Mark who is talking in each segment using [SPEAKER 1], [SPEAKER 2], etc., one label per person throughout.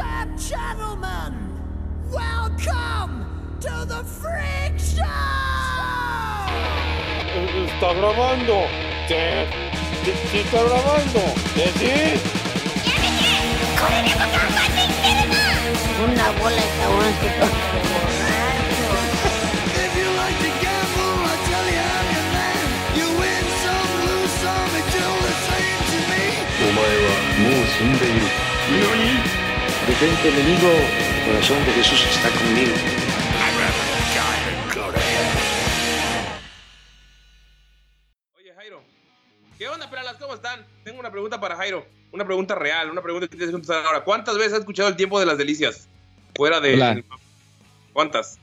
[SPEAKER 1] and gentlemen, welcome to the Freak Show!
[SPEAKER 2] Está grabando. Te, te- te está grabando. Te sí.
[SPEAKER 3] これでも頑張って生きてるな
[SPEAKER 4] If you like to gamble, I tell you I'm your man. You win some, lose some, it's all the same to me.
[SPEAKER 5] お前はもう死んでいる。Detente, enemigo. Corazón de Jesús está conmigo.
[SPEAKER 6] Oye, Jairo. ¿Qué onda, peralas? ¿Cómo están? Tengo una pregunta para Jairo. Una pregunta real, una pregunta que tienes que contestar ahora. ¿Cuántas veces has escuchado el tiempo de las delicias? Fuera de.
[SPEAKER 7] Hola.
[SPEAKER 6] ¿Cuántas?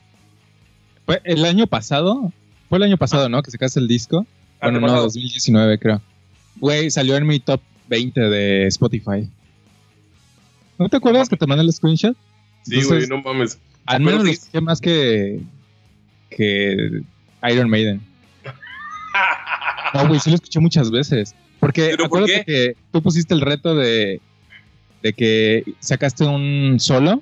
[SPEAKER 7] Fue el año pasado. Fue el año pasado, ¿no? Que sacaste el disco. Bueno, no,
[SPEAKER 6] Antepasado.
[SPEAKER 7] 2019, creo. Güey, salió en mi top 20 de Spotify. ¿No te acuerdas que te mandé el screenshot?
[SPEAKER 6] Sí, güey,
[SPEAKER 7] Entonces,
[SPEAKER 6] no mames.
[SPEAKER 7] Al menos
[SPEAKER 6] pero
[SPEAKER 7] lo
[SPEAKER 6] sí.
[SPEAKER 7] escuché más que. que Iron Maiden. No, güey, sí lo escuché muchas veces. Porque
[SPEAKER 6] ¿Pero por
[SPEAKER 7] acuérdate que tú pusiste el reto de. de que sacaste un solo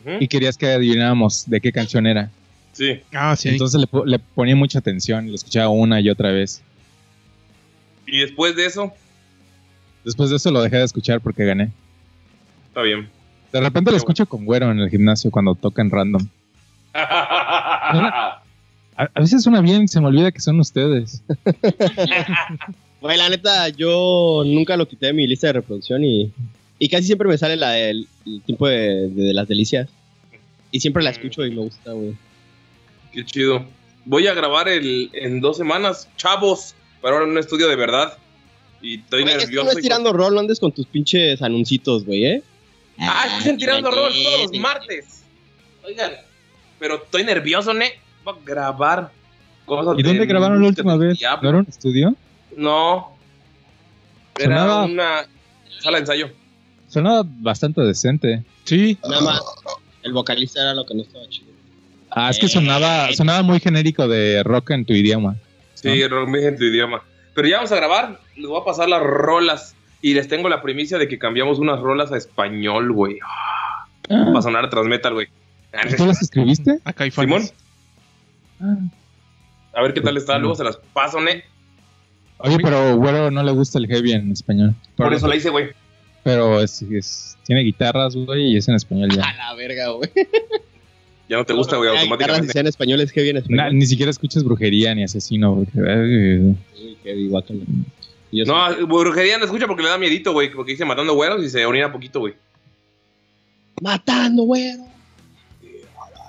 [SPEAKER 6] Ujú.
[SPEAKER 7] y querías que adivináramos de qué canción era.
[SPEAKER 6] Sí.
[SPEAKER 8] Ah, sí.
[SPEAKER 7] Entonces le, po- le ponía mucha atención, lo escuchaba una y otra vez.
[SPEAKER 6] Y después de eso,
[SPEAKER 7] Después de eso lo dejé de escuchar porque gané.
[SPEAKER 6] está bien.
[SPEAKER 7] De repente lo escucho con güero en el gimnasio cuando tocan random. A, a veces suena bien, se me olvida que son ustedes.
[SPEAKER 9] Güey, la neta, yo nunca lo quité de mi lista de reproducción y, y casi siempre me sale la del el tiempo de, de- de las delicias. Y siempre la escucho y me gusta, güey.
[SPEAKER 6] Qué chido. Voy a grabar el, en dos semanas, chavos, para ahora en un estudio de verdad. Y estoy
[SPEAKER 9] Güey, es que no
[SPEAKER 6] nervioso.
[SPEAKER 9] es tirando rol, no andes con tus pinches anuncitos, güey, ¿eh?
[SPEAKER 6] Ah, están tirando rol todos los martes. Oigan, pero estoy nervioso, ¿ne? Voy a grabar cosas
[SPEAKER 7] ¿Y dónde
[SPEAKER 6] del
[SPEAKER 7] grabaron la última
[SPEAKER 6] del
[SPEAKER 7] vez? ¿No
[SPEAKER 6] diablo.
[SPEAKER 7] era un estudio?
[SPEAKER 6] No. Era
[SPEAKER 7] Sonaba-
[SPEAKER 6] una sala de ensayo.
[SPEAKER 7] Sonaba bastante decente.
[SPEAKER 8] Sí.
[SPEAKER 9] Nada más.
[SPEAKER 6] Ah.
[SPEAKER 9] El vocalista era lo que no estaba chido.
[SPEAKER 7] Ah, es que sonaba, sonaba muy genérico de rock en tu idioma. Ah.
[SPEAKER 6] Sí, rompí en tu idioma. Pero ya vamos a grabar. Les voy a pasar las rolas. Y les tengo la primicia de que cambiamos unas rolas a español, güey. Va a sonar transmetal, güey. Ah,
[SPEAKER 7] ¿Tú las escribiste?
[SPEAKER 8] Acá hay
[SPEAKER 6] Simón,
[SPEAKER 8] fans.
[SPEAKER 6] Ah. a ver qué tal está. Luego se las paso, ¿ne?
[SPEAKER 7] Oye, pero güero no le gusta el heavy en español.
[SPEAKER 6] Por eso la hice, güey.
[SPEAKER 7] Pero es, es- tiene guitarras, güey, y es en español ya.
[SPEAKER 9] A la verga, güey.
[SPEAKER 6] Ya no te gusta, güey,
[SPEAKER 9] Hay guitarras que
[SPEAKER 6] automáticamente.
[SPEAKER 9] sean españoles, que bien
[SPEAKER 7] Na-
[SPEAKER 9] español.
[SPEAKER 7] ni siquiera escuchas brujería ni asesino. Porque, ay,
[SPEAKER 9] Uy, qué guacala. Y yo soy-
[SPEAKER 6] No, brujería no escucha porque le da miedito, güey. Porque dice matando güeros y se orina poquito, güey.
[SPEAKER 9] Matando, güey.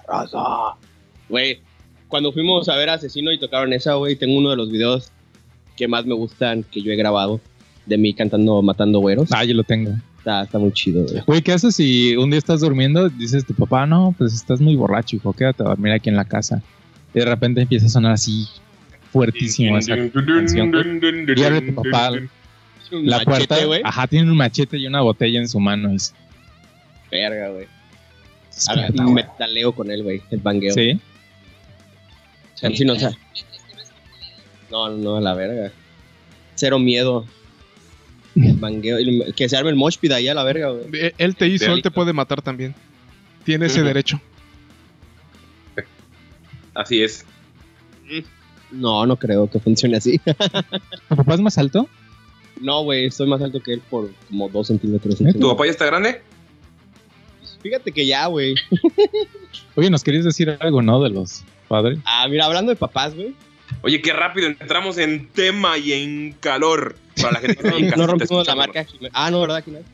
[SPEAKER 9] Raza. Güey, cuando fuimos a ver Asesino y tocaron esa, güey, tengo uno de los videos que más me gustan que yo he grabado de mí cantando Matando Güeros.
[SPEAKER 7] Ah, yo lo tengo.
[SPEAKER 9] Está, está muy chido, güey.
[SPEAKER 7] Güey, ¿qué haces si un día estás durmiendo? Dices tu papá, no, pues estás muy borracho, hijo, quédate a dormir aquí en la casa. Y de repente empieza a sonar así fuertísimo esa canción. güey. Y abre tu papá la
[SPEAKER 9] Machete,
[SPEAKER 7] puerta.
[SPEAKER 9] güey.
[SPEAKER 7] Ajá, tiene un machete y una botella en su mano. y dices,
[SPEAKER 9] Verga, güey. A ver,
[SPEAKER 7] "Despierta, güey".
[SPEAKER 9] metaleo con él, güey. El bangueo.
[SPEAKER 7] Sí.
[SPEAKER 9] O sea, sí, no, o sea- no, no, no, a la verga. Cero miedo. El bangueo. el- que se arme el mosh pit ahí a la verga, güey.
[SPEAKER 8] Eh, Él te hizo, él
[SPEAKER 6] Realista.
[SPEAKER 8] te
[SPEAKER 7] pues.
[SPEAKER 8] puede matar también. Tiene ese
[SPEAKER 6] Ujú.
[SPEAKER 8] derecho.
[SPEAKER 6] Así es.
[SPEAKER 9] No, no creo que funcione así.
[SPEAKER 7] ¿Tu papá es más alto?
[SPEAKER 9] No, güey, estoy más alto que él por como 2 centímetros.
[SPEAKER 6] ¿Eh, ¿Tu papá ya está grande?
[SPEAKER 9] Fíjate que ya, güey.
[SPEAKER 7] Oye, nos querías decir algo, ¿no? De los padres.
[SPEAKER 9] Ah, mira, hablando de papás, güey.
[SPEAKER 6] Oye, qué rápido entramos en tema y en calor. Para la gente que está en
[SPEAKER 9] No
[SPEAKER 6] casita
[SPEAKER 9] rompimos la
[SPEAKER 6] escuchándonos.
[SPEAKER 9] marca. Jimena. Ah, no, ¿verdad, Jimena?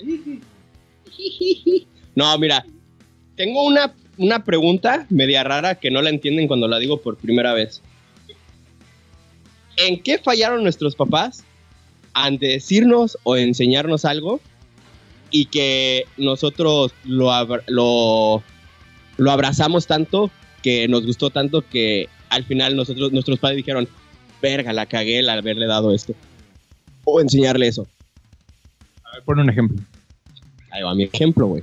[SPEAKER 9] No, mira. Tengo una, una pregunta media rara que no la entienden cuando la digo por primera vez. ¿En qué fallaron nuestros papás ante decirnos o enseñarnos algo y que nosotros lo, abra- lo, lo abrazamos tanto, que nos gustó tanto que al final nosotros, nuestros padres dijeron, verga, la cagué al haberle dado esto? O enseñarle eso.
[SPEAKER 7] A ver, pon un ejemplo.
[SPEAKER 9] Ahí va mi ejemplo, güey.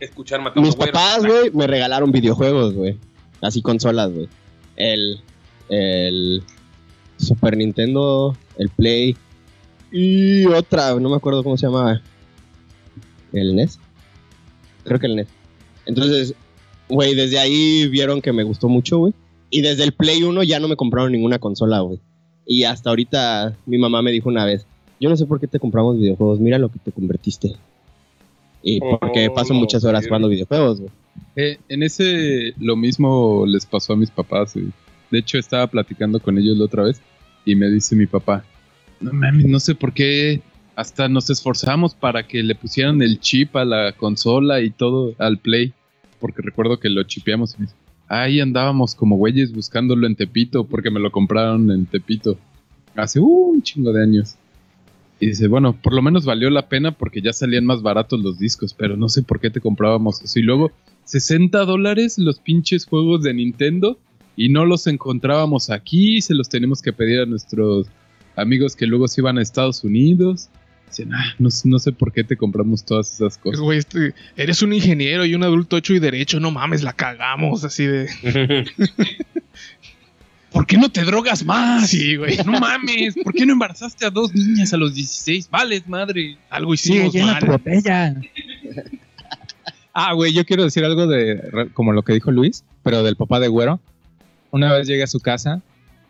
[SPEAKER 6] Escuchar matando
[SPEAKER 9] Mis
[SPEAKER 6] güeros.
[SPEAKER 9] papás, güey, me regalaron videojuegos, güey. Así consolas, güey. El, el Super Nintendo, el Play y otra, no me acuerdo cómo se llamaba. ¿El NES? Creo que el NES. Entonces, güey, desde ahí vieron que me gustó mucho, güey. Y desde el Play 1 ya no me compraron ninguna consola, güey. Y hasta ahorita mi mamá me dijo una vez, yo no sé por qué te compramos videojuegos, mira lo que te convertiste. Y
[SPEAKER 6] Oh,
[SPEAKER 9] porque paso
[SPEAKER 6] no,
[SPEAKER 9] muchas horas
[SPEAKER 6] sí.
[SPEAKER 9] jugando videojuegos, güey.
[SPEAKER 7] Eh, en ese lo mismo les pasó a mis papás. güey. De hecho, estaba platicando con ellos la otra vez y me dice mi papá, no mames, no sé por qué hasta nos esforzamos para que le pusieran el chip a la consola y todo al play, porque recuerdo que lo chipeamos. y me dice, Ahí andábamos como güeyes buscándolo en Tepito, porque me lo compraron en Tepito hace un chingo de años. Y dice, bueno, por lo menos valió la pena porque ya salían más baratos los discos, pero no sé por qué te comprábamos eso. Y luego 60 dólares los pinches juegos de Nintendo y no los encontrábamos aquí, se los tenemos que pedir a nuestros amigos que luego se iban a Estados Unidos. Dicen, ah, no, sé- no sé por qué te compramos todas esas
[SPEAKER 10] Es,
[SPEAKER 7] cosas.
[SPEAKER 10] Güey, este- eres un ingeniero y un adulto hecho y derecho, no mames, la cagamos así de...
[SPEAKER 7] ¿Por qué no te drogas más?
[SPEAKER 10] Sí, güey.
[SPEAKER 7] No mames, ¿por qué no embarazaste a dos niñas a los 16? Vales, madre.
[SPEAKER 10] Algo hicimos mal.
[SPEAKER 11] botella. ah, güey, yo quiero decir algo de re- como lo que dijo Luis, pero del papá de Güero. Una vez llegué a su casa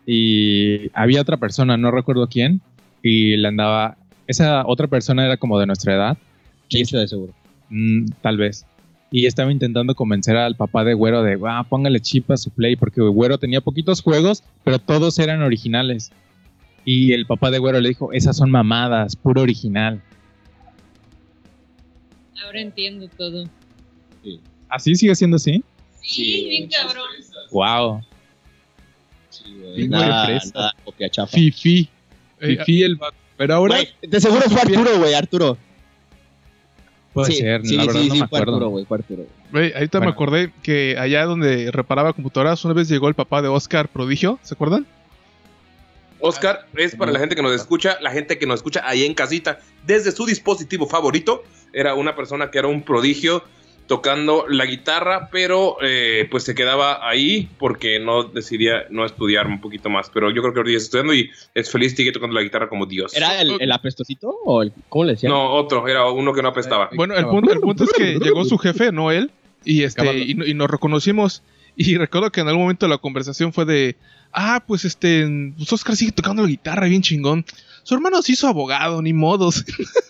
[SPEAKER 11] y había otra persona, no recuerdo quién, y le andaba. Esa otra persona era como de nuestra edad,
[SPEAKER 9] 15 de seguro.
[SPEAKER 11] mm, tal vez. Y estaba intentando convencer al papá de Güero de, ah, póngale chip a su play, porque Güero tenía poquitos juegos, pero todos eran originales. Y el papá de Güero le dijo, esas son mamadas, puro original.
[SPEAKER 12] Ahora entiendo todo.
[SPEAKER 11] ¿Así sigue siendo así?
[SPEAKER 12] Sí, bien cabrón.
[SPEAKER 11] Wow.
[SPEAKER 9] Sí,
[SPEAKER 7] Nada,
[SPEAKER 9] nada, copia chafa.
[SPEAKER 7] Fifi.
[SPEAKER 10] Eh,
[SPEAKER 7] Fifi
[SPEAKER 11] ah,
[SPEAKER 7] el vato. Pero ahora
[SPEAKER 9] Güey, de seguro fue Arturo, güey, Arturo.
[SPEAKER 11] Puede
[SPEAKER 9] sí,
[SPEAKER 11] ser,
[SPEAKER 9] sí,
[SPEAKER 11] la verdad
[SPEAKER 9] sí,
[SPEAKER 11] no
[SPEAKER 9] sí,
[SPEAKER 11] me
[SPEAKER 9] fue Arturo,
[SPEAKER 11] acuerdo.
[SPEAKER 9] güey, fue Arturo. güey.
[SPEAKER 10] Güey, ahorita
[SPEAKER 11] Bueno.
[SPEAKER 10] me acordé que allá donde reparaba computadoras, una vez llegó el papá de Oscar Prodigio, ¿se acuerdan?
[SPEAKER 6] Oscar es para la gente que nos escucha, la gente que nos escucha ahí en casita, desde su dispositivo favorito. Era una persona que era un prodigio tocando la guitarra, pero eh, pues se quedaba ahí porque no decidía no estudiar un poquito más. Pero yo creo que ahorita ya está estudiando y es feliz, sigue tocando la guitarra como Dios.
[SPEAKER 9] ¿Era el, el apestosito o el, cómo le decían?
[SPEAKER 6] no, otro, era uno que no apestaba.
[SPEAKER 10] Bueno, el punto, el punto es que llegó su jefe, no él, y, este, y, no- y nos reconocimos. Y recuerdo que en algún momento la conversación fue de, ah, pues este, pues Oscar sigue tocando la guitarra bien chingón. Su hermano se hizo abogado, ni modos.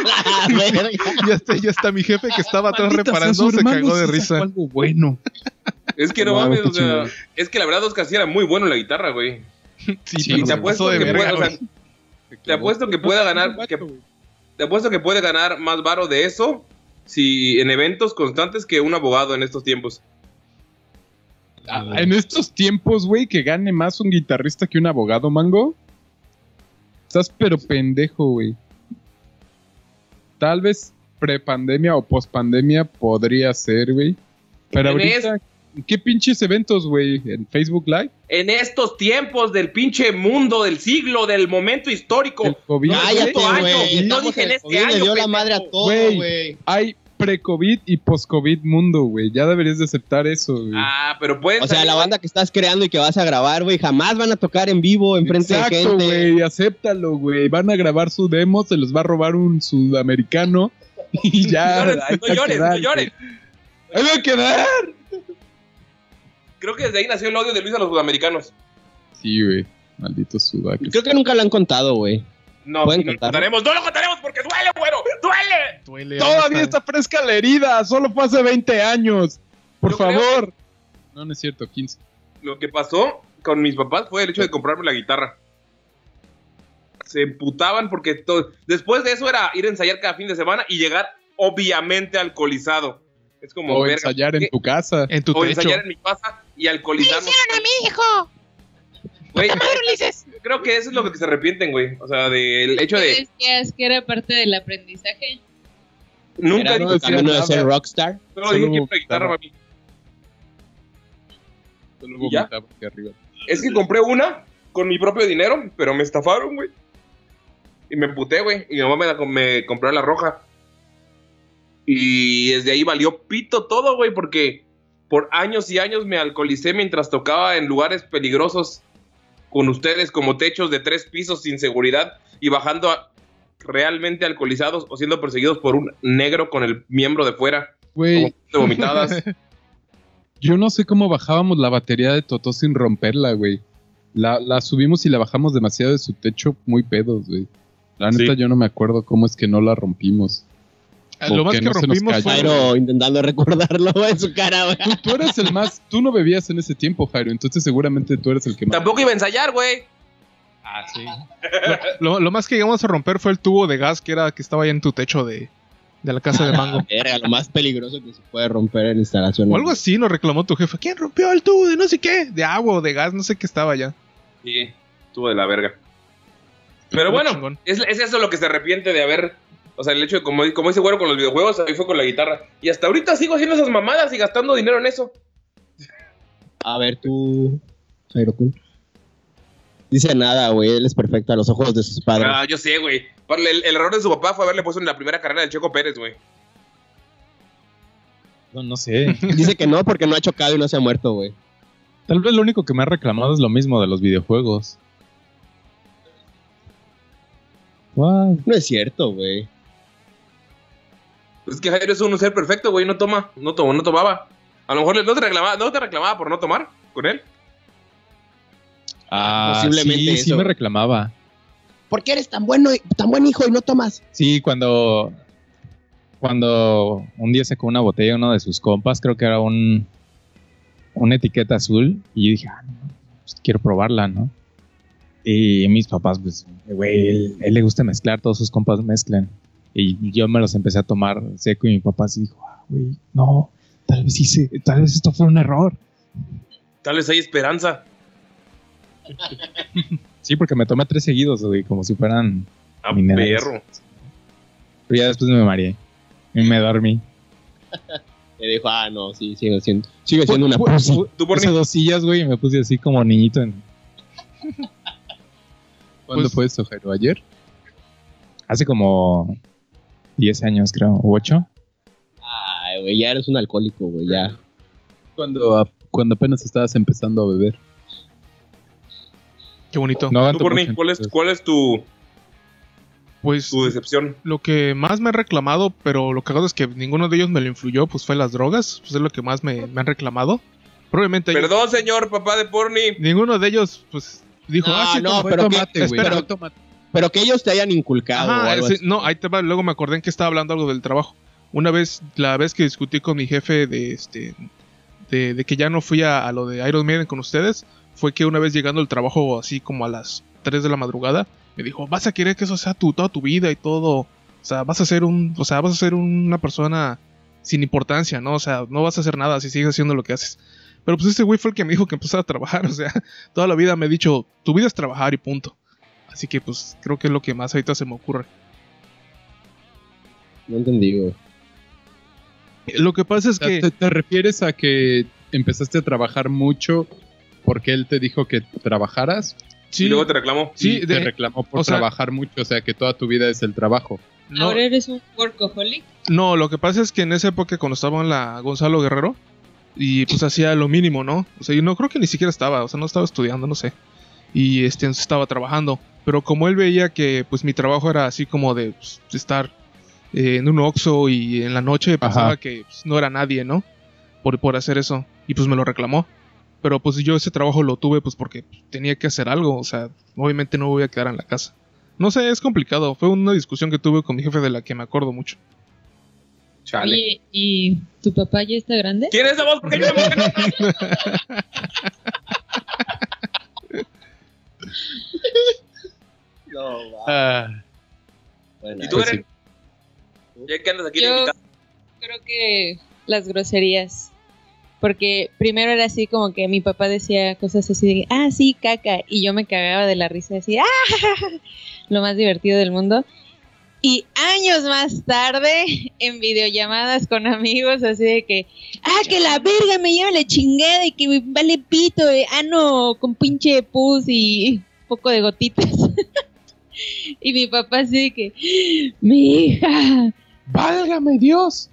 [SPEAKER 9] Ah, verga.
[SPEAKER 10] ya, está, ya está mi jefe que estaba atrás reparando, se cagó de risa.
[SPEAKER 7] Algo bueno.
[SPEAKER 6] Es que no,
[SPEAKER 7] No,
[SPEAKER 6] mames,
[SPEAKER 7] qué
[SPEAKER 6] o sea,
[SPEAKER 7] chingón.
[SPEAKER 6] es que la verdad Oscar sí era muy bueno en la guitarra, güey.
[SPEAKER 10] Sí,
[SPEAKER 7] Sí,
[SPEAKER 10] pero
[SPEAKER 6] Y te
[SPEAKER 10] se
[SPEAKER 6] apuesto
[SPEAKER 10] pasó de
[SPEAKER 6] que
[SPEAKER 10] verga,
[SPEAKER 6] puede, o sea,
[SPEAKER 10] güey.
[SPEAKER 6] te apuesto que pueda ganar, que- te apuesto que puede ganar más varo de eso si en eventos constantes que un abogado en estos tiempos.
[SPEAKER 7] Ah, En estos tiempos, güey, que gane más un guitarrista que un abogado, mango. Estás pero pendejo, güey. Tal vez prepandemia o pospandemia podría ser, güey. Pero
[SPEAKER 6] En
[SPEAKER 7] ahorita, ¿qué pinches eventos, güey? ¿En Facebook Live?
[SPEAKER 6] En estos tiempos del pinche mundo, del siglo, del momento
[SPEAKER 7] ¿El
[SPEAKER 6] histórico.
[SPEAKER 7] COVID?
[SPEAKER 6] No,
[SPEAKER 9] Cállate,
[SPEAKER 10] este
[SPEAKER 6] no,
[SPEAKER 9] güey.
[SPEAKER 6] no
[SPEAKER 9] estamos
[SPEAKER 6] dije en
[SPEAKER 9] el
[SPEAKER 6] este
[SPEAKER 9] COVID, Le
[SPEAKER 6] año,
[SPEAKER 9] dio la
[SPEAKER 6] pendejo.
[SPEAKER 9] madre a todo,
[SPEAKER 7] Güey.
[SPEAKER 9] güey.
[SPEAKER 7] Hay pre-COVID y post-COVID mundo, güey. Ya deberías de aceptar eso, güey.
[SPEAKER 6] Ah, pero puedes.
[SPEAKER 9] O sea, la banda que estás creando y que vas a grabar, güey, jamás van a tocar en vivo, enfrente
[SPEAKER 7] Exacto,
[SPEAKER 9] de gente.
[SPEAKER 7] güey, acéptalo, güey. Van a grabar su demo, se los va a robar un sudamericano y ya. ahí
[SPEAKER 6] no
[SPEAKER 7] va a
[SPEAKER 6] llores,
[SPEAKER 7] quedar,
[SPEAKER 6] no llores.
[SPEAKER 7] güey. Ahí va a quedar.
[SPEAKER 6] Creo que desde ahí nació el odio de Luis a los sudamericanos.
[SPEAKER 7] Sí, güey. Maldito sudaques.
[SPEAKER 9] Creo que nunca lo han contado, güey.
[SPEAKER 6] No, no
[SPEAKER 9] Pueden
[SPEAKER 6] lo
[SPEAKER 9] contar.
[SPEAKER 6] contaremos, no lo contaremos porque duele, güero, duele.
[SPEAKER 10] Duele,
[SPEAKER 7] Todavía
[SPEAKER 10] ahorita.
[SPEAKER 7] está fresca la herida, solo fue hace 20 años. Por
[SPEAKER 6] Yo creo-
[SPEAKER 7] favor. No, no es cierto, 15.
[SPEAKER 6] Lo que pasó con mis papás fue el hecho de comprarme la guitarra. Se emputaban porque todo... después de eso era ir a ensayar cada fin de semana y llegar obviamente alcoholizado. Es como
[SPEAKER 7] O
[SPEAKER 6] verga,
[SPEAKER 7] ensayar
[SPEAKER 6] ¿qué-
[SPEAKER 7] en tu casa.
[SPEAKER 10] En tu
[SPEAKER 6] o
[SPEAKER 10] techo.
[SPEAKER 6] ensayar en mi casa y alcoholizarnos.
[SPEAKER 3] a mi hijo!
[SPEAKER 6] Güey,
[SPEAKER 3] Ulises!
[SPEAKER 6] creo que eso es lo que se arrepienten, güey. O sea, del hecho de
[SPEAKER 12] Es que, es que era parte del aprendizaje.
[SPEAKER 6] nunca
[SPEAKER 9] Era
[SPEAKER 7] no
[SPEAKER 6] dije,
[SPEAKER 9] tu
[SPEAKER 7] decía
[SPEAKER 9] camino de
[SPEAKER 7] nada.
[SPEAKER 9] ser rockstar.
[SPEAKER 6] solo dije
[SPEAKER 7] solo
[SPEAKER 6] que una guitarra, mami.
[SPEAKER 7] Solo
[SPEAKER 6] ¿Ya?
[SPEAKER 7] vomitaba aquí arriba.
[SPEAKER 6] Es que compré una con mi propio dinero, pero me estafaron, güey. Y me emputé, güey. Y mi mamá me, la- me compró la roja. Y desde ahí valió pito todo, güey, porque por años y años me alcoholicé mientras tocaba en lugares peligrosos con ustedes, como techos de tres pisos sin seguridad y bajando a realmente alcoholizados o siendo perseguidos por un negro con el miembro de fuera,
[SPEAKER 7] Güey,
[SPEAKER 6] de vomitadas.
[SPEAKER 7] yo no sé cómo bajábamos la batería de Totó sin romperla, güey. La, la subimos y la bajamos demasiado de su techo, muy pedos, güey. La neta, yo no me acuerdo cómo es que no la rompimos.
[SPEAKER 10] Ah, Lo
[SPEAKER 7] ¿Por
[SPEAKER 10] más
[SPEAKER 7] qué
[SPEAKER 10] que
[SPEAKER 7] no se nos
[SPEAKER 10] rompimos
[SPEAKER 7] cayó?
[SPEAKER 10] fue.
[SPEAKER 9] Jairo intentando recordarlo en su cara, güey.
[SPEAKER 7] Tú, tú eras el más. Tú no bebías en ese tiempo, Jairo. Entonces, seguramente tú eres el que más.
[SPEAKER 6] Tampoco iba a ensayar, güey.
[SPEAKER 10] Lo, lo más que llegamos a romper fue el tubo de gas que era que estaba ahí en tu techo de, de la casa de mango.
[SPEAKER 9] Verga, lo más peligroso que se puede romper en instalación.
[SPEAKER 10] O algo así nos reclamó tu jefe. ¿Quién rompió el tubo de no sé qué? De agua o de gas, no sé qué estaba ya.
[SPEAKER 6] Sí, estuvo de la verga. Pero
[SPEAKER 10] Estuvo
[SPEAKER 6] bueno,
[SPEAKER 10] chingón.
[SPEAKER 6] es, es eso lo que se arrepiente de haber. O sea, el hecho de, como, como dice Güero con los videojuegos, ahí fue con la guitarra. Y hasta ahorita sigo haciendo esas mamadas y gastando dinero en eso.
[SPEAKER 9] A ver, tú, Jairo Kun. Dice nada, güey. Él es perfecto a los ojos de sus padres.
[SPEAKER 6] Ah, yo sé, güey. Para- El, el error de su papá fue haberle puesto en la primera carrera del Checo Pérez, güey.
[SPEAKER 11] No, no sé.
[SPEAKER 9] Dice que no porque no ha chocado y no se ha muerto, güey.
[SPEAKER 11] Tal vez lo único que me ha reclamado es lo mismo de los videojuegos. What?
[SPEAKER 9] No es cierto, güey.
[SPEAKER 6] Pues es que Jairo es un ser perfecto, güey. No toma, no tomó, no tomaba. A lo mejor le- no te reclamaba, no te reclamaba por no tomar con él.
[SPEAKER 11] Ah,
[SPEAKER 9] Posiblemente
[SPEAKER 11] sí, sí
[SPEAKER 9] eso.
[SPEAKER 11] me reclamaba.
[SPEAKER 9] ¿Por qué eres tan bueno, y- tan buen hijo y no tomas?
[SPEAKER 11] Sí, cuando cuando un día sacó una botella uno de sus compas, creo que era un una etiqueta azul y yo dije, ah, no, pues quiero probarla, ¿no? Y mis papás, pues, güey, él, él le gusta mezclar, todos sus compas mezclan. Y yo me los empecé a tomar seco y mi papá sí dijo, ah, güey, no, tal vez hice, tal vez esto fue un error.
[SPEAKER 6] Tal vez hay esperanza.
[SPEAKER 11] Sí, porque me tomé tres seguidos, güey, como si fueran
[SPEAKER 6] A
[SPEAKER 11] Minerales.
[SPEAKER 6] Ah, perro.
[SPEAKER 11] Pero ya después me mareé. Y me dormí.
[SPEAKER 9] Le dijo, ah, no, sí, sigue siendo, sigue siendo una
[SPEAKER 11] Pu-
[SPEAKER 9] pussy.
[SPEAKER 11] pu-
[SPEAKER 6] Tú, Borny.
[SPEAKER 11] Puse dos sillas, güey, y me puse así como niñito. en-
[SPEAKER 7] ¿Cuándo
[SPEAKER 10] Pues-
[SPEAKER 7] fue eso, Jairo? ¿Ayer?
[SPEAKER 11] hace como 10 años, creo, o 8.
[SPEAKER 9] Ay, güey, ya eres un alcohólico, güey, ya.
[SPEAKER 7] Cuando, a- cuando apenas estabas empezando a beber.
[SPEAKER 10] Qué bonito.
[SPEAKER 11] No,
[SPEAKER 6] Tú,
[SPEAKER 11] tanto
[SPEAKER 6] Borny,
[SPEAKER 7] pues,
[SPEAKER 11] mucho,
[SPEAKER 6] ¿cuál es,
[SPEAKER 11] entonces.
[SPEAKER 6] cuál es tu,
[SPEAKER 10] Pues
[SPEAKER 6] tu decepción?
[SPEAKER 10] lo que más me han reclamado, pero lo cagado es que ninguno de ellos me lo influyó, pues fue las drogas. Pues es lo que más me, me han reclamado. Probablemente ellos-
[SPEAKER 6] Perdón, señor, papá de Porni.
[SPEAKER 10] ninguno de ellos, pues, dijo,
[SPEAKER 9] No,
[SPEAKER 10] ah, sí,
[SPEAKER 9] no,
[SPEAKER 10] toma,
[SPEAKER 9] pero
[SPEAKER 10] tómate,
[SPEAKER 9] qué-
[SPEAKER 10] güey.
[SPEAKER 9] espera. Pero que ellos te hayan inculcado. o
[SPEAKER 10] Ajá,
[SPEAKER 9] algo
[SPEAKER 10] sí,
[SPEAKER 9] así.
[SPEAKER 10] no, ahí te va, luego me acordé en que estaba hablando algo del trabajo. Una vez, la vez que discutí con mi jefe de este de, de que ya no fui a, a lo de Iron Maiden con ustedes, fue que una vez llegando al trabajo así como a las 3 de la madrugada, me dijo, "Vas a querer que eso sea tu toda tu vida y todo, o sea, vas a ser un, o sea, vas a ser una persona sin importancia, ¿no? O sea, no vas a hacer nada si sigues haciendo lo que haces." Pero pues ese güey fue el que me dijo que empezara a trabajar, o sea, toda la vida me ha dicho, "Tu vida es trabajar y punto." Así que pues creo que es lo que más ahorita se me ocurre.
[SPEAKER 9] No entendí, güey.
[SPEAKER 10] Lo que pasa es
[SPEAKER 7] O sea,
[SPEAKER 10] que
[SPEAKER 7] ¿Te, te refieres a que empezaste a trabajar mucho porque él te dijo que trabajaras?
[SPEAKER 6] Y
[SPEAKER 10] sí,
[SPEAKER 6] luego te reclamó.
[SPEAKER 10] sí,
[SPEAKER 7] y te
[SPEAKER 10] de-
[SPEAKER 7] reclamó por
[SPEAKER 10] o sea-
[SPEAKER 7] trabajar mucho, o sea que toda tu vida es el trabajo.
[SPEAKER 10] no,
[SPEAKER 12] Ahora eres un workaholic.
[SPEAKER 10] no, lo que pasa es que en esa época cuando estaba en la Gonzalo Guerrero y pues hacía lo mínimo, ¿no? O sea, yo no creo que ni siquiera estaba, o sea, no estaba estudiando, no sé. Y este entonces estaba trabajando, pero como él veía que pues mi trabajo era así como de pues, estar eh, en un Oxxo y en la noche pensaba
[SPEAKER 11] Ajá.
[SPEAKER 10] que pues, no era nadie, ¿no? Por, por hacer eso y pues me lo reclamó. Pero pues yo ese trabajo lo tuve pues porque tenía que hacer algo, o sea, obviamente no voy a quedar en la casa. No sé, es complicado. Fue una discusión que tuve con mi jefe de la que me acuerdo mucho.
[SPEAKER 6] Chale.
[SPEAKER 12] Oye, ¿y tu papá ya está grande?
[SPEAKER 6] ¿Quién es esa voz? ¿Por qué yo la mujer?
[SPEAKER 9] No, va. Bueno,
[SPEAKER 6] ¿Y tú
[SPEAKER 9] ahí
[SPEAKER 6] eres? Ya que andas aquí de
[SPEAKER 12] Yo
[SPEAKER 6] invitado.
[SPEAKER 12] creo que las groserías. Porque primero era así como que mi papá decía cosas así de, ah, sí, caca. Y yo me cagaba de la risa así, ah, lo más divertido del mundo. Y años más tarde, en videollamadas con amigos, así de que, ah, que la verga me lleva la chingada y que me vale pito, eh, ah, no, con pinche pus y poco de gotitas. y mi papá así de que, mi hija,
[SPEAKER 7] ¡Válgame Dios!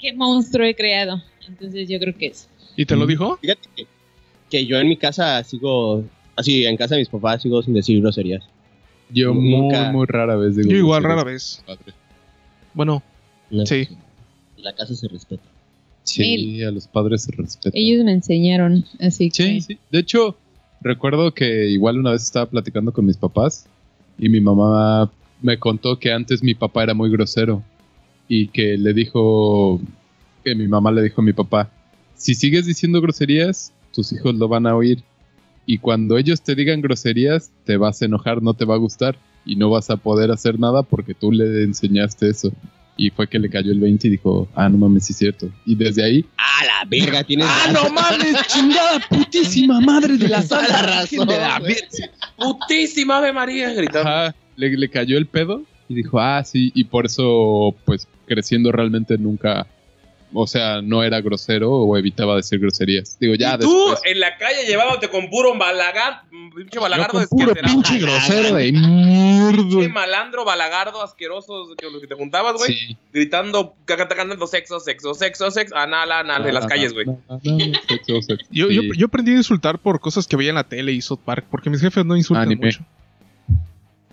[SPEAKER 12] qué monstruo he creado. Entonces yo creo que es.
[SPEAKER 10] ¿Y
[SPEAKER 7] Mm.
[SPEAKER 10] te lo dijo?
[SPEAKER 9] Fíjate que, que yo en mi casa sigo, así, en casa de mis papás sigo sin decir groserías.
[SPEAKER 7] Yo
[SPEAKER 9] Nunca.
[SPEAKER 7] muy, muy rara vez digo.
[SPEAKER 10] Yo igual
[SPEAKER 7] groserías.
[SPEAKER 10] rara vez. Bueno,
[SPEAKER 9] No.
[SPEAKER 10] sí.
[SPEAKER 9] La casa se respeta.
[SPEAKER 7] Sí, a los padres se respeta.
[SPEAKER 12] Ellos me enseñaron, así que.
[SPEAKER 7] Sí, sí. De hecho, recuerdo que igual una vez estaba platicando con mis papás y mi mamá me contó que antes mi papá era muy grosero y que le dijo, que mi mamá le dijo a mi papá, si sigues diciendo groserías, tus hijos lo van a oír. Y cuando ellos te digan groserías, te vas a enojar, no te va a gustar y no vas a poder hacer nada porque tú le enseñaste eso. Y fue que le cayó el 20 y dijo, ah, no mames, sí es cierto. Y desde ahí
[SPEAKER 9] ¡Ah, la verga! Tienes
[SPEAKER 7] ¡Ah,
[SPEAKER 9] razón.
[SPEAKER 7] no mames! ¡Chingada putísima madre de la
[SPEAKER 9] Toda
[SPEAKER 7] sala!
[SPEAKER 9] la razón,
[SPEAKER 7] de la
[SPEAKER 9] güey.
[SPEAKER 6] Putísima Ave María, gritaba.
[SPEAKER 7] Ajá, le, le cayó el pedo y dijo, ah, sí, y por eso, pues, creciendo realmente nunca, o sea, no era grosero o evitaba decir groserías. Digo, ya
[SPEAKER 6] y tú
[SPEAKER 7] después.
[SPEAKER 6] en la calle llevándote con puro balagar, pinche
[SPEAKER 7] Yo
[SPEAKER 6] balagardo
[SPEAKER 7] con puro
[SPEAKER 6] asqueroso.
[SPEAKER 7] pinche grosero de mierda.
[SPEAKER 6] Pinche malandro, balagardo, asqueroso, que los que te juntabas, güey.
[SPEAKER 7] Sí.
[SPEAKER 6] Gritando, caca- cantando sexo, sexo, sexo, sexo, Ah, anal, anal, en las calles, güey.
[SPEAKER 7] No, no, no, sexo, sexo.
[SPEAKER 10] Yo,
[SPEAKER 7] Sí.
[SPEAKER 10] yo, yo aprendí a insultar por cosas que veía en la tele y South Park, porque mis jefes no insultan
[SPEAKER 7] Anime.
[SPEAKER 10] mucho.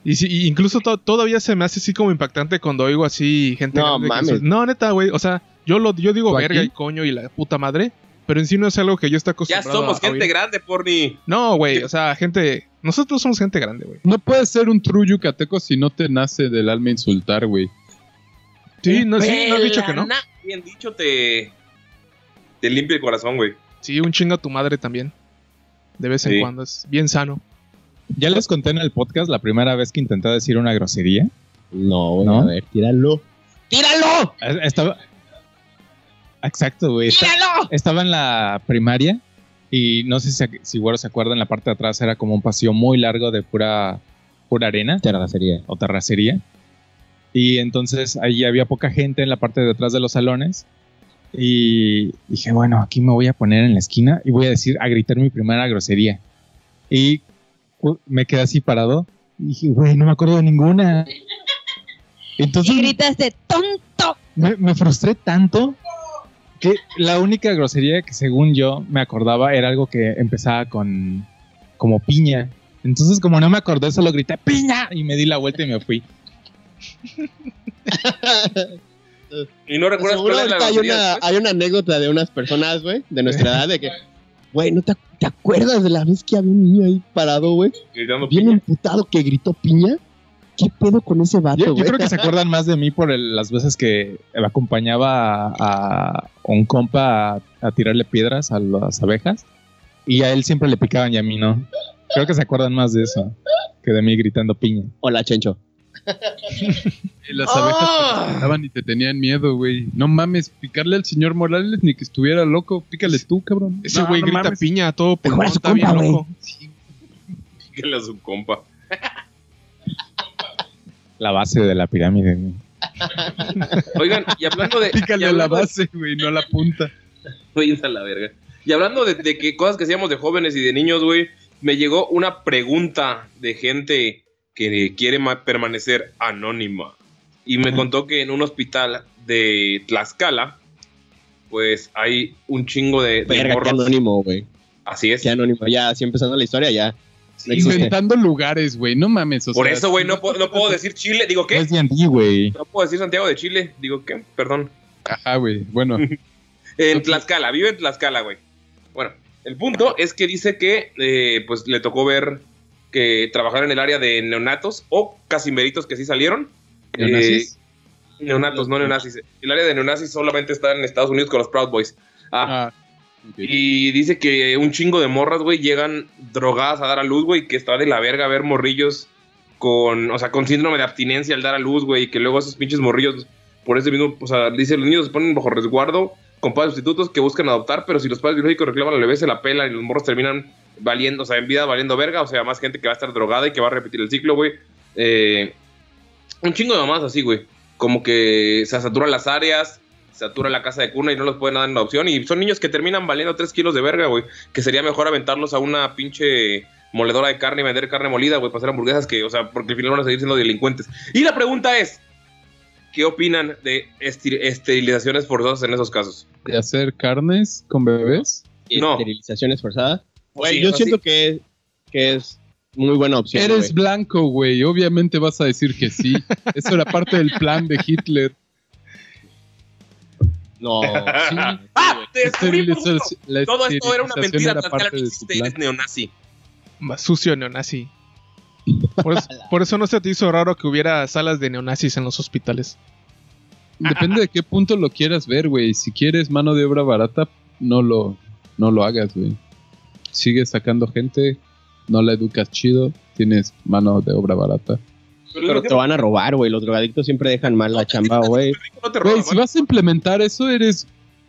[SPEAKER 10] Y sí, y incluso to- todavía se me hace así como impactante cuando oigo así gente.
[SPEAKER 9] No,
[SPEAKER 10] grande que
[SPEAKER 9] mames.
[SPEAKER 10] insulta. No, neta, güey. O sea, yo lo yo digo
[SPEAKER 7] ¿Tú aquí?
[SPEAKER 10] verga y coño y la puta madre, pero en sí no es algo que yo esté
[SPEAKER 6] Ya
[SPEAKER 10] acostumbrado
[SPEAKER 6] somos
[SPEAKER 10] a- a
[SPEAKER 6] gente
[SPEAKER 10] oír.
[SPEAKER 6] grande, porni.
[SPEAKER 10] No, güey. O sea, gente. Nosotros somos gente grande, güey.
[SPEAKER 7] No puedes ser un true yucateco si no te nace del alma insultar, güey.
[SPEAKER 10] Sí, no, sí, no he dicho que no.
[SPEAKER 6] Pelana. Bien dicho, te. Te limpia el corazón, güey.
[SPEAKER 10] Sí, un chingo a tu madre también. De vez en
[SPEAKER 6] Sí.
[SPEAKER 10] cuando. Es bien sano.
[SPEAKER 11] Ya les conté en el podcast la primera vez que intenté decir una grosería.
[SPEAKER 9] No, güey,
[SPEAKER 11] ¿No?
[SPEAKER 9] a ver, tíralo. ¡Tíralo!
[SPEAKER 11] Eh, Estaba. Exacto, güey. Esta-
[SPEAKER 9] ¡Tíralo!
[SPEAKER 11] Estaba en la primaria y no sé si, ac- si güero se acuerdan, en la parte de atrás era como un pasillo muy largo de pura, pura arena
[SPEAKER 9] Terracería.
[SPEAKER 11] o terracería. Y entonces ahí había poca gente en la parte de atrás de los salones. Y dije, bueno, aquí me voy a poner en la esquina y voy a decir, a gritar mi primera grosería. Y cu- me quedé así parado. Y dije, güey, no me acuerdo de ninguna. Entonces
[SPEAKER 12] Y gritaste, tonto.
[SPEAKER 11] me, me frustré tanto que la única grosería que según yo me acordaba era algo que empezaba con como piña. Entonces como no me acordé solo grité piña y me di la vuelta y me fui.
[SPEAKER 6] Y no recuerdas
[SPEAKER 9] Seguro
[SPEAKER 6] cuál es la
[SPEAKER 9] ahorita hay
[SPEAKER 6] grosería.
[SPEAKER 9] una, hay una anécdota de unas personas, güey, de nuestra edad, de que, güey, ¿no te, ac- te acuerdas de la vez que había un niño ahí parado, güey?
[SPEAKER 6] Gritando
[SPEAKER 9] Bien
[SPEAKER 6] piña.
[SPEAKER 9] emputado que gritó piña. ¿Qué pedo con ese
[SPEAKER 11] Yo,
[SPEAKER 9] vato,
[SPEAKER 11] yo
[SPEAKER 9] güey?
[SPEAKER 11] creo que se acuerdan más de mí por el- las veces que acompañaba a, a un compa a, a tirarle piedras a las abejas y a él siempre le picaban y a mí no. Creo que se acuerdan más de eso que de mí gritando piña.
[SPEAKER 9] Hola, Chencho.
[SPEAKER 7] Y eh, las abejas
[SPEAKER 10] Oh.
[SPEAKER 7] te picaban y te tenían miedo, güey. No mames, picarle al señor Morales ni que estuviera loco. Pícale tú, cabrón.
[SPEAKER 10] Ese
[SPEAKER 7] No,
[SPEAKER 10] güey
[SPEAKER 7] no
[SPEAKER 10] grita
[SPEAKER 7] mames.
[SPEAKER 10] piña a todo
[SPEAKER 9] Mejor
[SPEAKER 10] pulmón.
[SPEAKER 9] a su
[SPEAKER 10] Está bien
[SPEAKER 9] compa, güey.
[SPEAKER 10] loco.
[SPEAKER 6] Pícale a su compa.
[SPEAKER 11] La base de la pirámide. güey.
[SPEAKER 6] Oigan, y hablando de. y
[SPEAKER 7] Pícale a la
[SPEAKER 6] hablando de-
[SPEAKER 7] base, güey, no a la punta.
[SPEAKER 6] Váyanse a la verga. Y hablando de, de que cosas que hacíamos de jóvenes y de niños, güey, me llegó una pregunta de gente que quiere ma- permanecer anónima. Y me contó que en un hospital de Tlaxcala, pues hay un chingo de, de
[SPEAKER 9] Verga, qué
[SPEAKER 6] morros.
[SPEAKER 9] anónimo, güey.
[SPEAKER 6] Así es.
[SPEAKER 9] Qué anónimo. Ya, así empezando la historia, ya. No existe.
[SPEAKER 7] Inventando lugares, güey, no mames. o
[SPEAKER 6] Por
[SPEAKER 7] sea,
[SPEAKER 6] eso, güey,
[SPEAKER 7] sí,
[SPEAKER 6] no, puedo- no puedo decir Chile. Digo,
[SPEAKER 11] No
[SPEAKER 6] ¿qué?
[SPEAKER 9] Pues,
[SPEAKER 6] Eh,
[SPEAKER 11] Es D&D, güey.
[SPEAKER 6] No puedo decir Santiago de Chile. Digo, ¿qué? Perdón.
[SPEAKER 7] Ajá, güey, bueno.
[SPEAKER 6] En Tlaxcala, vive en Tlaxcala, güey. Bueno, el punto es que dice que eh, pues le tocó ver que trabajar en el área de neonatos o casimeritos que sí salieron.
[SPEAKER 7] ¿Neonazis?
[SPEAKER 6] Eh, neonatos, no neonazis. El área de neonazis solamente está en Estados Unidos con los Proud Boys. Ah,
[SPEAKER 7] Ah, ok.
[SPEAKER 9] este,
[SPEAKER 6] y dice que un chingo de morras, güey, llegan drogadas a dar a luz, güey, que está de la verga ver morrillos con, o sea, con síndrome de abstinencia al dar a luz, güey, y que luego esos pinches morrillos, por ese mismo, o sea, dice, los niños se ponen bajo resguardo con padres sustitutos que buscan adoptar, pero si los padres biológicos reclaman al bebé, se la pela y los morros terminan valiendo, o sea, en vida valiendo verga, o sea, más gente que va a estar drogada y que va a repetir el ciclo, güey. Eh, un chingo de mamás así, güey. Como que se saturan las áreas, satura la casa de cuna y no los pueden dar en adopción. Y son niños que terminan valiendo 3 kilos de verga, güey. Que sería mejor aventarlos a una pinche moledora de carne y vender carne molida, güey, para hacer hamburguesas que, o sea, porque al final van a seguir siendo delincuentes. Y la pregunta es, ¿qué opinan de estir- esterilizaciones forzosas en esos casos?
[SPEAKER 7] ¿De hacer carnes con bebés?
[SPEAKER 6] No.
[SPEAKER 9] Esterilizaciones forzadas.
[SPEAKER 6] Sí, o
[SPEAKER 9] yo
[SPEAKER 6] sea,
[SPEAKER 9] siento
[SPEAKER 6] sí.
[SPEAKER 9] que, que es muy buena opción.
[SPEAKER 7] Eres
[SPEAKER 9] güey.
[SPEAKER 7] blanco, güey. Obviamente vas a decir que sí. Eso era parte del plan de Hitler.
[SPEAKER 9] No.
[SPEAKER 7] Sí.
[SPEAKER 6] ¡Ah! ¡Te descubrí,
[SPEAKER 7] Esteriliza-
[SPEAKER 6] bruto!
[SPEAKER 7] la
[SPEAKER 6] Todo esto era una
[SPEAKER 7] esterilización
[SPEAKER 6] mentira
[SPEAKER 7] era
[SPEAKER 6] tras que la
[SPEAKER 7] parte de su
[SPEAKER 6] hiciste
[SPEAKER 7] plan.
[SPEAKER 6] eres neonazi.
[SPEAKER 10] Más sucio neonazi. Por eso, por eso no se te hizo raro que hubiera salas de neonazis en los hospitales.
[SPEAKER 7] Depende de qué punto lo quieras ver, güey. Si quieres mano de obra barata, no lo, no lo hagas, güey. Sigues sacando gente, no la educas chido, tienes mano de obra barata.
[SPEAKER 9] Pero te van a robar, güey. Los drogadictos siempre dejan mal la chamba, güey.
[SPEAKER 6] No te
[SPEAKER 7] Güey,
[SPEAKER 6] robas,
[SPEAKER 7] si vas a implementar eso, eres,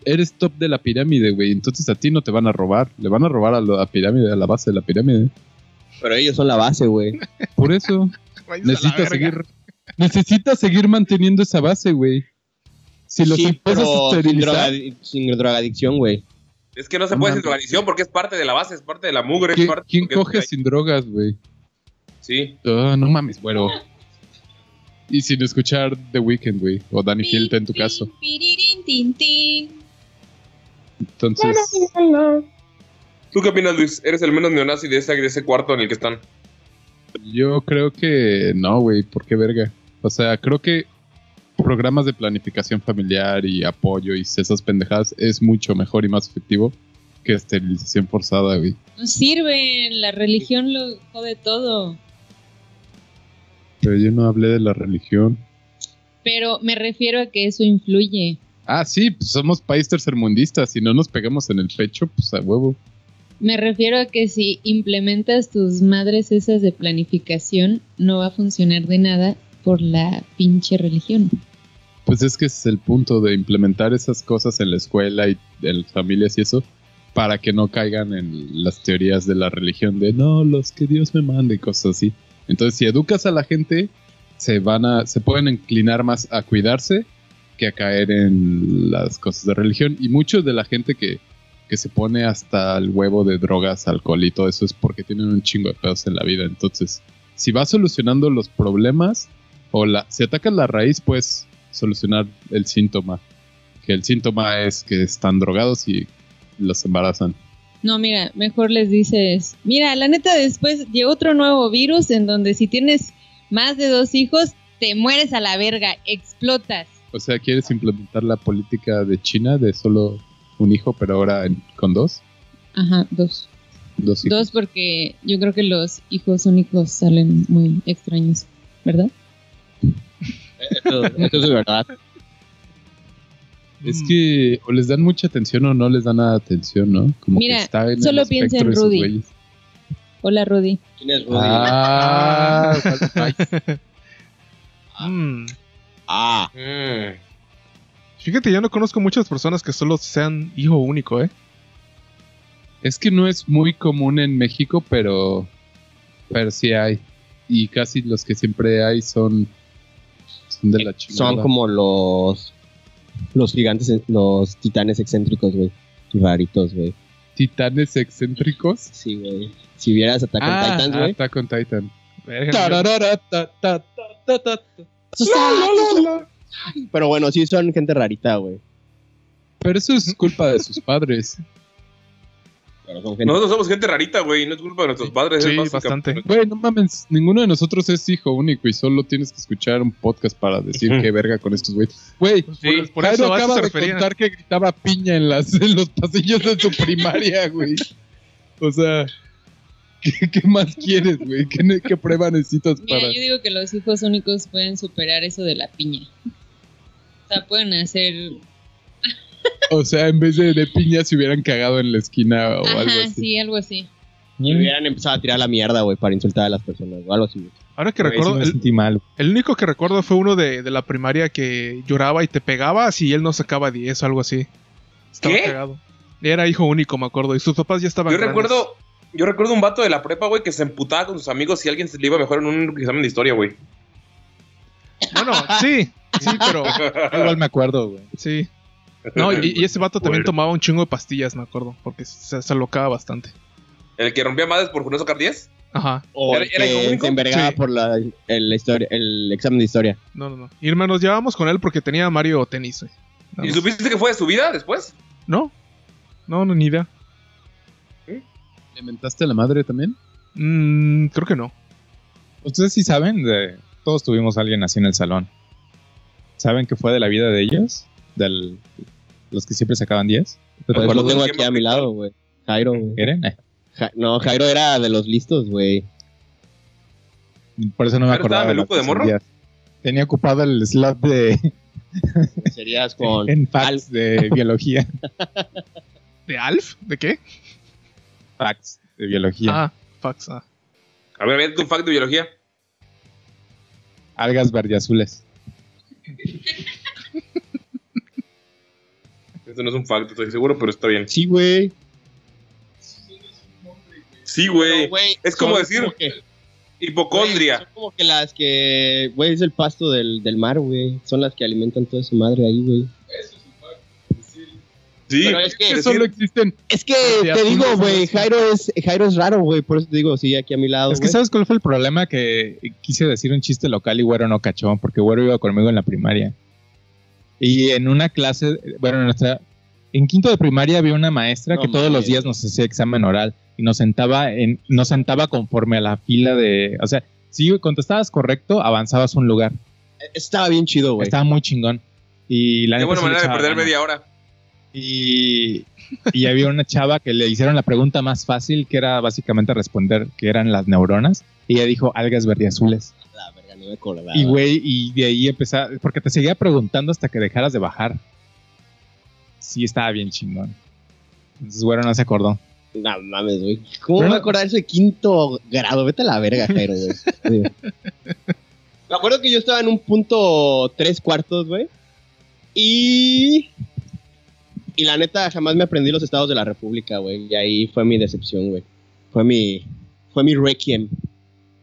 [SPEAKER 7] eres top de la pirámide, güey. Entonces a ti no te van a robar. Le van a robar a la pirámide, a la base de la pirámide.
[SPEAKER 9] Pero ellos son la base, güey.
[SPEAKER 7] Por eso
[SPEAKER 10] Váyanse a la
[SPEAKER 7] necesitas
[SPEAKER 10] verga.
[SPEAKER 7] seguir, necesitas seguir manteniendo esa base, güey. Si los
[SPEAKER 9] Sí,
[SPEAKER 7] empiezas a
[SPEAKER 9] pero sin,
[SPEAKER 7] esterilizar,
[SPEAKER 9] drogadi- sin drogadicción, güey.
[SPEAKER 6] Es que no se
[SPEAKER 7] No
[SPEAKER 6] puede
[SPEAKER 7] mames.
[SPEAKER 6] sin drogadicción porque es parte de la base, es parte de la mugre. es
[SPEAKER 7] ¿quién,
[SPEAKER 6] parte
[SPEAKER 7] quién
[SPEAKER 6] porque-
[SPEAKER 7] coge sin drogas, güey?
[SPEAKER 6] Sí.
[SPEAKER 7] Ah, no mames, güero. Y sin escuchar The Weeknd, güey. O Danny Hilton en tu caso.
[SPEAKER 12] Piririn, tin, tin.
[SPEAKER 7] Entonces,
[SPEAKER 6] ¿Tú qué opinas, Luis? ¿Eres el menos neonazi de, esa- de ese cuarto en el que están?
[SPEAKER 7] yo creo que no, güey. ¿Por qué verga? O sea, creo que programas de planificación familiar y apoyo y esas pendejadas es mucho mejor y más efectivo que esterilización forzada, güey.
[SPEAKER 12] No sirven, la religión lo jode todo.
[SPEAKER 7] Pero yo no hablé de la religión.
[SPEAKER 12] Pero me refiero a que eso influye.
[SPEAKER 7] Ah, sí, pues somos país tercermundista. Si no nos pegamos en el pecho, pues a huevo.
[SPEAKER 12] Me refiero a que si implementas tus madres esas de planificación, no va a funcionar de nada por la pinche religión.
[SPEAKER 7] Pues es que ese es el punto de implementar esas cosas en la escuela y en las familias y eso para que no caigan en las teorías de la religión de no, los que Dios me mande y cosas así. Entonces, si educas a la gente, se van a se pueden inclinar más a cuidarse que a caer en las cosas de religión y muchos de la gente que que se pone hasta el huevo de drogas, alcohol y todo eso es porque tienen un chingo de pedos en la vida. Entonces, si vas solucionando los problemas o la, si atacas la raíz, pues solucionar el síntoma. Que el síntoma es que están drogados y los embarazan.
[SPEAKER 12] No, mira, mejor les dices, mira, la neta después llegó otro nuevo virus en donde si tienes más de dos hijos, te mueres a la verga, explotas.
[SPEAKER 7] O sea, ¿quieres implementar la política de China de solo un hijo, pero ahora en- con dos?
[SPEAKER 12] Ajá, dos.
[SPEAKER 7] Dos hijos.
[SPEAKER 12] Dos porque yo creo que los hijos únicos salen muy extraños, ¿verdad?
[SPEAKER 9] Esto, esto es de verdad.
[SPEAKER 7] Es que o les dan mucha atención o no les dan nada de atención, ¿no? Como
[SPEAKER 12] Mira,
[SPEAKER 7] que está en
[SPEAKER 12] solo
[SPEAKER 7] el
[SPEAKER 12] piensa
[SPEAKER 7] espectro de
[SPEAKER 12] en
[SPEAKER 7] esos
[SPEAKER 12] Rudy.
[SPEAKER 7] güeyes.
[SPEAKER 12] Hola, Rudy.
[SPEAKER 9] ¿Quién es Rudy? Ah.
[SPEAKER 7] Ah, vale, bye. Ah.
[SPEAKER 10] Mm.
[SPEAKER 9] Ah,
[SPEAKER 6] Mm.
[SPEAKER 10] Fíjate, yo no conozco muchas personas que solo sean hijo único, ¿eh?
[SPEAKER 7] es que no es muy común en México, pero, pero sí hay. Y casi los que siempre hay son, son de la chingada.
[SPEAKER 9] Son como los los gigantes, los titanes excéntricos, güey. Raritos, güey.
[SPEAKER 7] titanes excéntricos.
[SPEAKER 9] Sí, güey. Si vieras Attack on
[SPEAKER 10] Ah,
[SPEAKER 9] Titans, güey.
[SPEAKER 7] Attack on Titan.
[SPEAKER 10] Verga,
[SPEAKER 7] Tararara, ta, ta, ta, ta, ta.
[SPEAKER 9] Pero bueno, sí son gente rarita, güey.
[SPEAKER 7] Pero eso es culpa de sus padres.
[SPEAKER 9] Pero son gente...
[SPEAKER 6] Nosotros somos gente rarita, güey. No es culpa de nuestros padres.
[SPEAKER 10] Sí,
[SPEAKER 6] es básica-
[SPEAKER 10] bastante.
[SPEAKER 7] Güey, no mames, ninguno de nosotros es hijo único y solo tienes que escuchar un podcast para decir
[SPEAKER 6] Ujú.
[SPEAKER 7] qué verga con estos güeyes. Güey,
[SPEAKER 10] Pues
[SPEAKER 6] Sí,
[SPEAKER 10] por, por
[SPEAKER 7] Jairo
[SPEAKER 10] eso a eso
[SPEAKER 7] acaba
[SPEAKER 10] se
[SPEAKER 7] de
[SPEAKER 10] refería.
[SPEAKER 7] contar que gritaba piña en, las, en los pasillos de su primaria, güey. O sea, ¿qué, qué más quieres, güey? ¿Qué, ne- qué prueba necesitas
[SPEAKER 12] Mira,
[SPEAKER 7] para...?
[SPEAKER 12] yo digo que los hijos únicos pueden superar eso de la piña. O sea, pueden hacer...
[SPEAKER 7] O sea, en vez de, de piña se hubieran cagado en la esquina o algo
[SPEAKER 12] Ajá,
[SPEAKER 7] así.
[SPEAKER 12] sí, algo así.
[SPEAKER 9] Si hubieran empezado a tirar la mierda, güey, para insultar a las personas o algo así. güey.
[SPEAKER 10] Ahora que
[SPEAKER 11] Güey, sí
[SPEAKER 10] recuerdo,
[SPEAKER 11] me
[SPEAKER 10] el-
[SPEAKER 11] sentí mal.
[SPEAKER 10] El único que recuerdo fue uno de, de la primaria que lloraba y te pegabas y él no sacaba 10 o algo así. Estaba
[SPEAKER 6] ¿Qué?
[SPEAKER 10] cagado. Era hijo único, me acuerdo. Y sus papás ya estaban.
[SPEAKER 6] Yo
[SPEAKER 10] grandes.
[SPEAKER 6] recuerdo, yo recuerdo un vato de la prepa, güey, que se emputaba con sus amigos si alguien se le iba mejor en un examen de historia, güey.
[SPEAKER 10] Bueno, sí, sí, pero.
[SPEAKER 11] Igual me acuerdo, güey.
[SPEAKER 10] Sí. No, y, y ese vato también tomaba un chingo de pastillas, me acuerdo. Porque se, se alocaba bastante.
[SPEAKER 6] El que rompía madres por no sacar 10.
[SPEAKER 10] Ajá.
[SPEAKER 9] O
[SPEAKER 6] ¿Era-
[SPEAKER 9] el
[SPEAKER 6] era hijo
[SPEAKER 9] que
[SPEAKER 6] único?
[SPEAKER 9] se envergaba
[SPEAKER 10] Sí.
[SPEAKER 9] por la, el, historia, el examen de historia.
[SPEAKER 10] No, no, no. Y hermano, nos llevábamos con él porque tenía Mario tenis, güey. Nada
[SPEAKER 6] ¿Y
[SPEAKER 10] más.
[SPEAKER 6] supiste que fue de su vida después?
[SPEAKER 10] No. No, no, ni idea.
[SPEAKER 7] ¿Le mentaste a la madre también?
[SPEAKER 2] Mm, creo que no.
[SPEAKER 7] Ustedes sí saben, de- todos tuvimos a alguien así en el salón. ¿Saben qué fue de la vida de ellos? Del, los que siempre sacaban 10. ¿Te
[SPEAKER 9] Pues
[SPEAKER 7] acuerdas
[SPEAKER 9] lo
[SPEAKER 7] de
[SPEAKER 9] tengo
[SPEAKER 7] los
[SPEAKER 9] aquí a mi lado, güey. Jairo, güey.
[SPEAKER 7] que eran? Eh,
[SPEAKER 9] Ja- no, Jairo era de los listos, güey.
[SPEAKER 7] Por eso no me
[SPEAKER 6] Jairo estaba
[SPEAKER 7] acordaba. de los
[SPEAKER 6] meluco de
[SPEAKER 7] que
[SPEAKER 6] morro.
[SPEAKER 7] salías. Tenía ocupado el slot de
[SPEAKER 9] Serías con.
[SPEAKER 7] en facts de biología.
[SPEAKER 2] ¿De Alf? ¿De qué?
[SPEAKER 7] Facts de biología.
[SPEAKER 2] Ah, fax. ah.
[SPEAKER 6] A ver, vete un fact de biología.
[SPEAKER 7] Algas verdeazules.
[SPEAKER 6] Esto no es un fact, estoy seguro, pero está bien.
[SPEAKER 9] Sí, güey.
[SPEAKER 6] Sí, güey.
[SPEAKER 9] Pero, güey,
[SPEAKER 6] es como
[SPEAKER 9] son
[SPEAKER 6] decir
[SPEAKER 9] que- Güey,
[SPEAKER 6] Hipocondria.
[SPEAKER 9] Son como que las que, güey, es el pasto del, del mar, güey. Son las que alimentan toda su madre ahí, güey.
[SPEAKER 6] Sí.
[SPEAKER 9] Pero es que-
[SPEAKER 6] decir-
[SPEAKER 10] Solo existen.
[SPEAKER 9] Es que
[SPEAKER 2] Sí,
[SPEAKER 9] te
[SPEAKER 2] apuntas
[SPEAKER 9] digo,
[SPEAKER 2] a
[SPEAKER 9] güey,
[SPEAKER 2] eso.
[SPEAKER 9] Jairo es, Jairo es raro, güey. Por eso te digo, sí, aquí a mi lado.
[SPEAKER 7] Es que,
[SPEAKER 9] güey.
[SPEAKER 7] ¿sabes cuál fue el problema? Que quise decir un chiste local y Güero no cachó, porque Güero iba conmigo en la primaria. Y en una clase, bueno, en nuestra. En quinto de primaria había una maestra
[SPEAKER 9] No
[SPEAKER 7] que todos los
[SPEAKER 9] mames.
[SPEAKER 7] días nos hacía examen oral y nos sentaba, en, nos sentaba conforme a la fila de. O sea, si contestabas correcto, avanzabas un lugar.
[SPEAKER 9] Estaba bien chido, güey.
[SPEAKER 7] Estaba muy chingón. Y la
[SPEAKER 6] Qué
[SPEAKER 7] neta sí
[SPEAKER 6] buena
[SPEAKER 7] le
[SPEAKER 6] manera de
[SPEAKER 7] echaba
[SPEAKER 6] perder
[SPEAKER 7] ganas.
[SPEAKER 6] media hora.
[SPEAKER 7] Y, y había una chava que le hicieron la pregunta más fácil, que era básicamente responder que eran las neuronas. Y ella dijo algas verdiazules.
[SPEAKER 9] La verga, no me
[SPEAKER 10] Ah.
[SPEAKER 9] acordaba.
[SPEAKER 7] Y güey, y de ahí empezaba, porque te seguía preguntando hasta que dejaras de bajar. Sí, estaba bien chingón. Entonces, güero no se acordó.
[SPEAKER 9] No mames, güey. ¿Cómo
[SPEAKER 7] Pero
[SPEAKER 9] me
[SPEAKER 7] no-
[SPEAKER 9] acordar eso de quinto grado? Vete a la verga, Jairo, güey. Sí. me acuerdo que yo estaba en un punto tres cuartos, güey. Y. Y la neta, jamás me aprendí los estados de la República, güey. Y ahí fue mi decepción, güey. Fue mi. Fue mi requiem.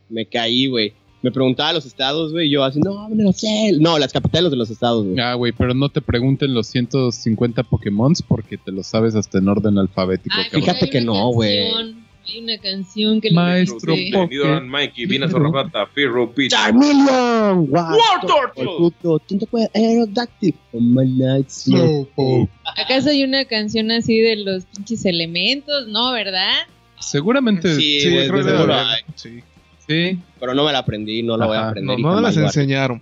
[SPEAKER 9] Me caí, güey. Me preguntaba los estados, güey. Y yo así, no, no sé. No, las capitales de los estados, güey.
[SPEAKER 10] Ah, güey, pero no te pregunten los 150 Pokémons porque te los sabes hasta en orden alfabético.
[SPEAKER 12] Ay,
[SPEAKER 10] cabrón.
[SPEAKER 9] fíjate
[SPEAKER 12] hay
[SPEAKER 9] que
[SPEAKER 12] una
[SPEAKER 9] no, güey.
[SPEAKER 12] canción, Hay una canción que lo
[SPEAKER 10] Maestro
[SPEAKER 12] dice.
[SPEAKER 10] Pop.
[SPEAKER 6] Bienvenido a Mikey, Vina Zorrapata, Pirro Pitch.
[SPEAKER 9] ¡Charmeleon! ¡Wow!
[SPEAKER 6] War Turtle.
[SPEAKER 9] puto! ¿Quién te puede? Aerodactyl. Oh, my night,
[SPEAKER 7] Mm.
[SPEAKER 9] slow.
[SPEAKER 2] Oh,
[SPEAKER 10] oh,
[SPEAKER 7] Oh.
[SPEAKER 12] ¿Acaso hay una canción así de los pinches elementos? No, ¿verdad?
[SPEAKER 10] Seguramente
[SPEAKER 9] Sí,
[SPEAKER 10] sí,
[SPEAKER 9] güey,
[SPEAKER 10] creo
[SPEAKER 9] de
[SPEAKER 10] que
[SPEAKER 9] seguro.
[SPEAKER 10] era. Sí. Sí.
[SPEAKER 9] Pero no me la aprendí, no la voy a
[SPEAKER 10] Ajá,
[SPEAKER 2] No,
[SPEAKER 9] aprender. y
[SPEAKER 2] no me las
[SPEAKER 9] jamás lo haré.
[SPEAKER 2] enseñaron.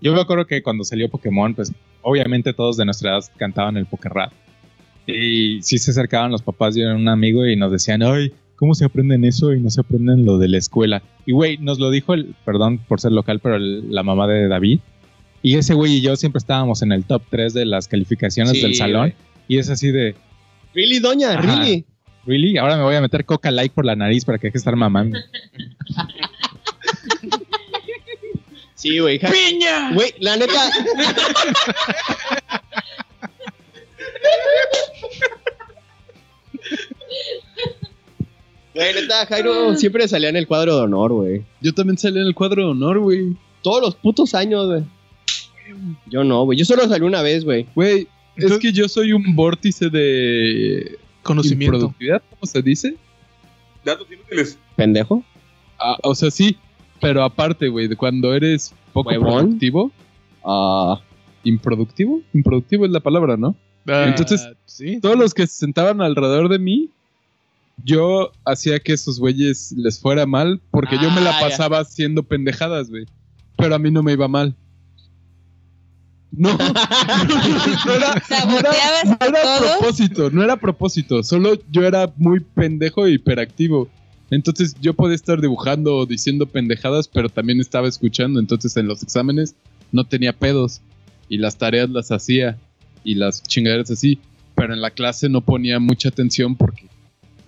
[SPEAKER 7] Yo me acuerdo que cuando salió Pokémon, pues obviamente todos de nuestra edad cantaban el Pokerrap. Y sí se acercaban los papás, yo era un amigo, y nos decían, ay, ¿cómo se aprenden eso y no se aprenden lo de la escuela? Y güey, nos lo dijo el, perdón por ser local, pero el- la mamá de David. Y ese güey y yo siempre estábamos en el top 3 de las calificaciones
[SPEAKER 9] Sí,
[SPEAKER 7] del salón.
[SPEAKER 9] güey.
[SPEAKER 7] Y es así de,
[SPEAKER 9] Really, doña,
[SPEAKER 7] Ajá.
[SPEAKER 9] really.
[SPEAKER 7] ¿really? Ahora me voy a meter coca light por la nariz para que deje de estar mamando.
[SPEAKER 9] Sí, güey. ja- Güey, la neta. Güey, neta, Jairo siempre salía en el cuadro de honor, güey.
[SPEAKER 10] Yo también salí en el cuadro de honor, güey.
[SPEAKER 9] Todos los putos años, güey. Yo no, güey. Yo solo salí una vez, güey.
[SPEAKER 10] Güey, es
[SPEAKER 2] Entonces-
[SPEAKER 10] que yo soy un vórtice de
[SPEAKER 2] Conocimiento.
[SPEAKER 10] productividad, ¿cómo se dice?
[SPEAKER 6] Datos inútiles.
[SPEAKER 9] ¿Pendejo?
[SPEAKER 10] Ah, o sea, sí, pero aparte, güey, de cuando eres poco
[SPEAKER 9] Huevón.
[SPEAKER 10] productivo,
[SPEAKER 9] Ah.
[SPEAKER 10] improductivo, improductivo es la palabra, ¿no?
[SPEAKER 2] Ah,
[SPEAKER 10] Entonces,
[SPEAKER 2] sí.
[SPEAKER 10] Todos los que se sentaban alrededor de mí, yo hacía que esos güeyes les fuera mal porque yo me
[SPEAKER 9] Ah,
[SPEAKER 10] la
[SPEAKER 9] ya.
[SPEAKER 10] pasaba haciendo pendejadas, güey. Pero a mí no me iba mal. No, no era, no era-
[SPEAKER 12] ¿Saboteabas
[SPEAKER 10] no
[SPEAKER 12] a
[SPEAKER 10] era
[SPEAKER 12] todos?
[SPEAKER 10] propósito, no era propósito, solo yo era muy pendejo e hiperactivo. Entonces yo podía estar dibujando o diciendo pendejadas, pero también estaba escuchando. Entonces en los exámenes no tenía pedos y las tareas las hacía y las chingaderas así. Pero en la clase no ponía mucha atención porque,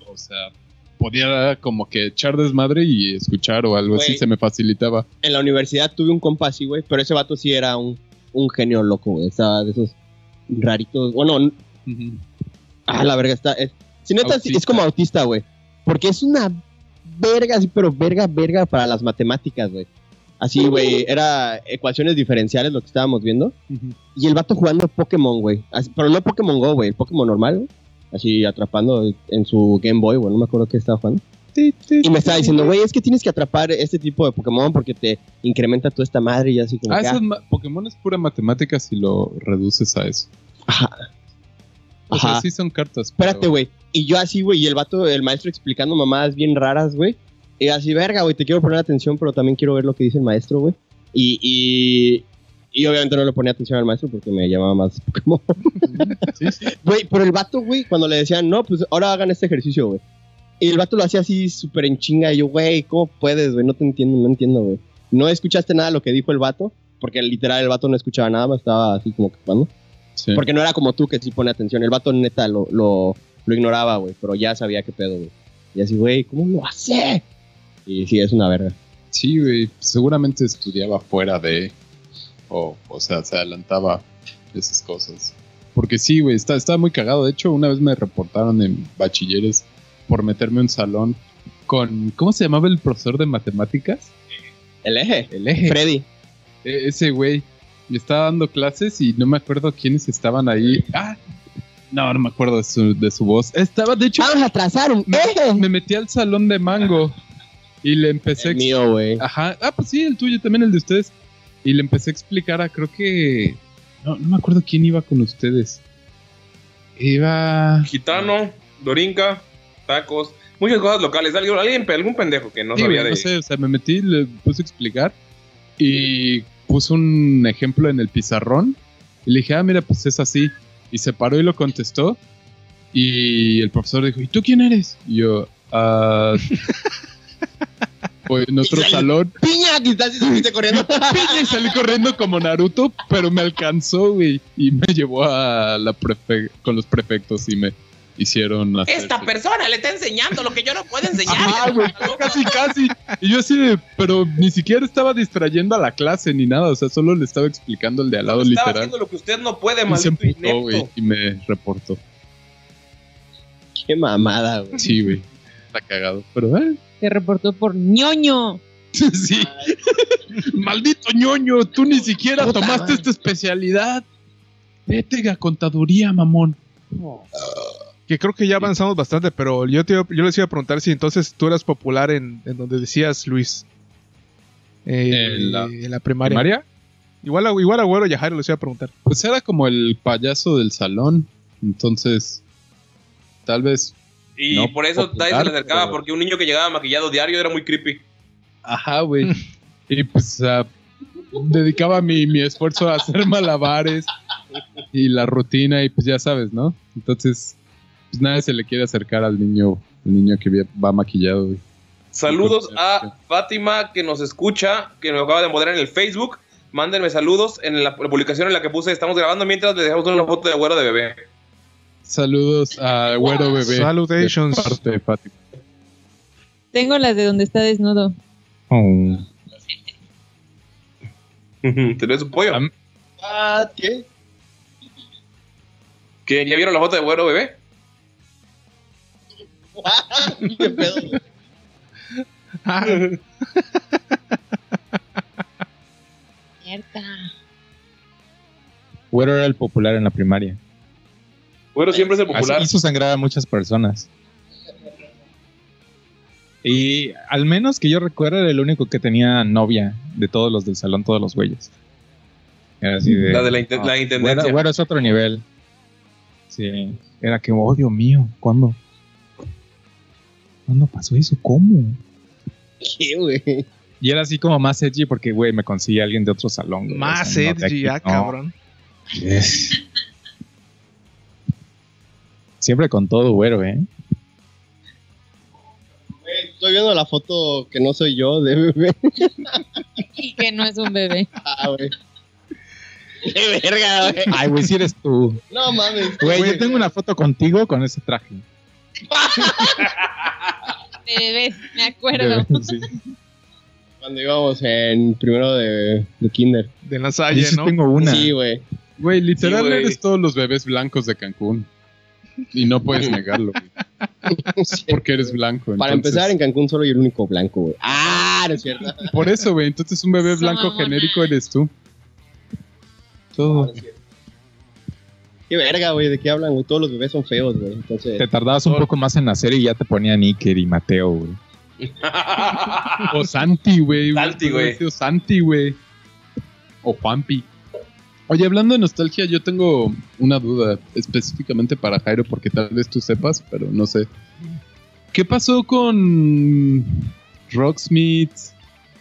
[SPEAKER 10] o sea, podía como que echar desmadre y escuchar o algo así
[SPEAKER 9] Güey.
[SPEAKER 10] se me facilitaba.
[SPEAKER 9] en la universidad tuve un compa así, güey, pero ese vato sí era un, un genio loco, güey. Estaba de esos raritos. Bueno, n- ah, la verga, está. Es, si neta, sí, es,
[SPEAKER 10] Autista.
[SPEAKER 9] como autista, güey. Porque es una verga, así, pero verga, verga para las matemáticas, güey. Así, güey, era ecuaciones diferenciales lo que estábamos viendo.
[SPEAKER 10] Ujú.
[SPEAKER 9] Y el vato jugando Pokémon, güey. Así- Pero no Pokémon Go, güey, el Pokémon normal, güey. Así atrapando en su Game Boy, güey. No me acuerdo qué estaba jugando. Y me estaba diciendo, güey, es que tienes que atrapar este tipo de Pokémon porque te incrementa toda esta madre y así como.
[SPEAKER 10] Ah,
[SPEAKER 9] que,
[SPEAKER 10] esas ma- Pokémon es pura matemática si lo reduces a eso.
[SPEAKER 9] Ajá.
[SPEAKER 10] O sea,
[SPEAKER 9] Ajá.
[SPEAKER 10] sí son cartas. pero-
[SPEAKER 9] Espérate, güey. Y yo así, güey, y el vato, el maestro explicando mamadas bien raras, güey. Y así, verga, güey, te quiero poner atención, pero también quiero ver lo que dice el maestro, güey. Y, y, y obviamente no le ponía atención al maestro porque me llamaba más Pokémon. Güey, pero el vato, güey, cuando le decían, no, pues ahora hagan este ejercicio, güey. Y el vato lo hacía así súper en chinga. Y yo, güey, ¿cómo puedes, güey? No te entiendo, no entiendo, güey. No escuchaste nada de lo que dijo el vato, porque literal el vato no escuchaba nada, más estaba así como capando.
[SPEAKER 10] Sí.
[SPEAKER 9] Porque no era como tú que sí pone atención. El vato neta lo, lo, lo ignoraba, güey, pero ya sabía qué pedo, güey. Y así, güey, ¿cómo lo hace? Y sí, es una verga.
[SPEAKER 10] Sí, güey, seguramente estudiaba fuera de, o, o sea, se adelantaba esas cosas. Porque sí, güey, está, está muy cagado. De hecho, una vez me reportaron en bachilleres por meterme en un salón con, ¿cómo se llamaba el profesor de matemáticas?
[SPEAKER 9] El eje.
[SPEAKER 10] El eje.
[SPEAKER 9] Freddy.
[SPEAKER 10] E- ese güey me estaba dando clases y no me acuerdo quiénes estaban ahí. Ah, no, no me acuerdo de su, de su voz. Estaba, de hecho,
[SPEAKER 9] Vamos a trazar un eje.
[SPEAKER 10] me metí al salón de mango y le empecé a
[SPEAKER 9] El
[SPEAKER 10] ex-
[SPEAKER 9] mío, güey.
[SPEAKER 10] Ajá. Ah, pues sí, el tuyo también, el de ustedes. Y le empecé a explicar a, creo que. No, no me acuerdo quién iba con ustedes. Iba.
[SPEAKER 6] Gitano, Dorinca, tacos, muchas cosas locales. Alguien, alguien- algún pendejo que no
[SPEAKER 10] Sí,
[SPEAKER 6] sabía
[SPEAKER 10] güey,
[SPEAKER 6] de.
[SPEAKER 10] no sé, o sea, me metí, le puse a explicar y puse un ejemplo en el pizarrón y le dije, ah, mira, pues es así. Y se paró y lo contestó y el profesor dijo, ¿y tú quién eres? Y yo, ah... Pues en otro
[SPEAKER 9] Y salió-
[SPEAKER 10] salón
[SPEAKER 9] Piña, que estás y saliste corriendo.
[SPEAKER 10] y salí corriendo como Naruto, pero me alcanzó, güey, y me llevó a la prefe- con los prefectos y me hicieron hacer-
[SPEAKER 13] Esta persona le está enseñando lo que yo no puedo enseñar.
[SPEAKER 10] Ajá, güey, casi, casi. Y yo así de, pero ni siquiera estaba distrayendo a la clase ni nada, o sea, solo le estaba explicando el de al lado,
[SPEAKER 6] Estaba
[SPEAKER 10] literal.
[SPEAKER 6] haciendo lo que usted no puede,
[SPEAKER 10] Y se
[SPEAKER 6] maldito
[SPEAKER 10] emputó,
[SPEAKER 6] inepto.
[SPEAKER 10] güey, y me reportó.
[SPEAKER 9] Qué mamada, güey.
[SPEAKER 10] Sí, güey, está cagado, pero eh.
[SPEAKER 12] Te reportó por ñoño.
[SPEAKER 10] Sí. Maldito ñoño, tú ni siquiera tomaste esta especialidad. Vete a contaduría, mamón.
[SPEAKER 2] Que creo que ya avanzamos bastante, pero yo, te iba- yo les iba a preguntar si entonces tú eras popular en, en donde decías Luis. Eh,
[SPEAKER 10] En la-
[SPEAKER 2] en la primaria. Igual, a, igual a Güero y a Jairo les iba a preguntar.
[SPEAKER 10] Pues era como el payaso del salón, entonces tal vez
[SPEAKER 6] Y
[SPEAKER 10] No,
[SPEAKER 6] por eso
[SPEAKER 10] popular,
[SPEAKER 6] nadie se le acercaba,
[SPEAKER 10] pero-
[SPEAKER 6] porque un niño que llegaba maquillado diario era muy creepy.
[SPEAKER 10] Ajá, güey. y pues ah, dedicaba mi, mi esfuerzo a hacer malabares y la rutina y pues ya sabes, ¿no? Entonces, pues nadie se le quiere acercar al niño, al niño que vie- va maquillado. güey.
[SPEAKER 6] Saludos
[SPEAKER 10] Con-
[SPEAKER 6] a Fátima que nos escucha, que nos acaba de moderar en el Facebook. Mándenme saludos en la publicación en la que puse estamos grabando mientras les dejamos una foto de güero de bebé.
[SPEAKER 10] Saludos a Güero Bebé.
[SPEAKER 2] Salutations.
[SPEAKER 10] De parte de Fátima.
[SPEAKER 12] Tengo las de donde está desnudo.
[SPEAKER 7] Oh.
[SPEAKER 6] Te ves un pollo.
[SPEAKER 10] Am-
[SPEAKER 9] Ah, ¿Qué?
[SPEAKER 6] ¿Que ¿Ya vieron la foto de güero bebé?
[SPEAKER 9] ¿Qué pedo? güey?
[SPEAKER 2] Ah,
[SPEAKER 12] Cierta.
[SPEAKER 7] Güero era el popular en la primaria.
[SPEAKER 6] Güero siempre es el popular.
[SPEAKER 7] Así hizo sangrar a muchas personas. Y al menos que yo recuerdo era el único que tenía novia de todos los del salón, todos los güeyes. Era así de...
[SPEAKER 6] La de la, inte-
[SPEAKER 7] Ah,
[SPEAKER 6] la intendencia.
[SPEAKER 7] Güero, güero es otro nivel. Sí. Era que, oh, Dios mío, ¿cuándo? ¿Cuándo pasó eso? ¿Cómo?
[SPEAKER 9] ¿Qué, güey?
[SPEAKER 7] Y era así como más edgy porque, güey, me conseguí a alguien de otro salón. güey. O
[SPEAKER 2] Más
[SPEAKER 7] sea, no de
[SPEAKER 2] edgy,
[SPEAKER 7] aquí,
[SPEAKER 2] ah,
[SPEAKER 7] no.
[SPEAKER 2] cabrón.
[SPEAKER 7] Siempre con todo, güero, ¿eh?
[SPEAKER 9] Güey, Estoy viendo la foto que no soy yo de bebé.
[SPEAKER 12] Y que no es un bebé.
[SPEAKER 9] Ah, güey. Qué verga, güey.
[SPEAKER 7] Ay, güey, si eres tú.
[SPEAKER 9] No mames.
[SPEAKER 7] Güey, yo tengo una foto contigo con ese traje.
[SPEAKER 12] De bebé, me acuerdo.
[SPEAKER 7] Sí.
[SPEAKER 9] Cuando íbamos en primero de, de kinder.
[SPEAKER 2] De la
[SPEAKER 7] Yo
[SPEAKER 2] salle,
[SPEAKER 7] sí
[SPEAKER 2] ¿no?
[SPEAKER 7] tengo una.
[SPEAKER 9] Sí, güey.
[SPEAKER 10] Güey, literal
[SPEAKER 6] Sí, güey.
[SPEAKER 10] eres todos los bebés blancos de Cancún. Y no puedes negarlo, güey, porque eres blanco.
[SPEAKER 9] Para
[SPEAKER 10] entonces-
[SPEAKER 9] empezar, en Cancún solo yo el único blanco, güey. Ah, no es cierto.
[SPEAKER 10] Por eso, güey, entonces un bebé blanco
[SPEAKER 12] Mamona.
[SPEAKER 10] genérico eres tú. Todo.
[SPEAKER 9] Qué verga, güey. ¿De qué hablan, güey? Todos los bebés son feos, güey. Entonces,
[SPEAKER 7] Te tardabas un poco más en nacer y ya te ponía Iker y Mateo, güey.
[SPEAKER 10] O Santi, güey.
[SPEAKER 6] Santi, güey.
[SPEAKER 10] O Santi, güey. O Juanpi. Oye, hablando de nostalgia, yo tengo una duda específicamente para Jairo, porque tal vez tú sepas, pero no sé. ¿Qué pasó con
[SPEAKER 14] Rocksmith,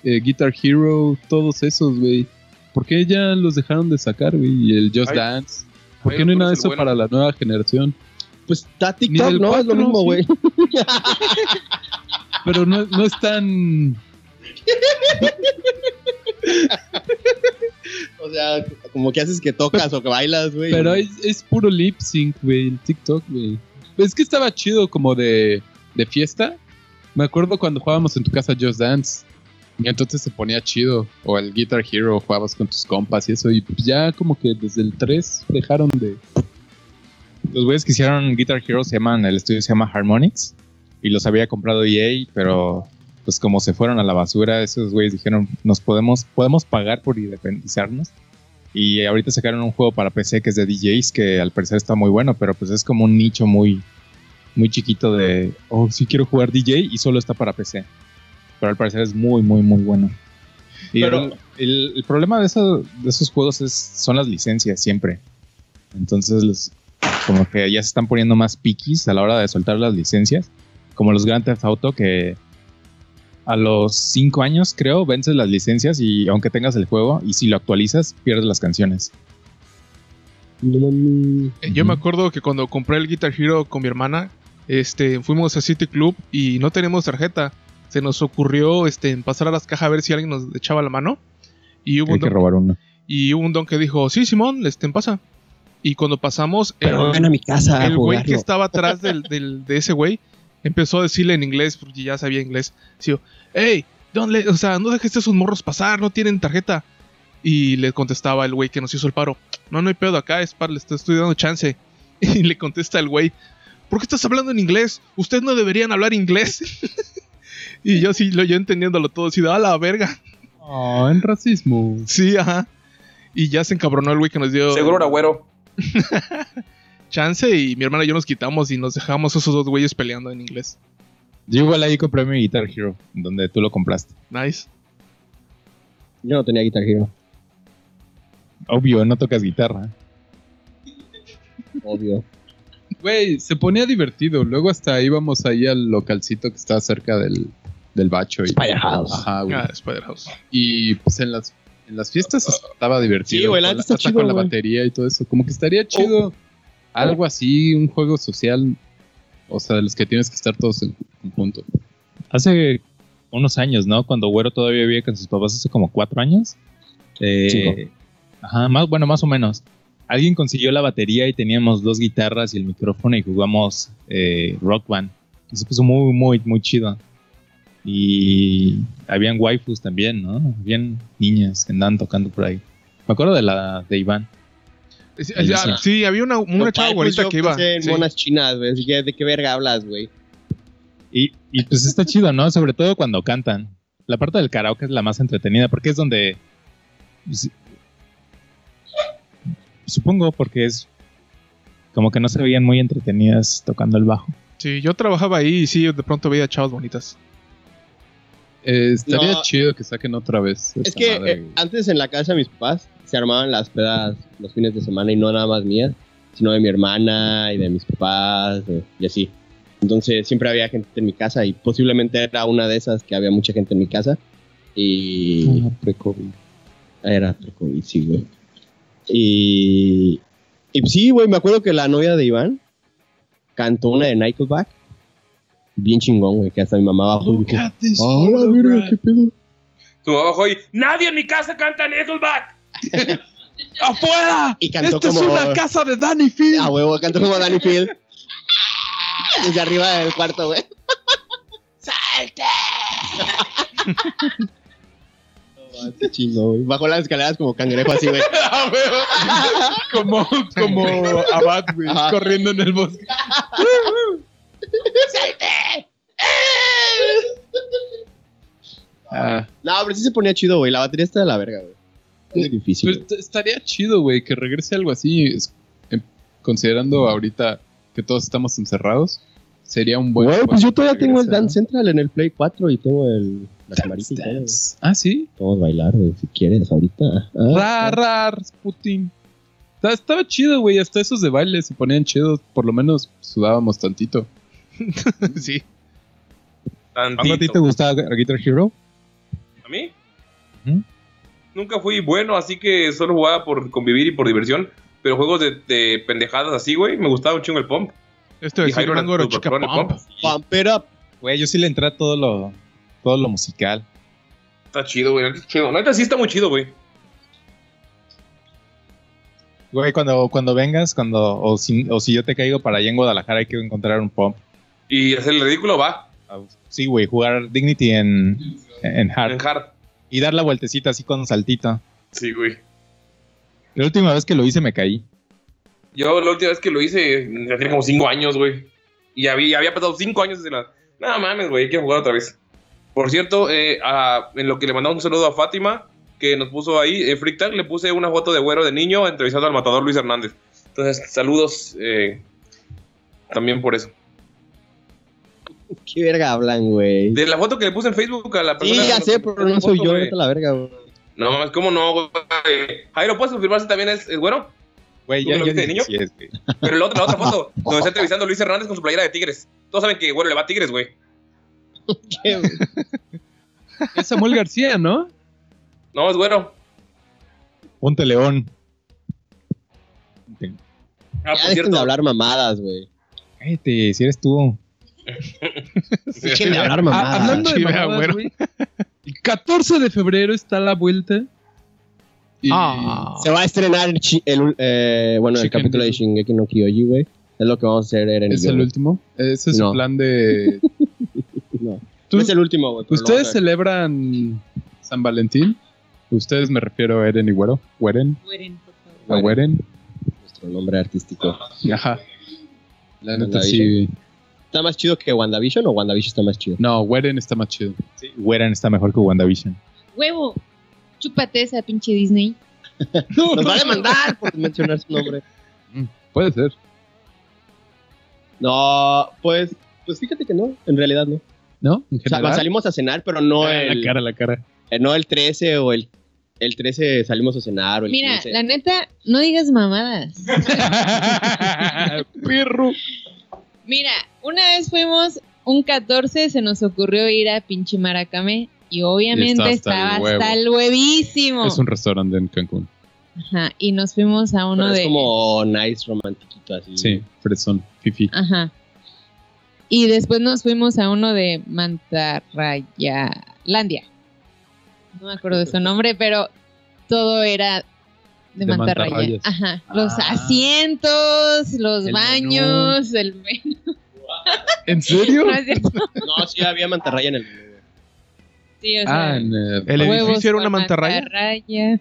[SPEAKER 14] eh, Guitar Hero, todos esos, güey. ¿Por qué ya los dejaron de sacar, güey? Y el Just
[SPEAKER 6] Ay.
[SPEAKER 14] Dance. ¿Por qué no hay nada de eso para la nueva generación?
[SPEAKER 9] Pues está
[SPEAKER 14] Ni
[SPEAKER 9] TikTok,
[SPEAKER 14] del
[SPEAKER 9] ¿no? Es
[SPEAKER 14] cuatro,
[SPEAKER 9] lo mismo,
[SPEAKER 14] sí.
[SPEAKER 9] güey.
[SPEAKER 14] Pero no, no es tan...
[SPEAKER 9] O sea, como que haces que tocas o que bailas, güey.
[SPEAKER 14] Pero es, es puro lip sync, güey, el TikTok, güey. Es que estaba chido como de, de fiesta. Me acuerdo cuando jugábamos en tu casa Just Dance. Y entonces se ponía chido. O el Guitar Hero, jugabas con tus compas y eso. Y pues ya como que desde el 3 dejaron de...
[SPEAKER 7] Los güeyes que hicieron Guitar Hero se llaman, el estudio se llama Harmonix y los había comprado EA, pero pues como se fueron a la basura, esos güeyes dijeron, nos podemos, podemos pagar por independizarnos. Y ahorita sacaron un juego para PC que es de DJs, que al parecer está muy bueno, pero pues es como un nicho muy, muy chiquito de, oh, sí quiero jugar DJ y solo está para PC. Pero al parecer es muy, muy, muy bueno. Y
[SPEAKER 14] Pero-
[SPEAKER 7] el, el problema de, eso- de esos juegos es, son las licencias siempre. Entonces los, como que ya se están poniendo más piquis a la hora de soltar las licencias, como los Grand Theft Auto que a los 5 años creo vences las licencias y aunque tengas el juego y si lo actualizas pierdes las canciones.
[SPEAKER 10] Eh, Yo me acuerdo que cuando compré el Guitar Hero con mi hermana, este, fuimos a City Club y no teníamos tarjeta. Se nos ocurrió este, pasar a las cajas a ver si alguien nos echaba la mano. Y hubo,
[SPEAKER 7] Hay
[SPEAKER 10] un
[SPEAKER 7] que
[SPEAKER 10] don,
[SPEAKER 7] robar uno.
[SPEAKER 10] y hubo un don que dijo, sí, Simón, este, pasa. Y cuando pasamos, eh,
[SPEAKER 9] Pero
[SPEAKER 10] el-
[SPEAKER 9] ven a mi casa a
[SPEAKER 10] el güey que
[SPEAKER 9] jugarlo.
[SPEAKER 10] estaba atrás del, del- de ese güey empezó a decirle en inglés, porque ya sabía inglés. Dijo, hey, don't let- o sea, no dejes a esos morros pasar, no tienen tarjeta. Y le contestaba el güey que nos hizo el paro, no, no hay pedo acá, es para, le estoy, estoy dando chance. Y le contesta el güey, ¿por qué estás hablando en inglés? Ustedes no deberían hablar inglés. y yo sí, lo- yo entendiéndolo todo, así de, a la verga.
[SPEAKER 14] Oh, en racismo.
[SPEAKER 10] Sí, ajá. Y ya se encabronó el güey que nos dio
[SPEAKER 6] Seguro era güero.
[SPEAKER 10] chance y mi hermana y yo nos quitamos y nos dejamos esos dos güeyes peleando en inglés.
[SPEAKER 7] Yo igual ahí compré mi Guitar Hero, donde tú lo compraste.
[SPEAKER 10] Nice.
[SPEAKER 9] Yo no tenía Guitar Hero,
[SPEAKER 7] Obvio, no tocas guitarra.
[SPEAKER 9] obvio.
[SPEAKER 14] Güey, se ponía divertido. Luego hasta íbamos ahí al localcito que está cerca del, del bacho. Y,
[SPEAKER 9] Spider House.
[SPEAKER 14] Ajá, güey.
[SPEAKER 10] Ah, Spider-House.
[SPEAKER 14] Y pues en las, en las fiestas estaba divertido.
[SPEAKER 9] Sí, güey, la
[SPEAKER 14] con
[SPEAKER 9] neta está
[SPEAKER 14] hasta
[SPEAKER 9] chido,
[SPEAKER 14] con la
[SPEAKER 9] güey. Oh.
[SPEAKER 14] batería y todo eso. Como que estaría chido algo así, un juego social. O sea, de los que tienes que estar todos en conjunto.
[SPEAKER 7] Hace unos años, ¿no? Cuando Güero todavía vivía con sus papás hace como cuatro años. Eh,
[SPEAKER 9] Cinco.
[SPEAKER 7] Ajá, más, bueno, más o menos. Alguien consiguió la batería y teníamos dos guitarras y el micrófono y jugamos eh, Rock Band. Y se puso muy, muy, muy chido. Y habían waifus también, ¿no? Habían niñas que andaban tocando por ahí. Me acuerdo de la de Iván.
[SPEAKER 10] Sí,
[SPEAKER 7] Ahí
[SPEAKER 10] ya-
[SPEAKER 7] está.
[SPEAKER 10] sí, había una, una
[SPEAKER 9] Lo
[SPEAKER 10] chava
[SPEAKER 9] cual,
[SPEAKER 10] güerita
[SPEAKER 9] pues, yo
[SPEAKER 10] que iba.
[SPEAKER 9] pensé en
[SPEAKER 10] sí.
[SPEAKER 9] monas chinas, güey. así que, ¿De qué verga hablas, güey?
[SPEAKER 7] Y, y pues está chido, ¿no? Sobre todo cuando cantan. La parte del karaoke es la más entretenida porque es donde... pues, Supongo porque es como que no se veían muy entretenidas tocando el bajo.
[SPEAKER 10] Sí, yo trabajaba ahí y sí, de pronto veía chavas bonitas.
[SPEAKER 14] Eh, estaría
[SPEAKER 9] No.
[SPEAKER 14] chido que saquen otra vez.
[SPEAKER 9] Es
[SPEAKER 14] esa
[SPEAKER 9] que
[SPEAKER 14] madre,
[SPEAKER 9] eh,
[SPEAKER 14] güey.
[SPEAKER 9] antes en la casa de mis papás se armaban las pedas los fines de semana y no nada más mías, sino de mi hermana y de mis papás de- y así. Entonces siempre había gente en mi casa y posiblemente era una de esas que había mucha gente en mi casa. Y. Era pre-COVID, sí, güey. Y. Y pues sí, güey, me acuerdo que la novia de Iván cantó una de Nickelback. Bien chingón, güey, que hasta mi mamá bajó y dijo:
[SPEAKER 14] Ah,
[SPEAKER 9] ¡Hola, Ah, verga, qué pedo!
[SPEAKER 6] Tu abajo y nadie en mi casa canta Nickelback.
[SPEAKER 10] ¡Afuera!
[SPEAKER 9] Y cantó como.
[SPEAKER 10] casa de Danny Field!
[SPEAKER 9] A huevo, cantó como Danny Field. Desde arriba del cuarto, güey.
[SPEAKER 15] ¡Salte!
[SPEAKER 9] Qué chingo, güey. Bajó las escaleras como cangrejo así, güey.
[SPEAKER 14] como, como Abad, güey,
[SPEAKER 9] Ajá.
[SPEAKER 14] corriendo en el bosque.
[SPEAKER 15] ¡Salte!
[SPEAKER 14] Ah,
[SPEAKER 9] No, pero sí se ponía chido, güey. La batería está de la verga, güey. Es difícil.
[SPEAKER 14] pero
[SPEAKER 9] güey.
[SPEAKER 14] est- estaría chido, güey, que regrese algo así. es- em, considerando ahorita que todos estamos encerrados, sería un buen.
[SPEAKER 9] Güey, pues
[SPEAKER 14] juego
[SPEAKER 9] yo todavía
[SPEAKER 14] que
[SPEAKER 9] tengo el
[SPEAKER 14] regrese,
[SPEAKER 9] Dance Central en el Play 4 y tengo el, la camarita. y todo,
[SPEAKER 14] ¿no?
[SPEAKER 9] güey.
[SPEAKER 14] Ah, sí.
[SPEAKER 9] Podemos bailar, güey, si quieres, ahorita. Ah,
[SPEAKER 14] Rar, rar, Putin. Está- Estaba chido, güey. Hasta esos de baile se ponían chidos. Por lo menos sudábamos tantito.
[SPEAKER 10] sí.
[SPEAKER 7] ¿Cuándo a ti te gusta Guitar Hero?
[SPEAKER 6] ¿A mí?
[SPEAKER 7] ¿Mm?
[SPEAKER 6] Nunca fui bueno, así que solo jugaba por convivir y por diversión. Pero juegos de, de pendejadas así, güey, me gustaba un chingo el pump.
[SPEAKER 16] Esto
[SPEAKER 6] Y
[SPEAKER 16] es
[SPEAKER 6] Jairo
[SPEAKER 16] Durango
[SPEAKER 6] era
[SPEAKER 16] Chica
[SPEAKER 6] productor en el
[SPEAKER 16] Pump.
[SPEAKER 6] pump.
[SPEAKER 9] Pump it up.
[SPEAKER 7] Güey, yo sí le entré a todo lo, todo lo musical.
[SPEAKER 6] Está chido, güey. está Chido. La neta sí está muy chido, güey.
[SPEAKER 7] Güey, cuando, cuando vengas, cuando, o, si, o si yo te caigo para allá en Guadalajara, hay que encontrar un pump. Ah,
[SPEAKER 6] Y hacer el ridículo va.
[SPEAKER 7] Sí, güey, jugar Dignity en, en Hard.
[SPEAKER 6] En hard.
[SPEAKER 7] Y dar la vueltecita así con un saltito.
[SPEAKER 6] Sí, güey.
[SPEAKER 7] La última vez que lo hice me caí.
[SPEAKER 6] Yo la última vez que lo hice, ya tenía como 5 años, güey. Y había, había pasado 5 años desde la... No mames, güey, hay que jugar otra vez. Por cierto, eh, a- en lo que le mandamos un saludo a Fátima, que nos puso ahí, eh, Freak Tag, le puse una foto de güero de niño entrevistando al matador Luis Hernández. Entonces, saludos eh, también por eso.
[SPEAKER 9] ¿Qué verga hablan, güey?
[SPEAKER 6] De la foto que le puse en Facebook a la
[SPEAKER 9] Sí,
[SPEAKER 6] persona...
[SPEAKER 9] ya sé, pero no soy yo,
[SPEAKER 6] güey.
[SPEAKER 9] vete a la verga, güey.
[SPEAKER 6] No mames, ¿cómo no, güey? Jairo, ¿puedes confirmar si también es, es güero?
[SPEAKER 7] Güey,
[SPEAKER 6] ¿Tú
[SPEAKER 7] ya
[SPEAKER 6] lo
[SPEAKER 7] yo
[SPEAKER 6] viste de
[SPEAKER 7] dije,
[SPEAKER 6] niño?
[SPEAKER 7] "Sí es, güey".
[SPEAKER 6] Pero la otra, la otra foto, donde está entrevistando Luis Hernández con su playera de Tigres. Todos saben que, güero, le va a Tigres, güey.
[SPEAKER 9] Ah,
[SPEAKER 10] Es Samuel García, ¿no?
[SPEAKER 6] No, es güero.
[SPEAKER 7] Ponte león.
[SPEAKER 6] Ah,
[SPEAKER 9] ya
[SPEAKER 6] por
[SPEAKER 9] dejen
[SPEAKER 6] cierto.
[SPEAKER 9] de hablar mamadas, güey.
[SPEAKER 7] Cállate, si eres tú.
[SPEAKER 9] Dejen de hablar
[SPEAKER 10] Ah, hablando
[SPEAKER 9] mamadas.
[SPEAKER 10] de
[SPEAKER 16] Chiva,
[SPEAKER 10] mamadas,
[SPEAKER 16] güero.
[SPEAKER 10] güey, El 14 de febrero está la vuelta. Y
[SPEAKER 16] Ah.
[SPEAKER 9] Se va a estrenar el, chi- el, eh, bueno, el
[SPEAKER 10] Chicken
[SPEAKER 9] capítulo de
[SPEAKER 10] Little.
[SPEAKER 9] Shingeki no Kyoji, güey. Es lo que vamos a hacer, Eren. y
[SPEAKER 10] es
[SPEAKER 9] yo,
[SPEAKER 10] el
[SPEAKER 9] güey.
[SPEAKER 10] último. Ese es
[SPEAKER 9] No.
[SPEAKER 10] su plan de.
[SPEAKER 9] No.
[SPEAKER 10] Tú-
[SPEAKER 9] No es el último, güey. pero lo
[SPEAKER 10] ¿Ustedes
[SPEAKER 9] vamos a hacer.
[SPEAKER 10] celebran San Valentín? Ustedes me refiero a Eren y Güero. Güeren.
[SPEAKER 12] Mueren, por favor.
[SPEAKER 10] A Güeren.
[SPEAKER 9] Nuestro nombre artístico.
[SPEAKER 10] Ajá. La neta sí.
[SPEAKER 9] WandaVision. ¿Está más chido que WandaVision o WandaVision está más chido?
[SPEAKER 10] No, Güeren está más chido.
[SPEAKER 7] Sí, Weren está mejor que WandaVision.
[SPEAKER 12] Huevo, chúpate esa pinche Disney.
[SPEAKER 9] Nos va a demandar por mencionar su nombre.
[SPEAKER 10] Puede ser.
[SPEAKER 9] No, pues, pues fíjate que no, en realidad no.
[SPEAKER 10] ¿No? En
[SPEAKER 9] O sea,
[SPEAKER 10] general.
[SPEAKER 9] salimos a cenar, pero no
[SPEAKER 10] Ah,
[SPEAKER 9] el,
[SPEAKER 10] La cara, la cara.
[SPEAKER 9] eh, no el 13 o el, el 13 salimos a cenar
[SPEAKER 10] Pues
[SPEAKER 9] o el
[SPEAKER 12] Mira,
[SPEAKER 9] 15.
[SPEAKER 12] la neta, no digas mamadas.
[SPEAKER 10] Perro.
[SPEAKER 12] Mira, una vez fuimos un 14, se nos ocurrió ir a pinche Maracame y obviamente
[SPEAKER 10] Y está hasta
[SPEAKER 12] estaba
[SPEAKER 10] el huevo.
[SPEAKER 12] hasta el huevísimo.
[SPEAKER 10] Es un restaurante en Cancún.
[SPEAKER 12] Ajá, y nos fuimos a
[SPEAKER 9] Pero
[SPEAKER 12] uno
[SPEAKER 9] es
[SPEAKER 12] de...
[SPEAKER 9] como nice, romantiquito así.
[SPEAKER 10] Sí, fresón. Fifi.
[SPEAKER 12] Ajá. Y después nos fuimos a uno de Mantarrayalandia. No me acuerdo de su nombre, pero todo era de,
[SPEAKER 10] De
[SPEAKER 12] Mantarraya.
[SPEAKER 10] mantarrayas.
[SPEAKER 12] Ajá. Los
[SPEAKER 10] Ah.
[SPEAKER 12] asientos, los
[SPEAKER 10] El
[SPEAKER 12] baños, el menú.
[SPEAKER 10] ¿En serio?
[SPEAKER 12] No es cierto.
[SPEAKER 9] No, sí había mantarraya en el menú.
[SPEAKER 12] Sí, o sea,
[SPEAKER 10] Ah, en eh,
[SPEAKER 16] El
[SPEAKER 10] Huevos.
[SPEAKER 16] edificio. era
[SPEAKER 12] con
[SPEAKER 16] una mantarraya?
[SPEAKER 12] mantarraya.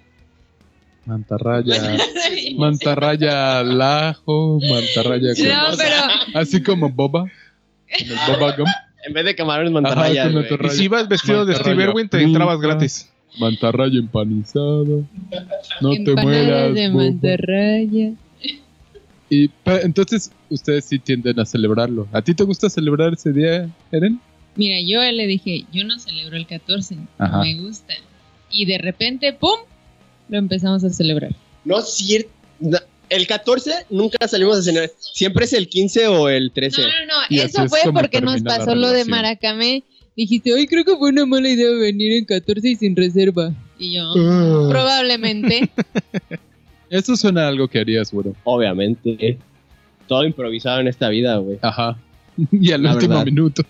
[SPEAKER 10] Mantarraya. Mantarraya al ajo. Mantarraya con-
[SPEAKER 12] No, pero
[SPEAKER 10] Así como boba. Con el boba gum.
[SPEAKER 9] En vez de camarones,
[SPEAKER 10] Ajá,
[SPEAKER 9] mantarraya.
[SPEAKER 10] con
[SPEAKER 9] güey.
[SPEAKER 10] mantarraya.
[SPEAKER 16] Y si ibas vestido de
[SPEAKER 10] Mantarraya
[SPEAKER 16] Steve Irwin, te
[SPEAKER 10] frita.
[SPEAKER 16] entrabas gratis.
[SPEAKER 10] Mantarraya empanizado. No te
[SPEAKER 12] empanadas
[SPEAKER 10] mueras.
[SPEAKER 12] de
[SPEAKER 10] boba.
[SPEAKER 12] mantarraya.
[SPEAKER 10] Y pa- entonces ustedes sí tienden a celebrarlo. ¿A ti te gusta celebrar ese día, Eren?
[SPEAKER 12] Mira, yo le dije, yo no celebro el 14,
[SPEAKER 10] Ajá.
[SPEAKER 12] no me gusta. Y de repente, ¡pum! Lo empezamos a celebrar.
[SPEAKER 9] No es cierto. No, El 14 nunca salimos a cenar. Siempre es el 15 o el
[SPEAKER 12] No,
[SPEAKER 9] 13.
[SPEAKER 12] no, no,
[SPEAKER 10] Y así
[SPEAKER 12] eso
[SPEAKER 10] es
[SPEAKER 12] fue
[SPEAKER 10] como
[SPEAKER 12] porque nos
[SPEAKER 10] termina la
[SPEAKER 12] pasó lo de
[SPEAKER 10] relación.
[SPEAKER 12] Maracame. Dijiste, hoy creo que fue una mala idea venir en 14 y sin reserva. Y yo, Mm. "Ah". probablemente.
[SPEAKER 10] Eso suena a algo que harías, güero.
[SPEAKER 9] Obviamente. Todo improvisado en esta vida, güey.
[SPEAKER 10] Ajá. Y al
[SPEAKER 9] La
[SPEAKER 10] último
[SPEAKER 9] verdad.
[SPEAKER 10] minuto.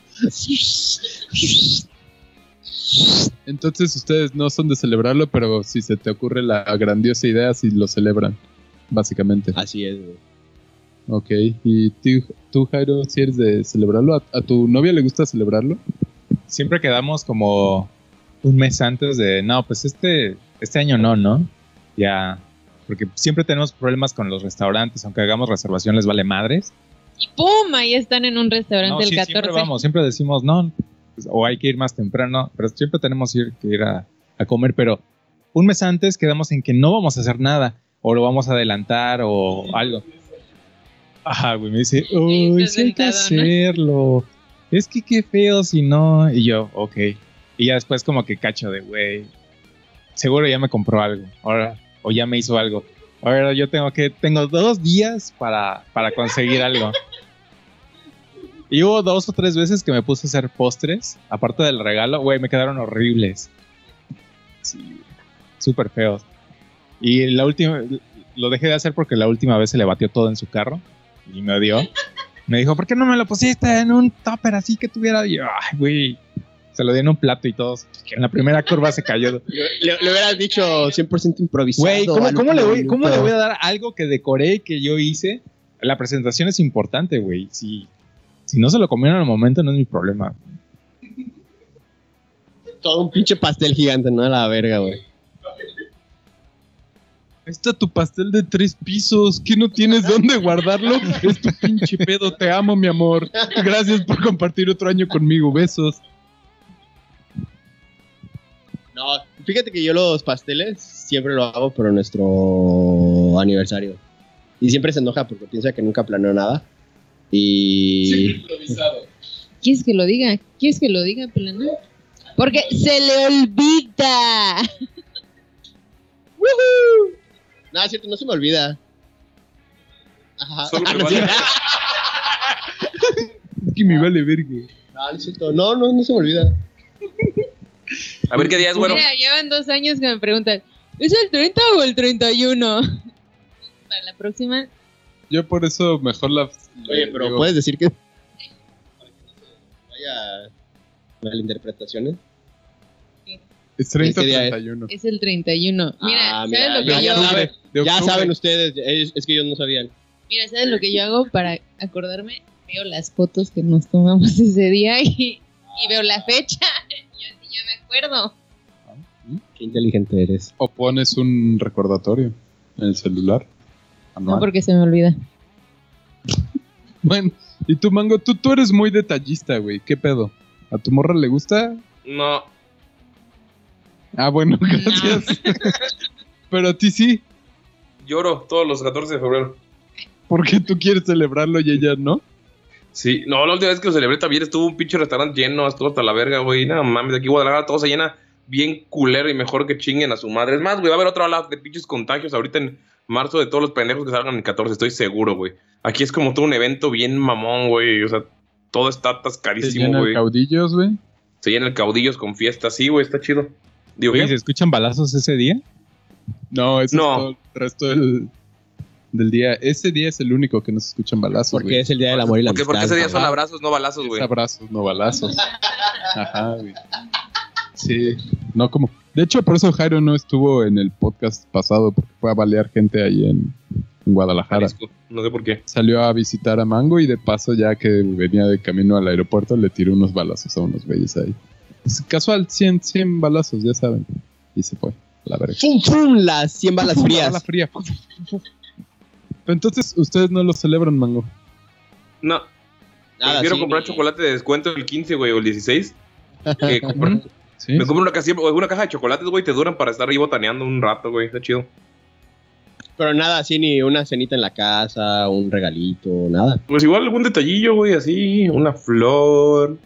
[SPEAKER 10] Entonces ustedes no son de celebrarlo, pero si se te ocurre la grandiosa idea, sí lo celebran. Básicamente.
[SPEAKER 9] Así es, güey.
[SPEAKER 10] Ok. ¿Y tú, tú, Jairo, si eres de celebrarlo? ¿A, a tu novia le gusta celebrarlo?
[SPEAKER 7] Siempre quedamos como un mes antes de, no, pues este, este año no, ¿no? Ya, porque siempre tenemos problemas con los restaurantes, aunque hagamos reservación les vale madres.
[SPEAKER 12] y ¡pum! Ahí están en un restaurante
[SPEAKER 7] No,
[SPEAKER 12] el
[SPEAKER 7] sí,
[SPEAKER 12] 14.
[SPEAKER 7] siempre vamos, siempre decimos no, pues, o hay que ir más temprano, pero siempre tenemos que ir, que ir a, a comer, pero un mes antes quedamos en que no vamos a hacer nada, o lo vamos a adelantar o algo. Ajá, güey, me dice, uy,
[SPEAKER 12] estás
[SPEAKER 7] sí hay que
[SPEAKER 12] sentado, ¿no?"
[SPEAKER 7] hacerlo, es que qué feo si no, y yo, ok, y ya después como que cacho de, güey, seguro ya me compró algo, ahora, o ya me hizo algo. Ahora yo tengo que, tengo dos días para, para conseguir algo. Y hubo dos o tres veces que me puse a hacer postres, aparte del regalo, güey, me quedaron horribles. Sí, súper feos. Y la última, lo dejé de hacer porque la última vez se le batió todo en su carro y me odió. Me dijo, ¿por qué no me lo pusiste en un topper así que tuviera? Y yo, ay, güey, se lo di en un plato y todos. Que en la primera curva se cayó.
[SPEAKER 9] Le, le hubieras dicho 100% improvisado.
[SPEAKER 7] Güey, ¿cómo,
[SPEAKER 9] algo
[SPEAKER 7] cómo le voy,
[SPEAKER 9] bonito.
[SPEAKER 7] cómo le voy a dar algo que decoré y que yo hice? La presentación es importante, güey. Si, si no se lo comieron al momento, no es mi problema.
[SPEAKER 9] Todo un pinche pastel gigante, ¿no? A la verga, güey.
[SPEAKER 10] Ahí está tu pastel de tres pisos. ¿Qué no tienes dónde guardarlo? Es tu pinche pedo. Te amo, mi amor. Gracias por compartir otro año conmigo. Besos.
[SPEAKER 9] No, fíjate que yo los pasteles siempre lo hago por nuestro aniversario. Y siempre se enoja porque piensa que nunca planeó nada. Y...
[SPEAKER 12] ¿Quieres que lo diga? ¿Quieres que lo diga, plana? Porque se le olvida.
[SPEAKER 9] ¡Woohoo! No, es cierto, no se me olvida. Ajá.
[SPEAKER 6] Solo
[SPEAKER 9] Ah,
[SPEAKER 6] me
[SPEAKER 9] no,
[SPEAKER 6] vale.
[SPEAKER 9] sí.
[SPEAKER 10] Es que me vale verga.
[SPEAKER 9] No, no es cierto. No, no, no se me olvida.
[SPEAKER 6] A ver qué día es bueno.
[SPEAKER 12] Mira, llevan dos años que me preguntan, ¿es el 30 o el 31? Para la próxima.
[SPEAKER 10] Yo por eso mejor la.
[SPEAKER 9] Oye, pero
[SPEAKER 10] digo,
[SPEAKER 9] puedes decir que. Vaya. Malinterpretaciones.
[SPEAKER 10] Es 30
[SPEAKER 9] ¿Qué día ¿eh? es?
[SPEAKER 10] 31.
[SPEAKER 12] Es el 31. Mira,
[SPEAKER 9] Ah,
[SPEAKER 12] ¿sabes
[SPEAKER 9] mira,
[SPEAKER 12] lo que
[SPEAKER 9] ya
[SPEAKER 12] yo hago?
[SPEAKER 9] saben,
[SPEAKER 10] De
[SPEAKER 9] Ya
[SPEAKER 10] octubre.
[SPEAKER 9] saben ustedes, es, es que ellos no sabían.
[SPEAKER 12] Mira, ¿sabes lo que yo hago para acordarme? Veo las fotos que nos tomamos ese día y, y veo la fecha. Yo así ya me acuerdo.
[SPEAKER 9] Qué inteligente eres.
[SPEAKER 10] O pones un recordatorio en el celular.
[SPEAKER 12] No,
[SPEAKER 10] Anual.
[SPEAKER 12] porque se me olvida.
[SPEAKER 10] Bueno, y tú, Mango, tú, tú eres muy detallista, güey. ¿Qué pedo? ¿A tu morra le gusta?
[SPEAKER 6] No,
[SPEAKER 10] Ah, bueno, gracias. Pero a ti sí,
[SPEAKER 6] lloro todos los 14 de febrero.
[SPEAKER 10] porque tú quieres celebrarlo y ella no.
[SPEAKER 6] Sí, no, la última vez que lo celebré también estuvo un pinche restaurante lleno, estuvo hasta la verga, güey. No mames, de aquí en Guadalajara todo se llena bien culero y mejor que chinguen a su madre. Es más, güey, va a haber otra ola de pinches contagios ahorita en marzo de todos los pendejos que salgan el 14, estoy seguro, güey. Aquí es como todo un evento bien mamón, güey. O sea, todo está
[SPEAKER 10] Te
[SPEAKER 6] atascadísimo,
[SPEAKER 10] llenan
[SPEAKER 6] güey.
[SPEAKER 10] caudillos, güey.
[SPEAKER 6] Se llena el caudillos con fiestas, sí, güey, está chido. Digo,
[SPEAKER 7] Güey,
[SPEAKER 6] ¿qué?
[SPEAKER 7] ¿se escuchan balazos ese día?
[SPEAKER 10] No, ese
[SPEAKER 6] No.
[SPEAKER 10] es todo el resto del, del día. Ese día es el único que nos escuchan balazos,
[SPEAKER 9] Porque
[SPEAKER 10] güey.
[SPEAKER 9] es el día del amor y la
[SPEAKER 6] Porque,
[SPEAKER 9] amistad.
[SPEAKER 6] porque ese día son
[SPEAKER 9] ajá.
[SPEAKER 6] abrazos, no balazos, güey.
[SPEAKER 10] Es abrazos, no balazos. Ajá, güey. Sí, no como. De hecho, por eso Jairo no estuvo en el podcast pasado, porque fue a balear gente ahí en, en Guadalajara.
[SPEAKER 6] Jalisco, No sé por qué.
[SPEAKER 10] Salió a visitar a Mango y de paso, ya que venía de camino al aeropuerto, le tiró unos balazos a unos güeyes ahí. Es casual, 100, 100 balazos, ya saben. Y se fue, a la verga.
[SPEAKER 9] ¡Fum, fum! Las 100 balas
[SPEAKER 10] La
[SPEAKER 9] frías.
[SPEAKER 10] fría. Pero entonces, ustedes no lo celebran, Mango.
[SPEAKER 6] No,
[SPEAKER 9] Nada,
[SPEAKER 6] prefiero
[SPEAKER 9] Ah, sí,
[SPEAKER 6] comprar
[SPEAKER 9] ni-
[SPEAKER 6] chocolate de descuento el 15, güey, o el 16. Que comprar
[SPEAKER 10] Ah, Sí.
[SPEAKER 6] Me compro una caja, una caja de chocolates, güey, te duran para estar ahí botaneando un rato, güey. Está chido.
[SPEAKER 9] Pero nada, así ni una cenita en la casa, un regalito, nada.
[SPEAKER 6] Pues igual algún detallillo, güey, así, una flor,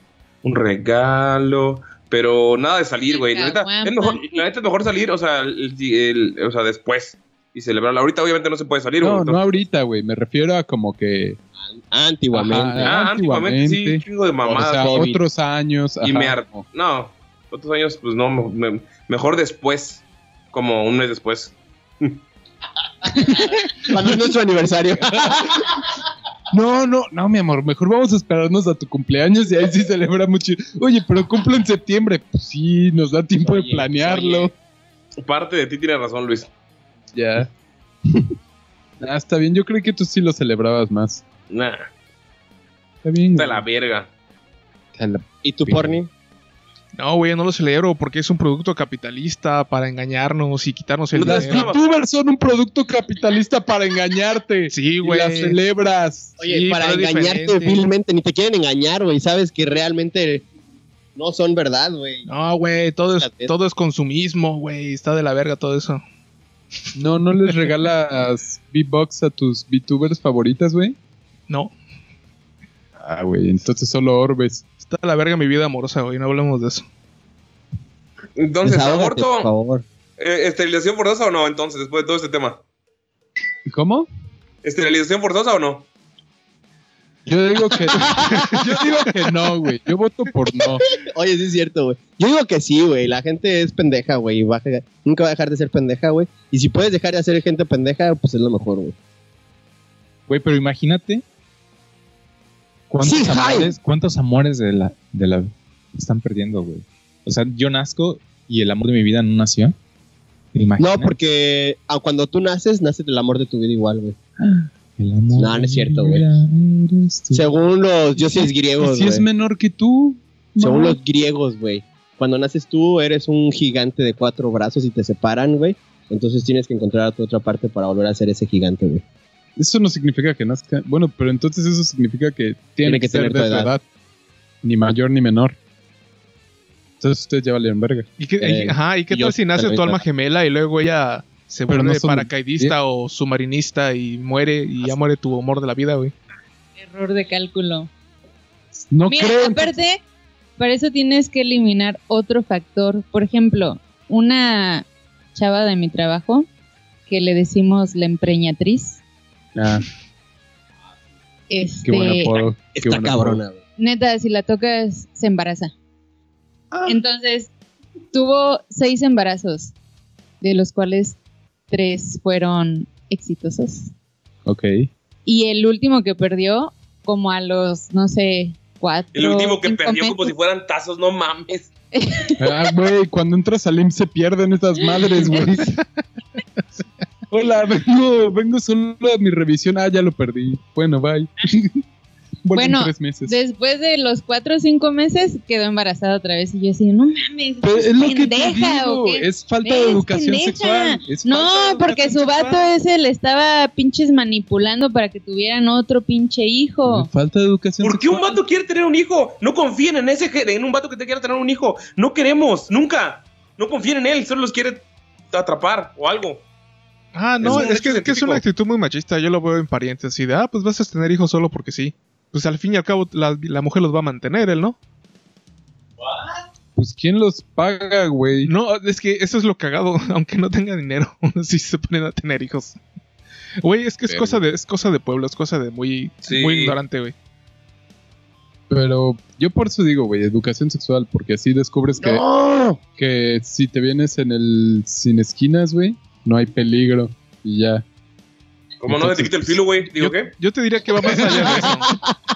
[SPEAKER 6] un regalo, pero nada de salir, güey. La neta, es mejor, la neta es mejor salir, o sea, el- el- o sea, después y celebrarla. Ahorita obviamente no se puede salir,
[SPEAKER 10] No,
[SPEAKER 6] güey.
[SPEAKER 10] no ahorita, güey. Me refiero a como que
[SPEAKER 9] Antiguamente.
[SPEAKER 10] Ajá.
[SPEAKER 6] Ah, antiguamente sí,
[SPEAKER 10] antiguamente.
[SPEAKER 6] chingo de
[SPEAKER 10] o sea,
[SPEAKER 6] mamadas. güey.
[SPEAKER 10] otros años.
[SPEAKER 6] Y
[SPEAKER 10] ajá,
[SPEAKER 6] me ar-
[SPEAKER 10] como-
[SPEAKER 6] No, otros años, pues no, me- me- mejor después, como un mes después.
[SPEAKER 9] Cuando es nuestro aniversario.
[SPEAKER 10] No, no, no, mi amor. Mejor vamos a esperarnos a tu cumpleaños y ahí sí celebra mucho. Oye, pero cumple en septiembre. Pues sí, nos da tiempo
[SPEAKER 9] Oye,
[SPEAKER 10] de planearlo.
[SPEAKER 9] oye.
[SPEAKER 6] Parte de ti tiene razón, Luis.
[SPEAKER 10] Ya. Ah, está bien. Yo creí que tú sí lo celebrabas más.
[SPEAKER 6] Nah,
[SPEAKER 10] Está
[SPEAKER 9] Mm.
[SPEAKER 10] bien.
[SPEAKER 6] está
[SPEAKER 10] güey.
[SPEAKER 6] la verga.
[SPEAKER 10] Está la-
[SPEAKER 9] ¿Y tu porni?
[SPEAKER 17] No, güey, no lo celebro porque es un producto capitalista para engañarnos y quitarnos el
[SPEAKER 6] No te
[SPEAKER 10] Las
[SPEAKER 17] dinero.
[SPEAKER 6] esperaba.
[SPEAKER 10] VTubers son un producto capitalista para engañarte.
[SPEAKER 17] Sí,
[SPEAKER 10] Y
[SPEAKER 17] güey.
[SPEAKER 10] las celebras.
[SPEAKER 9] Oye,
[SPEAKER 17] Sí,
[SPEAKER 9] para
[SPEAKER 17] pero es
[SPEAKER 9] engañarte
[SPEAKER 17] diferente.
[SPEAKER 9] vilmente, ni te quieren engañar, güey. Sabes que realmente no son verdad, güey.
[SPEAKER 17] No, güey, todo es,
[SPEAKER 9] Fíjate.
[SPEAKER 17] todo es consumismo, güey. Está de la verga todo eso.
[SPEAKER 10] No, no les regalas V-Bucks a tus VTubers favoritas, güey.
[SPEAKER 17] No,
[SPEAKER 10] Ah, güey, entonces solo orbes.
[SPEAKER 17] está de la verga mi vida amorosa, güey. No hablemos de eso.
[SPEAKER 6] Entonces,
[SPEAKER 9] Desahógate,
[SPEAKER 6] aborto.
[SPEAKER 9] por favor.
[SPEAKER 6] Eh, ¿Esterilización forzosa o no? Entonces, después de todo este tema.
[SPEAKER 10] ¿Cómo?
[SPEAKER 6] ¿Esterilización forzosa o no?
[SPEAKER 7] Yo digo que, yo digo que no, güey. Yo voto por no.
[SPEAKER 9] Oye, sí es cierto, güey. Yo digo que sí, güey. La gente es pendeja, güey. y va a dejar- Nunca va a dejar de ser pendeja, güey. Y si puedes dejar de hacer gente pendeja, pues es lo mejor, güey.
[SPEAKER 11] Güey, pero imagínate cuántos
[SPEAKER 9] Sí,
[SPEAKER 11] amores, cuántos amores de la, de la están perdiendo, güey. O sea, yo nazco y el amor de mi vida no nació. ¿Te imaginas?
[SPEAKER 9] No, porque ah, cuando tú naces, nace el amor de tu vida igual, güey.
[SPEAKER 11] El amor
[SPEAKER 9] No, no es
[SPEAKER 11] de
[SPEAKER 9] cierto,
[SPEAKER 11] mi
[SPEAKER 9] güey.
[SPEAKER 11] vida eres tú.
[SPEAKER 9] Según los dioses griegos,
[SPEAKER 7] si es
[SPEAKER 9] güey.
[SPEAKER 7] menor que tú,
[SPEAKER 9] Según
[SPEAKER 7] mamá.
[SPEAKER 9] los griegos, güey. Cuando naces tú, eres un gigante de cuatro brazos y te separan, güey. Entonces tienes que encontrar a tu otra parte para volver a ser ese gigante, güey.
[SPEAKER 7] Eso no significa que nazca. Bueno, pero entonces eso significa que tiene, que,
[SPEAKER 9] Tiene que
[SPEAKER 7] ser
[SPEAKER 9] tener
[SPEAKER 7] de
[SPEAKER 9] tu
[SPEAKER 7] tu edad.
[SPEAKER 9] edad.
[SPEAKER 7] Ni mayor ni menor. Entonces ustedes ya valieron verga.
[SPEAKER 10] ¿Y qué, y-
[SPEAKER 9] Eh,
[SPEAKER 10] ajá, ¿y qué
[SPEAKER 9] yo
[SPEAKER 10] tal si nace
[SPEAKER 9] también
[SPEAKER 10] tu alma
[SPEAKER 9] creo.
[SPEAKER 10] gemela y luego ella se
[SPEAKER 7] Pero
[SPEAKER 10] vuelve
[SPEAKER 7] no son-
[SPEAKER 10] paracaidista o submarinista y muere y ya muere tu amor de la vida, güey?
[SPEAKER 12] Error de cálculo.
[SPEAKER 7] No
[SPEAKER 12] Mira,
[SPEAKER 7] creo.
[SPEAKER 12] aparte, para eso tienes que eliminar otro factor. Por ejemplo, una chava de mi trabajo que le decimos la empreñatriz.
[SPEAKER 7] Ah,
[SPEAKER 12] Este,
[SPEAKER 7] qué buen apodo. Qué
[SPEAKER 9] Está
[SPEAKER 7] buen apodo.
[SPEAKER 9] cabrona, güey.
[SPEAKER 12] neta, si la tocas, se embaraza. Entonces, tuvo seis embarazos, de los cuales tres fueron exitosos.
[SPEAKER 7] Ok.
[SPEAKER 12] Y el último que perdió, como a los, no sé, cuatro.
[SPEAKER 6] El último que
[SPEAKER 12] cinco
[SPEAKER 6] perdió como
[SPEAKER 12] meses.
[SPEAKER 6] si fueran tazos, no mames.
[SPEAKER 7] Ah, güey, cuando entras al IMSS se pierden estas madres, güey. Hola, vengo, vengo solo a mi revisión. Ah, ya lo perdí. Bueno, bye. Vuelvo en
[SPEAKER 12] Bueno,
[SPEAKER 7] tres meses.
[SPEAKER 12] Después de los cuatro o cinco meses, quedó embarazada otra vez. Y yo así, no mames.
[SPEAKER 7] Pero es lo que te
[SPEAKER 12] pendeja, ¿o
[SPEAKER 7] digo,
[SPEAKER 12] qué?
[SPEAKER 7] es falta de
[SPEAKER 12] ¿Ves,
[SPEAKER 7] educación
[SPEAKER 12] pendeja?
[SPEAKER 7] sexual. es falta
[SPEAKER 12] No,
[SPEAKER 7] de
[SPEAKER 12] porque su
[SPEAKER 7] educación
[SPEAKER 12] vato
[SPEAKER 7] sexual.
[SPEAKER 12] ese le estaba pinches manipulando para que tuvieran otro pinche hijo.
[SPEAKER 7] Falta de educación
[SPEAKER 6] ¿Por qué un vato quiere tener un hijo? No confíen en ese gen- en un vato que te quiera tener un hijo. No queremos, nunca. No confíen en él, solo los quiere atrapar o algo.
[SPEAKER 10] Ah, no,
[SPEAKER 6] Es
[SPEAKER 10] es,
[SPEAKER 6] un
[SPEAKER 10] que,
[SPEAKER 6] hecho
[SPEAKER 10] es que es
[SPEAKER 6] científico.
[SPEAKER 10] una actitud muy machista. Yo lo veo en parientes así de, ah, pues vas a tener hijos solo porque sí. Pues al fin y al cabo la, la mujer los va a mantener, él, ¿no?
[SPEAKER 7] Pues quién los paga, güey.
[SPEAKER 10] No, es que eso es lo cagado. Aunque no tenga dinero, sí se ponen a tener hijos. Güey, es que es
[SPEAKER 7] Verga.
[SPEAKER 10] cosa de es cosa de pueblo, es cosa de muy,
[SPEAKER 6] Sí.
[SPEAKER 10] muy ignorante, güey.
[SPEAKER 7] Pero yo por eso digo, güey, educación sexual, porque así descubres que, que si te vienes en el sin esquinas, güey, no hay peligro. Y ya.
[SPEAKER 6] Como no
[SPEAKER 7] Entonces,
[SPEAKER 6] detecta el filo, güey. Digo,
[SPEAKER 10] Yo,
[SPEAKER 6] ¿qué?
[SPEAKER 10] yo te diría que va más allá de eso.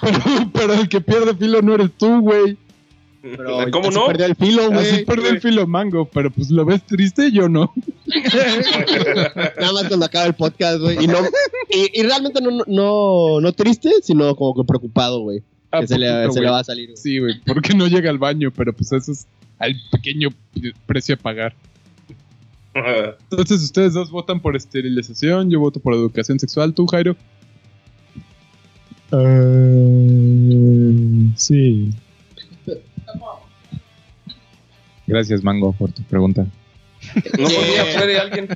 [SPEAKER 7] Pero, pero el que pierde filo no eres tú, güey.
[SPEAKER 9] Pero
[SPEAKER 6] Ah, ¿Cómo
[SPEAKER 9] así
[SPEAKER 6] no?
[SPEAKER 9] perdió el filo,
[SPEAKER 7] Así
[SPEAKER 9] güey.
[SPEAKER 7] pierde el filo mango, pero pues lo ves triste, yo no.
[SPEAKER 9] Nada más cuando acaba el podcast, güey. Y, no, y, y realmente no, no- no, no triste, sino como que preocupado, güey.
[SPEAKER 7] Ah,
[SPEAKER 9] que se le,
[SPEAKER 7] poquito,
[SPEAKER 9] se le
[SPEAKER 7] güey.
[SPEAKER 9] va a salir, güey.
[SPEAKER 7] Sí, güey, porque no llega al baño, pero pues eso es al pequeño p- precio a pagar. Entonces ustedes dos votan por esterilización, yo voto por educación sexual, tú, Jairo.
[SPEAKER 11] sí. Gracias, Mango, por tu pregunta.
[SPEAKER 6] No
[SPEAKER 9] Yeah.
[SPEAKER 6] podía puede alguien.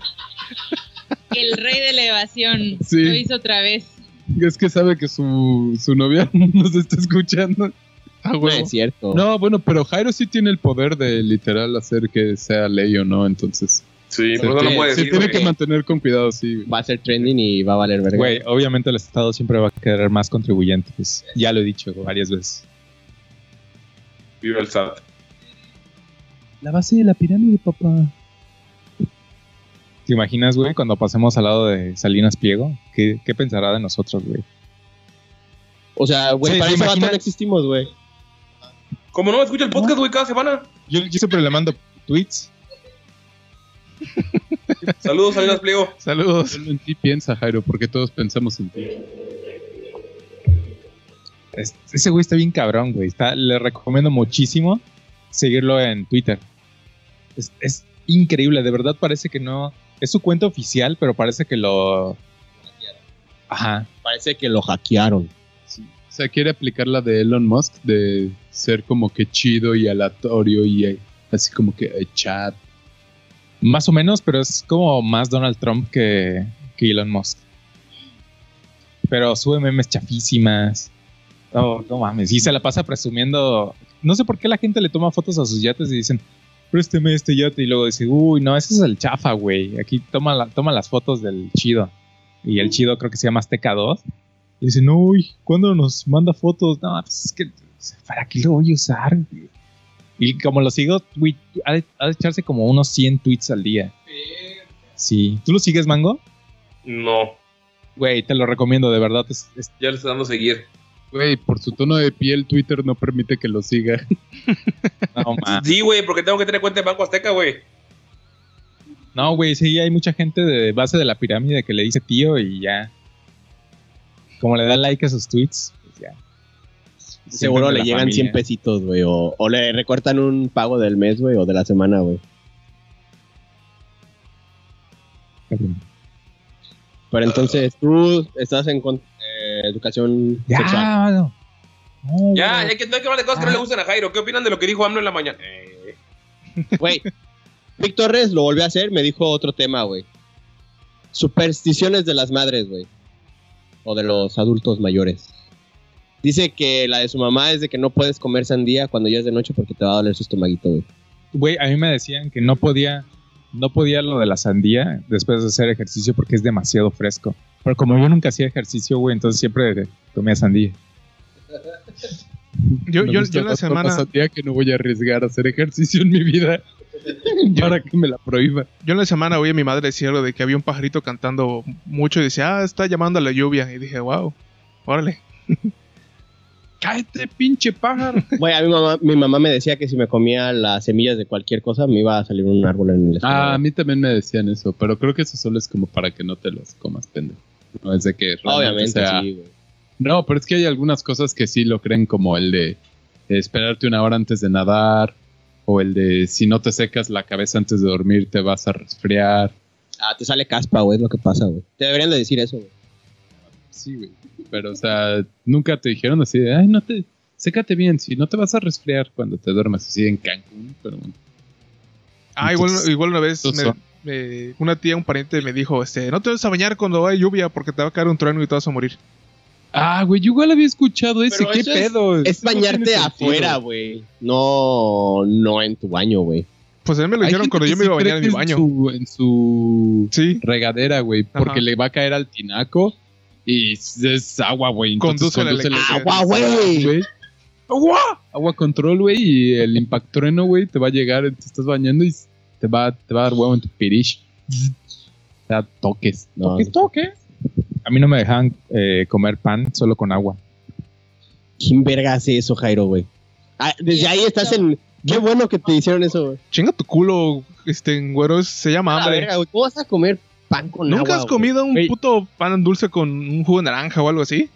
[SPEAKER 12] El rey de la evasión
[SPEAKER 7] Sí.
[SPEAKER 12] lo hizo otra vez.
[SPEAKER 7] Es que sabe que su, su novia nos está escuchando.
[SPEAKER 10] Ah,
[SPEAKER 9] No
[SPEAKER 10] huevo.
[SPEAKER 9] es cierto.
[SPEAKER 7] No, bueno, pero Jairo sí tiene el poder de literal hacer que sea ley o no, entonces.
[SPEAKER 6] Pues Sí,
[SPEAKER 7] se
[SPEAKER 6] pero no lo
[SPEAKER 7] tiene,
[SPEAKER 6] puede
[SPEAKER 7] se
[SPEAKER 6] decir.
[SPEAKER 7] tiene
[SPEAKER 6] güey.
[SPEAKER 7] que mantener con cuidado, sí. güey.
[SPEAKER 9] Va a ser trending y va a valer verga.
[SPEAKER 11] Güey, obviamente el Estado siempre va a querer más contribuyentes. pues, Ya lo he dicho varias veces.
[SPEAKER 6] Viva el SAT.
[SPEAKER 11] La base de la pirámide, papá. ¿Te imaginas, güey, cuando pasemos al lado de Salinas Pliego? ¿Qué, qué pensará de nosotros, güey?
[SPEAKER 9] O sea, güey,
[SPEAKER 11] Sí,
[SPEAKER 9] para
[SPEAKER 11] ¿te
[SPEAKER 9] ese vato
[SPEAKER 11] imaginas?
[SPEAKER 9] no existimos, güey.
[SPEAKER 6] ¿Cómo no? Escucha el podcast, güey, cada semana.
[SPEAKER 11] Yo, yo siempre le mando tweets.
[SPEAKER 6] Saludos, Salinas Pliego.
[SPEAKER 10] Saludos.
[SPEAKER 7] Solo en ti piensa, Jairo, porque todos pensamos en ti.
[SPEAKER 11] Es- ese güey está bien cabrón, güey. Está, le recomiendo muchísimo seguirlo en Twitter. Es, es increíble, de verdad parece que no. Es su cuenta oficial, pero parece que lo. Ajá.
[SPEAKER 9] Parece que lo hackearon.
[SPEAKER 7] O sea, quiere aplicar la de Elon Musk de ser como que chido y aleatorio y eh, así como que eh, chat.
[SPEAKER 11] Más o menos, pero es como más Donald Trump que, que Elon Musk. Pero sube memes chafísimas. Oh, no mames. Y se la pasa presumiendo. No sé por qué la gente le toma fotos a sus yates y dicen, présteme este yate. Y luego dice, uy, no, ese es el chafa, güey. Aquí toma, la- toma las fotos del chido. Y el chido creo que se llama Azteca 2. Y dice, no, uy, ¿cuándo nos manda fotos? No, pues es que, ¿para qué lo voy a usar? güey?" Y como lo sigo, güey, ha de, ha de echarse como unos 100 tweets al día. Sí. ¿Tú lo sigues, Mango?
[SPEAKER 6] No,
[SPEAKER 11] Güey, te lo recomiendo, de verdad. es- es-
[SPEAKER 6] ya le está dando seguir.
[SPEAKER 7] Güey, por su tono de piel, Twitter no permite que lo siga.
[SPEAKER 11] no,
[SPEAKER 7] Ah.
[SPEAKER 11] ma.
[SPEAKER 6] Sí, güey, porque tengo que tener cuenta de Banco Azteca, güey.
[SPEAKER 11] No, güey, sí, hay mucha gente de base de la pirámide que le dice tío y ya. Como le da like a sus tweets, pues ya. Siempre
[SPEAKER 9] Seguro
[SPEAKER 11] de
[SPEAKER 9] le
[SPEAKER 11] la
[SPEAKER 9] llegan
[SPEAKER 11] familia.
[SPEAKER 9] 100 pesitos, güey. O, o le recortan un pago del mes, güey, o de la semana, güey. Pero entonces, tú estás en con- eh, educación
[SPEAKER 11] Ya,
[SPEAKER 9] sexual.
[SPEAKER 11] mano. No,
[SPEAKER 6] Ya,
[SPEAKER 7] Ah.
[SPEAKER 11] güey.
[SPEAKER 6] ya que no hay que hablar de cosas que no le gustan a Jairo. ¿Qué opinan de lo que dijo AMLO en la mañana? Eh,
[SPEAKER 9] Güey, Vic Torres lo volvió a hacer, me dijo otro tema, güey. Supersticiones de las madres, güey. O de los adultos mayores. Dice que la de su mamá es de que no puedes comer sandía cuando ya es de noche porque te va a doler su estomaguito, güey.
[SPEAKER 11] Güey, a mí me decían que no podía, no podía lo de la sandía después de hacer ejercicio porque es demasiado fresco. Pero como yo nunca hacía ejercicio, güey, entonces siempre comía sandía.
[SPEAKER 10] Yo,
[SPEAKER 7] Me
[SPEAKER 10] yo,
[SPEAKER 7] gusta
[SPEAKER 10] yo la
[SPEAKER 7] más por
[SPEAKER 10] semana,
[SPEAKER 7] pasantía que no voy a arriesgar a hacer ejercicio en mi vida. Para que me la prohíba.
[SPEAKER 10] yo en la semana oí a mi madre decir algo de que había un pajarito cantando mucho y decía, ah, está llamando a la lluvia. Y dije, wow, órale.
[SPEAKER 7] ¡Cállate, pinche pájaro!
[SPEAKER 9] Güey, a mi mamá, mi mamá me decía que si me comía las semillas de cualquier cosa me iba a salir un árbol en el estómago.
[SPEAKER 7] ah, a mí también me decían eso, pero creo que eso solo es como para que no te las comas, pendejo. No es de que realmente
[SPEAKER 9] Obviamente,
[SPEAKER 7] sea-
[SPEAKER 9] sí, güey.
[SPEAKER 7] No, pero es que hay algunas cosas que sí lo creen, como el de esperarte una hora antes de nadar, o el de si no te secas la cabeza antes de dormir te vas a resfriar.
[SPEAKER 9] Ah, te sale caspa, güey, es lo que pasa, güey. Te deberían de decir eso, güey.
[SPEAKER 7] Sí, güey. Pero, o sea, nunca te dijeron así de, ay, no te, sécate bien, si no te vas a resfriar cuando te duermas así en Cancún, pero bueno.
[SPEAKER 10] Ah, igual,
[SPEAKER 7] Entonces,
[SPEAKER 10] igual una vez
[SPEAKER 7] estos
[SPEAKER 10] me-
[SPEAKER 7] son-
[SPEAKER 10] me- una tía, un pariente me dijo, este, no te vas a bañar cuando hay lluvia porque te va a caer un trueno y te vas a morir.
[SPEAKER 7] Ah, güey, yo igual había escuchado ese,
[SPEAKER 9] Pero
[SPEAKER 7] ¿qué
[SPEAKER 9] eso es-
[SPEAKER 7] pedo?
[SPEAKER 9] Es
[SPEAKER 7] Eso no
[SPEAKER 9] bañarte
[SPEAKER 7] tiene
[SPEAKER 9] afuera,
[SPEAKER 7] sentido.
[SPEAKER 9] güey. No, no en tu baño, güey.
[SPEAKER 10] Pues a mí me lo
[SPEAKER 7] Hay
[SPEAKER 10] dijeron
[SPEAKER 7] gente
[SPEAKER 10] cuando
[SPEAKER 7] que
[SPEAKER 10] yo me
[SPEAKER 7] sí
[SPEAKER 10] iba a
[SPEAKER 7] cree
[SPEAKER 10] bañar en
[SPEAKER 7] que
[SPEAKER 10] mi baño.
[SPEAKER 7] su- en su
[SPEAKER 10] Sí,
[SPEAKER 7] regadera, güey, porque
[SPEAKER 10] Ajá.
[SPEAKER 7] le va a caer al tinaco y es, es agua, güey. Entonces,
[SPEAKER 10] Conduce la electricidad.
[SPEAKER 9] Agua, güey.
[SPEAKER 7] ¡Agua! Agua control, güey, y el impactrueno, güey, te va a llegar, te estás bañando y te va, te va a dar huevo en tu pirish. Te da toques.
[SPEAKER 9] No,
[SPEAKER 11] ¿Qué toque? A mí no me dejaban eh, comer pan solo con agua.
[SPEAKER 9] ¿Quién verga hace eso, Jairo, güey? Ah, desde ahí estás en. Qué bueno que te hicieron eso, güey.
[SPEAKER 10] chinga tu culo, este, güero, se llama
[SPEAKER 9] A la
[SPEAKER 10] hambre.
[SPEAKER 9] verga, güey. ¿Cómo vas a comer pan con agua?
[SPEAKER 10] ¿Nunca has
[SPEAKER 9] güey?
[SPEAKER 10] comido un
[SPEAKER 11] Güey.
[SPEAKER 10] puto pan dulce con un jugo de naranja o algo así?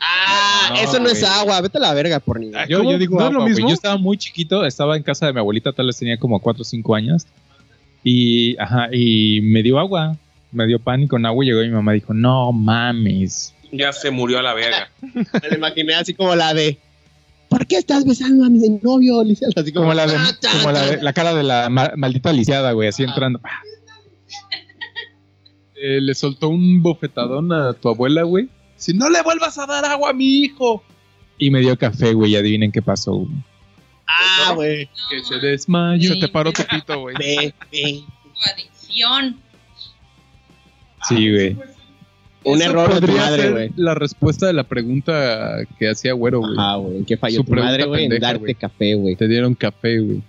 [SPEAKER 9] Ah,
[SPEAKER 11] No,
[SPEAKER 9] eso no es
[SPEAKER 11] güey.
[SPEAKER 9] agua. Vete a la verga, por niño.
[SPEAKER 10] Ay,
[SPEAKER 11] Yo,
[SPEAKER 10] ¿cómo?
[SPEAKER 11] yo digo,
[SPEAKER 10] ¿No es
[SPEAKER 11] agua,
[SPEAKER 10] lo
[SPEAKER 11] güey.
[SPEAKER 10] mismo?
[SPEAKER 11] yo estaba muy chiquito, estaba en casa de mi abuelita, tal vez tenía como 4 o 5 años. Y, ajá, y me dio agua, me dio pan y con agua llegó y mi mamá dijo, no mames.
[SPEAKER 6] Ya se murió a la verga.
[SPEAKER 7] Ah,
[SPEAKER 9] Me lo imaginé así como la de. ¿Por qué estás besando a mi novio, Alicia? Así como,
[SPEAKER 11] Como la, de,
[SPEAKER 9] Ah, ta,
[SPEAKER 11] como la, de-
[SPEAKER 9] ta.
[SPEAKER 11] la cara de la ma- maldita lisiada, güey, así entrando.
[SPEAKER 7] Eh, le soltó un bofetadón a tu abuela, güey. Si no le vuelvas a dar agua a mi hijo.
[SPEAKER 11] Y me dio café, güey, y adivinen qué pasó. güey.
[SPEAKER 9] Ah, güey.
[SPEAKER 7] Que se desmayó.
[SPEAKER 10] Se te paró tu pito, güey.
[SPEAKER 9] Ve, ve.
[SPEAKER 12] Tu adicción.
[SPEAKER 11] Ah, Sí, güey.
[SPEAKER 9] Un
[SPEAKER 7] Esa
[SPEAKER 9] error de tu
[SPEAKER 7] podría
[SPEAKER 9] madre,
[SPEAKER 7] ser
[SPEAKER 9] güey.
[SPEAKER 7] La respuesta de la pregunta que hacía Güero, güey.
[SPEAKER 9] Ah, güey. ¿Qué falló
[SPEAKER 7] Su
[SPEAKER 9] tu madre,
[SPEAKER 7] pregunta
[SPEAKER 9] güey? En
[SPEAKER 7] pendeja,
[SPEAKER 9] darte
[SPEAKER 7] güey.
[SPEAKER 9] café, güey.
[SPEAKER 7] Te dieron café, güey.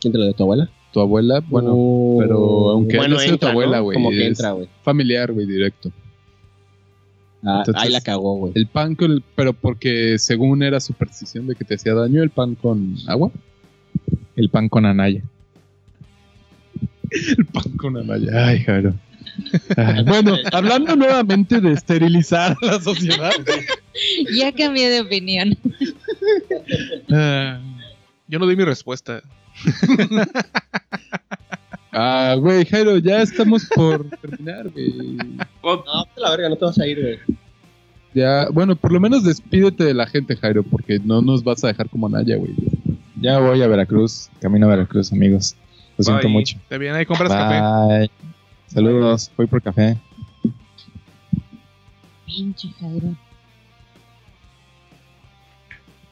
[SPEAKER 9] ¿Quién te lo dio tu abuela?
[SPEAKER 7] Tu abuela, bueno,
[SPEAKER 9] Oh.
[SPEAKER 7] pero aunque no sea tu
[SPEAKER 9] entra,
[SPEAKER 7] abuela,
[SPEAKER 9] ¿no?
[SPEAKER 7] güey,
[SPEAKER 9] Como que
[SPEAKER 7] es-
[SPEAKER 9] entra, güey.
[SPEAKER 7] familiar, güey, directo.
[SPEAKER 9] Ah,
[SPEAKER 7] Entonces-
[SPEAKER 9] ahí la cagó, güey.
[SPEAKER 7] El pan con el, pero porque según era superstición de que te hacía daño el pan con agua.
[SPEAKER 11] El pan con Anaya.
[SPEAKER 7] El pan con amaya. Ay, Jaro. Ay, bueno, hablando nuevamente de esterilizar a la sociedad.
[SPEAKER 12] Ya cambié de opinión.
[SPEAKER 10] Ah, yo no di mi respuesta.
[SPEAKER 7] Ah, güey, Jairo, ya estamos por terminar, güey.
[SPEAKER 6] Oh,
[SPEAKER 9] No, vete a la verga, no te vas a ir, güey.
[SPEAKER 7] Ya, bueno, por lo menos despídete de la gente, Jairo, porque no nos vas a dejar como Naya, güey.
[SPEAKER 11] Ya voy a Veracruz, camino a Veracruz, amigos. Lo siento
[SPEAKER 6] Bye.
[SPEAKER 11] mucho.
[SPEAKER 10] Te viene ahí, compras café.
[SPEAKER 11] Bye. Saludos, voy por café.
[SPEAKER 12] Pinche Jairo.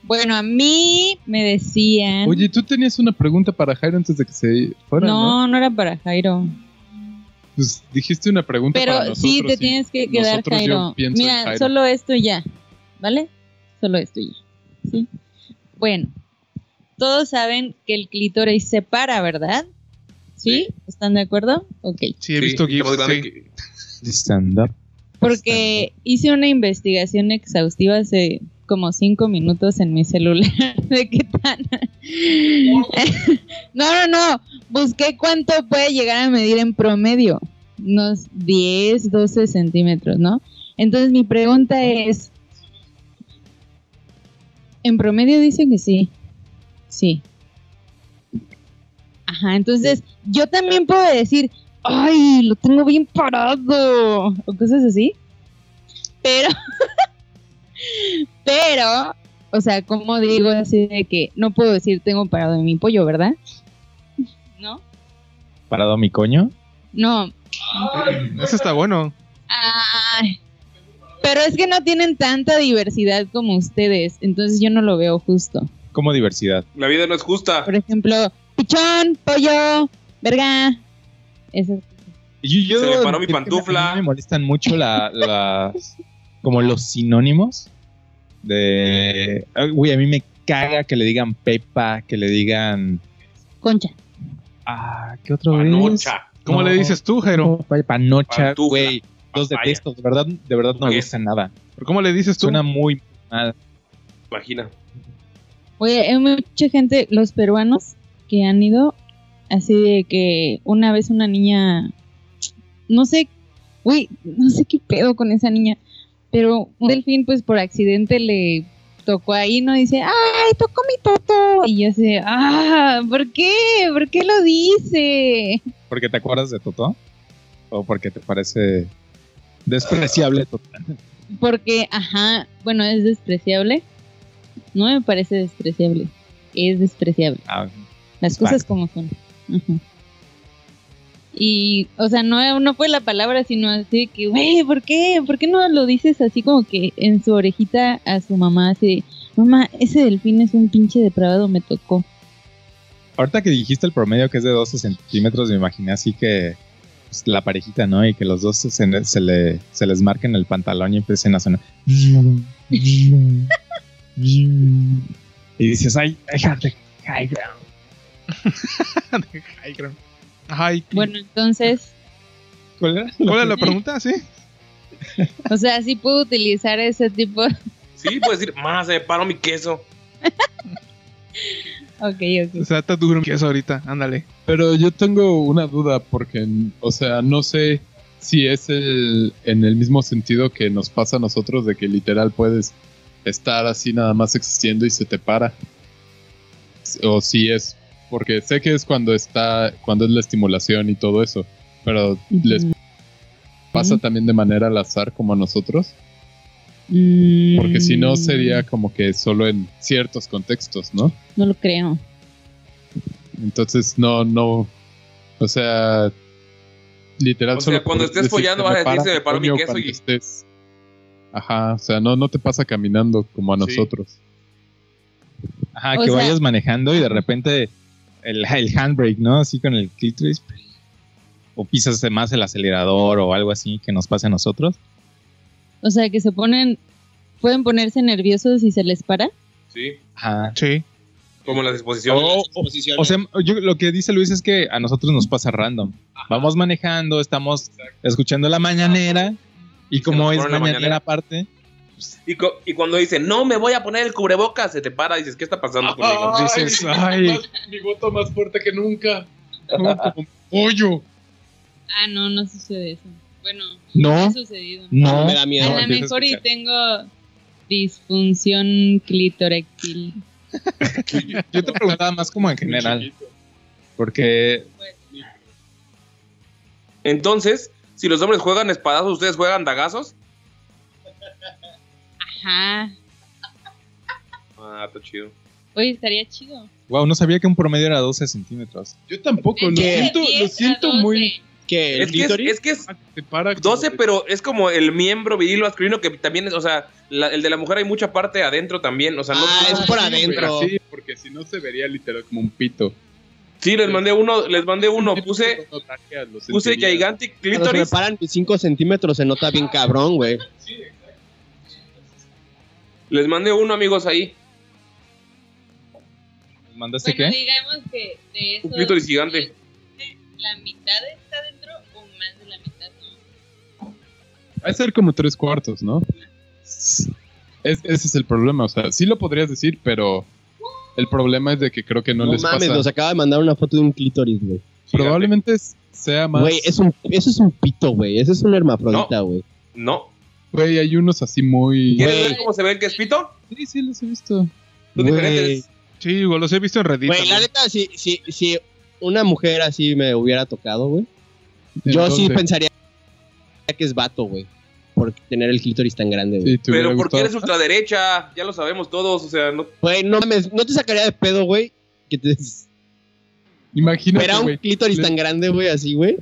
[SPEAKER 12] Bueno, a mí me decían.
[SPEAKER 7] Oye, tú tenías una pregunta para Jairo antes de que se fuera, ¿no?
[SPEAKER 12] no, no era para Jairo.
[SPEAKER 7] Pues dijiste una pregunta
[SPEAKER 12] Pero
[SPEAKER 7] para nosotros.
[SPEAKER 12] sí, te
[SPEAKER 7] y
[SPEAKER 12] tienes que quedar,
[SPEAKER 7] nosotros yo
[SPEAKER 12] Jairo.
[SPEAKER 7] pienso en
[SPEAKER 12] Mira,
[SPEAKER 7] Jairo.
[SPEAKER 12] solo esto y ya, ¿vale? Solo esto y ya, ¿sí? Bueno, todos saben que el clítoris se para, ¿verdad? ¿Sí? ¿Están de acuerdo? Ok.
[SPEAKER 10] Sí, he visto
[SPEAKER 6] está
[SPEAKER 10] GIFs.
[SPEAKER 6] más grande
[SPEAKER 10] sí.
[SPEAKER 6] que-
[SPEAKER 11] Stand up.
[SPEAKER 12] Porque hice una investigación exhaustiva hace como cinco minutos en mi celular de qué tan... No, no, no. Busqué cuánto puede llegar a medir en promedio. Unos 10, 12 centímetros, ¿no? Entonces mi pregunta es... En promedio dicen que sí. Sí. Ajá, entonces yo también puedo decir, ay, lo tengo bien parado. O cosas así. Pero, pero, o sea, como digo así de que no puedo decir tengo parado en mi pollo, ¿verdad? No,
[SPEAKER 11] Parado a mi coño.
[SPEAKER 12] no.
[SPEAKER 10] Eso está bueno.
[SPEAKER 12] Ay. Pero es que no tienen tanta diversidad como ustedes, entonces yo no lo veo justo.
[SPEAKER 11] Como diversidad.
[SPEAKER 6] La vida no es justa.
[SPEAKER 12] Por ejemplo, pichón, pollo, verga. Eso.
[SPEAKER 11] Y yo-
[SPEAKER 6] Se me
[SPEAKER 11] yo-
[SPEAKER 6] paró mi
[SPEAKER 11] es que
[SPEAKER 6] pantufla.
[SPEAKER 11] a mí Me molestan mucho la, las- como los sinónimos de. ah, Güey, a mí me caga que le digan pepa, que le digan.
[SPEAKER 12] Concha.
[SPEAKER 11] Ah, ¿qué otro es?
[SPEAKER 6] Panocha.
[SPEAKER 10] ¿Cómo
[SPEAKER 11] No.
[SPEAKER 10] le dices tú, Jairo?
[SPEAKER 11] Pa- Panocha,
[SPEAKER 6] Pantufla.
[SPEAKER 11] güey. Los
[SPEAKER 6] Papaya.
[SPEAKER 11] detesto, de verdad, de verdad no me
[SPEAKER 6] Ujú.
[SPEAKER 11] gusta nada.
[SPEAKER 10] ¿Cómo le dices tú?
[SPEAKER 11] Suena muy mal.
[SPEAKER 6] Imagina.
[SPEAKER 12] Oye, hay mucha gente, los peruanos que han ido, así de que una vez una niña, no sé, uy, no sé qué pedo con esa niña, pero un delfín pues por accidente le tocó ahí, ¿no? Dice, ay, tocó mi toto. Y yo sé, ah, ¿por qué? ¿Por qué lo dice?
[SPEAKER 11] ¿Porque te acuerdas de Totó? ¿O porque te parece despreciable Totó?
[SPEAKER 12] Porque, ajá, bueno, es despreciable. No me parece despreciable, es despreciable.
[SPEAKER 11] Ah,
[SPEAKER 12] Las cosas como son. Ajá. Y, o sea, no, no fue la palabra, sino así de que, güey, ¿por qué? ¿Por qué no lo dices así como que en su orejita a su mamá? Así de, mamá, ese delfín es un pinche depravado, me tocó.
[SPEAKER 11] Ahorita que dijiste el promedio que es de 12 centímetros, me imaginé así que pues, la parejita, ¿no? Y que los dos se, se le- se les marquen el pantalón y empiecen a sonar. Y dices, ay, déjate.
[SPEAKER 10] Ay, creo. Ay,
[SPEAKER 12] Bueno, entonces,
[SPEAKER 11] ¿Cuál era?
[SPEAKER 10] ¿cuál es la pregunta? Sí.
[SPEAKER 12] o sea, sí puedo utilizar ese tipo.
[SPEAKER 6] Sí, puedes decir, más se me paró mi queso.
[SPEAKER 12] Ok,
[SPEAKER 10] O
[SPEAKER 12] ok.
[SPEAKER 10] sea, está duro mi queso ahorita. Ándale.
[SPEAKER 7] Pero yo tengo una duda porque, o sea, no sé si es el, en el mismo sentido que nos pasa a nosotros de que literal puedes estar así nada más existiendo y se te para. O si es, porque sé que es cuando está, cuando es la estimulación y todo eso, pero les
[SPEAKER 12] Mm.
[SPEAKER 7] pasa también de manera al azar como a nosotros,
[SPEAKER 12] Mm.
[SPEAKER 7] porque si no sería como que solo en ciertos contextos, ¿no?
[SPEAKER 12] No lo creo.
[SPEAKER 7] Entonces, no, no. O sea, literal.
[SPEAKER 6] O sea,
[SPEAKER 7] solo
[SPEAKER 6] cuando
[SPEAKER 7] por
[SPEAKER 6] estés
[SPEAKER 7] decir,
[SPEAKER 6] follando
[SPEAKER 7] "Se me
[SPEAKER 6] vas a
[SPEAKER 7] para
[SPEAKER 6] decir, "Se me paró mi
[SPEAKER 7] coño",
[SPEAKER 6] queso",
[SPEAKER 7] cuando
[SPEAKER 6] y-
[SPEAKER 7] estés- Ajá, o sea, no, no te pasa caminando como a
[SPEAKER 6] Sí.
[SPEAKER 7] nosotros.
[SPEAKER 11] Ajá,
[SPEAKER 12] O
[SPEAKER 11] que
[SPEAKER 12] sea-
[SPEAKER 11] vayas manejando y de repente el, el handbrake, ¿no? Así con el clítoris. O pisas más el acelerador o algo así que nos pase a nosotros.
[SPEAKER 12] O sea, que se ponen, pueden ponerse nerviosos y se les para.
[SPEAKER 6] Sí.
[SPEAKER 11] Ajá.
[SPEAKER 10] Sí.
[SPEAKER 6] Como las exposiciones.
[SPEAKER 7] Oh.
[SPEAKER 11] O sea, yo, lo que dice Luis es que a nosotros nos pasa random. Vamos manejando, estamos escuchando la mañanera y como
[SPEAKER 6] nos
[SPEAKER 11] es
[SPEAKER 6] pone la
[SPEAKER 11] mañanera,
[SPEAKER 6] mañanera.
[SPEAKER 11] aparte,
[SPEAKER 6] y, cu- y cuando dice, no me voy a poner el cubrebocas, se te para y dices, ¿qué está
[SPEAKER 2] Ah,
[SPEAKER 6] pasando
[SPEAKER 2] pues,
[SPEAKER 6] conmigo?
[SPEAKER 7] Ah.
[SPEAKER 11] dices, ay,
[SPEAKER 7] mi voto más fuerte que nunca. Pollo.
[SPEAKER 12] Ah, no, no sucede eso. Bueno, no
[SPEAKER 11] no,
[SPEAKER 12] ha sucedido.
[SPEAKER 11] no.
[SPEAKER 9] Me da miedo.
[SPEAKER 12] a lo
[SPEAKER 7] empieza a
[SPEAKER 12] mejor y
[SPEAKER 7] escuchar.
[SPEAKER 12] tengo disfunción clitorectil.
[SPEAKER 11] Yo te preguntaba más como en general, porque
[SPEAKER 6] Entonces, si los hombres juegan espadazos, ¿ustedes juegan dagazos?
[SPEAKER 12] Ajá.
[SPEAKER 6] Ah, está chido.
[SPEAKER 12] Oye, estaría chido.
[SPEAKER 11] wow, no sabía que un promedio era 12 centímetros.
[SPEAKER 7] Yo tampoco, lo
[SPEAKER 9] ¿Qué?
[SPEAKER 7] siento, lo siento muy.
[SPEAKER 9] ¿Qué? ¿El
[SPEAKER 6] Es que es,
[SPEAKER 9] clítoris?
[SPEAKER 6] es que es
[SPEAKER 7] Te para
[SPEAKER 6] 12, pero es como el miembro viril masculino que también es, o sea, la- el de la mujer hay mucha parte adentro también, o sea, no...
[SPEAKER 9] Ah, es por adentro.
[SPEAKER 7] Sí, porque si no se vería literal como un pito.
[SPEAKER 6] Sí, les mandé uno, les mandé uno, puse,
[SPEAKER 7] Los
[SPEAKER 6] puse
[SPEAKER 7] sentirías.
[SPEAKER 6] Gigantic
[SPEAKER 9] Cuando se me
[SPEAKER 6] Clitoris.
[SPEAKER 9] paran mis 5 centímetros se nota bien cabrón, güey.
[SPEAKER 6] Les mandé uno, amigos, ahí.
[SPEAKER 7] ¿Mandaste
[SPEAKER 12] Bueno,
[SPEAKER 7] qué?
[SPEAKER 12] digamos que de eso.
[SPEAKER 6] Un clítoris gigante.
[SPEAKER 12] La mitad está dentro o más de la mitad. ¿no?
[SPEAKER 7] Va a ser como tres cuartos, ¿no? Es- ese es el problema, o sea, sí lo podrías decir, pero el problema es de que creo que no,
[SPEAKER 9] No,
[SPEAKER 7] les
[SPEAKER 9] mames,
[SPEAKER 7] pasa.
[SPEAKER 9] nos acaba de mandar una foto de un clítoris, güey.
[SPEAKER 7] Probablemente sea más...
[SPEAKER 9] Güey, es un- eso es un pito, güey. Eso es una hermafrodita, güey.
[SPEAKER 6] No.
[SPEAKER 7] Güey, hay unos así muy...
[SPEAKER 6] ¿Quieres
[SPEAKER 9] Güey.
[SPEAKER 6] ver cómo se ve el que es pito?
[SPEAKER 7] Sí, sí, los he visto.
[SPEAKER 6] Son
[SPEAKER 9] Güey.
[SPEAKER 6] diferentes.
[SPEAKER 10] Sí, güey, los he visto en Reddit.
[SPEAKER 9] Güey, la
[SPEAKER 10] también.
[SPEAKER 9] neta, si, si, si una mujer así me hubiera tocado, güey, yo sí
[SPEAKER 7] Entonces,
[SPEAKER 9] pensaría que es vato, güey. Por tener el clítoris tan grande, güey.
[SPEAKER 7] sí, te hubiera
[SPEAKER 6] Pero porque
[SPEAKER 7] gustado.
[SPEAKER 6] eres ultraderecha, ya lo sabemos todos, o sea, no.
[SPEAKER 9] Güey, no mames, no te sacaría de pedo, güey. Que te
[SPEAKER 7] Imagínate,
[SPEAKER 9] espera un
[SPEAKER 7] güey.
[SPEAKER 9] clítoris
[SPEAKER 7] Le-
[SPEAKER 9] tan grande, güey, así, güey.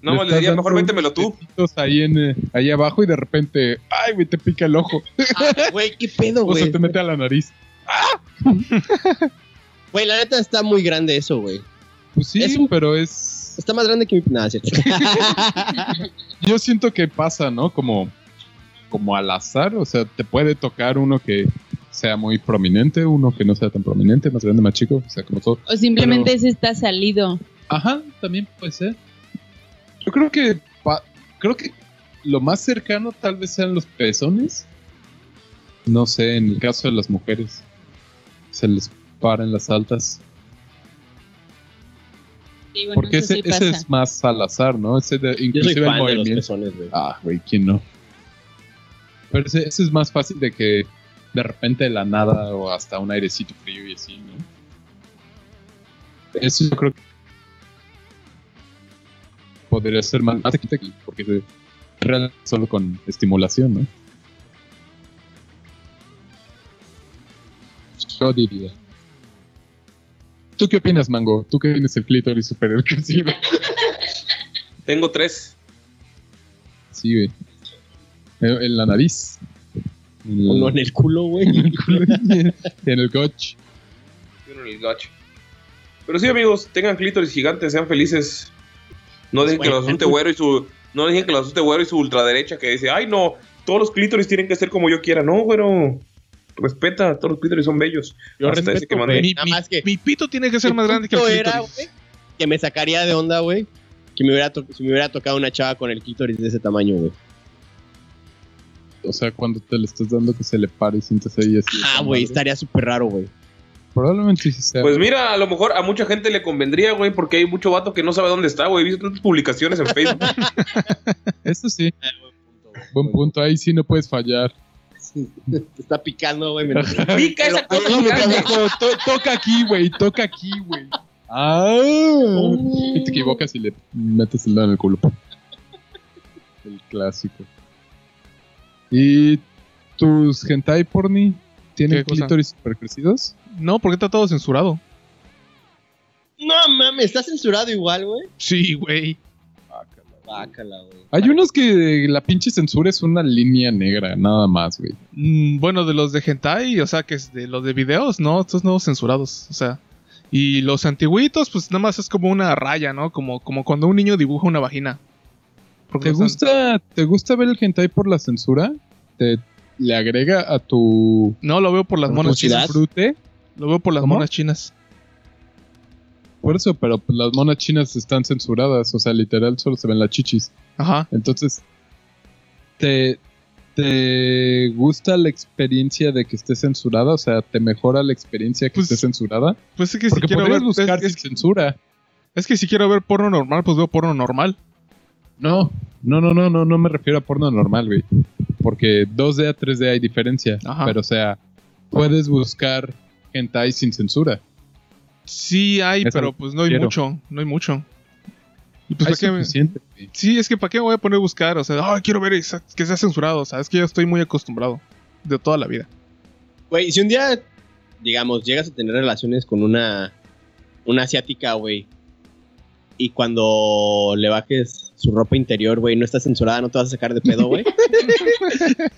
[SPEAKER 6] No, más le
[SPEAKER 7] estás
[SPEAKER 6] diría,
[SPEAKER 7] dando este
[SPEAKER 6] mejor
[SPEAKER 7] unos
[SPEAKER 6] véntemelo tú.
[SPEAKER 7] besitos Ahí, en, eh, ahí abajo y de repente, ay, güey, te pica el ojo.
[SPEAKER 9] Ah, Güey, qué pedo,
[SPEAKER 7] O
[SPEAKER 9] güey.
[SPEAKER 7] se te mete a la nariz.
[SPEAKER 9] Güey, la neta está muy grande eso, güey.
[SPEAKER 7] Pues sí,
[SPEAKER 9] Es un-
[SPEAKER 7] pero es...
[SPEAKER 9] Está más grande que mi. Nada, cierto.
[SPEAKER 7] Yo siento que pasa, ¿no? Como, como al azar, o sea, te puede tocar uno que sea muy prominente, uno que no sea tan prominente, más grande, más chico, o sea, como todo.
[SPEAKER 12] O simplemente ese está salido.
[SPEAKER 7] Ajá, también puede ser. Yo creo que pa- creo que lo más cercano tal vez sean los pezones. No sé, en el caso de las mujeres se les paran las altas,
[SPEAKER 12] Sí, bueno,
[SPEAKER 7] porque
[SPEAKER 12] eso
[SPEAKER 7] ese,
[SPEAKER 12] sí
[SPEAKER 7] ese
[SPEAKER 12] pasa.
[SPEAKER 7] es más al azar, ¿no? Ese de,
[SPEAKER 9] Yo soy
[SPEAKER 7] inclusive el
[SPEAKER 9] fan de los
[SPEAKER 7] movimiento.
[SPEAKER 9] pezones, güey.
[SPEAKER 7] Ah, güey, ¿quién no? Pero ese, ese es más fácil de que de repente de la nada o hasta un airecito frío y así, ¿no? Eso yo creo que podría ser más más difícil, porque se real solo con estimulación, ¿no? Yo diría. ¿Tú qué opinas, Mango? ¿Tú que tienes el clítoris superior crecido?
[SPEAKER 6] Tengo tres.
[SPEAKER 7] Sí, güey. En, en la nariz. En la-
[SPEAKER 9] Uno en el culo, güey.
[SPEAKER 7] en el coche.
[SPEAKER 6] y uno en el gacho. Pero sí, amigos, tengan clítoris gigantes, sean felices. No dejen que los asuste güero y su. No dejen que los asuste güero y su ultraderecha que dice, ay no, todos los clítoris tienen que ser como yo quiera. No, güero. Respeta, todos los clítoris son bellos.
[SPEAKER 9] Yo
[SPEAKER 6] Hasta ese
[SPEAKER 9] respeto,
[SPEAKER 6] que mandé.
[SPEAKER 9] Nada más que
[SPEAKER 10] Mi pito tiene que ser más grande que el
[SPEAKER 9] punto
[SPEAKER 10] clítoris.
[SPEAKER 9] era, güey, que me sacaría de onda, güey. Que me hubiera to- si me hubiera tocado una chava con el clítoris de ese tamaño, güey.
[SPEAKER 7] O sea, cuando te le estás dando que se le pare y sientes ahí así.
[SPEAKER 9] Ah, güey,
[SPEAKER 7] Madre.
[SPEAKER 9] estaría súper raro, güey.
[SPEAKER 7] Probablemente sí sea.
[SPEAKER 6] Pues mira, a lo mejor a mucha gente le convendría, güey, porque hay mucho vato que no sabe dónde está, güey. He visto tantas publicaciones en Facebook.
[SPEAKER 7] Eso sí. Buen punto. Ahí sí no puedes fallar.
[SPEAKER 9] Te está picando, güey. me-
[SPEAKER 6] Pica esa cosa
[SPEAKER 7] No, me
[SPEAKER 6] gigante.
[SPEAKER 7] pendejo, to- toca aquí, güey. Toca aquí, güey. Ah. Y te equivocas y le metes el dedo en el culo. El clásico. ¿Y tus hentai porni tienen
[SPEAKER 10] ¿Qué cosa?
[SPEAKER 7] clítoris supercrecidos?
[SPEAKER 10] No, porque está todo censurado.
[SPEAKER 9] No mames, está censurado igual, güey.
[SPEAKER 10] Sí, güey.
[SPEAKER 9] Bácala, güey.
[SPEAKER 7] Hay unos que la pinche censura es una línea negra, nada más, güey.
[SPEAKER 10] Mm, bueno, de los de hentai, o sea, que es de los de videos, ¿no? Estos nuevos censurados, o sea. Y los antiguitos, pues nada más es como una raya, ¿no? Como, como cuando un niño dibuja una vagina. Porque
[SPEAKER 7] ¿Te
[SPEAKER 10] los an-
[SPEAKER 7] gusta, ¿Te gusta ver el hentai por la censura? ¿Te le agrega a tu
[SPEAKER 10] No, lo veo por las
[SPEAKER 9] ¿Por
[SPEAKER 10] monas
[SPEAKER 9] curiosidad?
[SPEAKER 10] chinas.
[SPEAKER 7] disfrute?
[SPEAKER 10] Lo veo por las
[SPEAKER 7] ¿Cómo?
[SPEAKER 10] monas chinas.
[SPEAKER 7] Por eso, pero pues, las monas chinas están censuradas, o sea, literal solo se ven las chichis.
[SPEAKER 10] Ajá.
[SPEAKER 7] Entonces, ¿te, te gusta la experiencia de que esté censurada? O sea, ¿te mejora la experiencia que
[SPEAKER 10] Pues,
[SPEAKER 7] esté censurada?
[SPEAKER 10] Pues es que
[SPEAKER 7] Porque
[SPEAKER 10] si quiero
[SPEAKER 7] podrías
[SPEAKER 10] ver.
[SPEAKER 7] buscar
[SPEAKER 10] es,
[SPEAKER 7] sin
[SPEAKER 10] es-
[SPEAKER 7] censura.
[SPEAKER 10] es que si quiero ver porno normal, pues veo porno normal.
[SPEAKER 7] No, no, no, no, no, no me refiero a porno normal, güey. Porque 2D a 3D hay diferencia.
[SPEAKER 10] Ajá.
[SPEAKER 7] Pero, o sea, puedes buscar hentai sin censura.
[SPEAKER 10] Sí hay,
[SPEAKER 7] Eso
[SPEAKER 10] pero pues no hay
[SPEAKER 7] quiero.
[SPEAKER 10] mucho. No hay mucho. Y
[SPEAKER 7] Hay
[SPEAKER 10] pues ¿para qué me-
[SPEAKER 7] suficiente, güey.
[SPEAKER 10] Sí, es que ¿para qué me voy a poner a buscar? O sea, "Ay, quiero ver esa- que sea censurado. O sea, es que yo estoy muy acostumbrado. De toda la vida.
[SPEAKER 9] Güey, si un día, digamos, llegas a tener relaciones con una, una asiática, güey, y cuando le bajes su ropa interior, güey, no está censurada, no te vas a sacar de pedo, güey.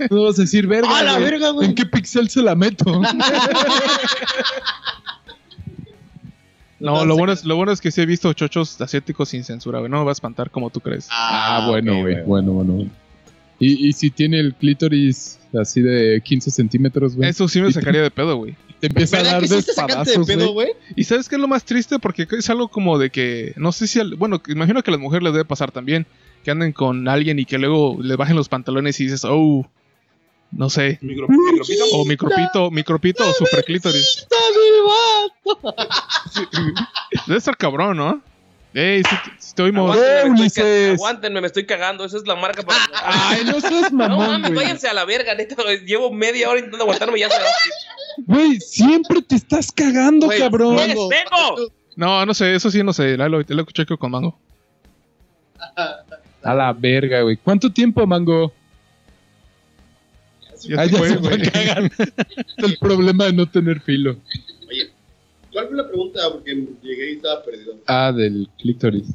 [SPEAKER 7] No vas a decir, verga,
[SPEAKER 9] ¡A la
[SPEAKER 7] güey,
[SPEAKER 9] verga, güey!
[SPEAKER 7] ¿en qué pixel se la meto?
[SPEAKER 10] No, lo, bueno es, lo bueno es que sí he visto chochos asiáticos sin censura, güey. No me va a espantar como tú crees.
[SPEAKER 7] Ah, bueno, güey. bueno, bueno, güey. Y, y si tiene el clítoris así de 15 centímetros, güey.
[SPEAKER 10] Eso sí me sacaría de pedo, güey.
[SPEAKER 7] Te empieza a
[SPEAKER 9] ¿Verdad
[SPEAKER 7] dar
[SPEAKER 9] que
[SPEAKER 7] de
[SPEAKER 9] sí te sacaste de
[SPEAKER 7] espadazos,
[SPEAKER 9] pedo,
[SPEAKER 7] güey.
[SPEAKER 9] güey?
[SPEAKER 10] Y sabes qué es lo más triste porque es algo como de que no sé si al- bueno, que imagino que a las mujeres les debe pasar también que anden con alguien y que luego le bajen los pantalones y dices, "Oh, no sé."
[SPEAKER 6] Micro- micropito.
[SPEAKER 10] O micropito, micropito o superclítoris.
[SPEAKER 9] ¡Está mi vato!
[SPEAKER 10] Debe estar cabrón, ¿no? Ey, si te, sí te oímos.
[SPEAKER 6] Aguántenme,
[SPEAKER 7] ¡Eh,
[SPEAKER 6] me estoy ca-
[SPEAKER 7] Ulises!
[SPEAKER 6] aguántenme, me estoy cagando. Esa es la marca para.
[SPEAKER 7] Ay, no seas
[SPEAKER 6] no
[SPEAKER 7] mamón,
[SPEAKER 6] mames,
[SPEAKER 7] güey.
[SPEAKER 6] váyanse a la verga, neta. güey. Llevo media hora intentando aguantarme y ya se
[SPEAKER 7] Güey, siempre te estás cagando,
[SPEAKER 6] Güey,
[SPEAKER 7] cabrón.
[SPEAKER 6] güey, ¡Vengo!
[SPEAKER 10] No, no sé, eso sí no sé. Lalo, te lo checo con mango.
[SPEAKER 7] A la verga, güey. ¿Cuánto tiempo, mango?
[SPEAKER 10] Ya
[SPEAKER 7] Ah,
[SPEAKER 10] se
[SPEAKER 7] ya
[SPEAKER 10] fue,
[SPEAKER 7] se fue
[SPEAKER 10] Este güey.
[SPEAKER 7] a cagar. Es el problema de no tener filo.
[SPEAKER 18] ¿Cuál fue la pregunta? Porque llegué y estaba perdido.
[SPEAKER 7] Ah, del clítoris.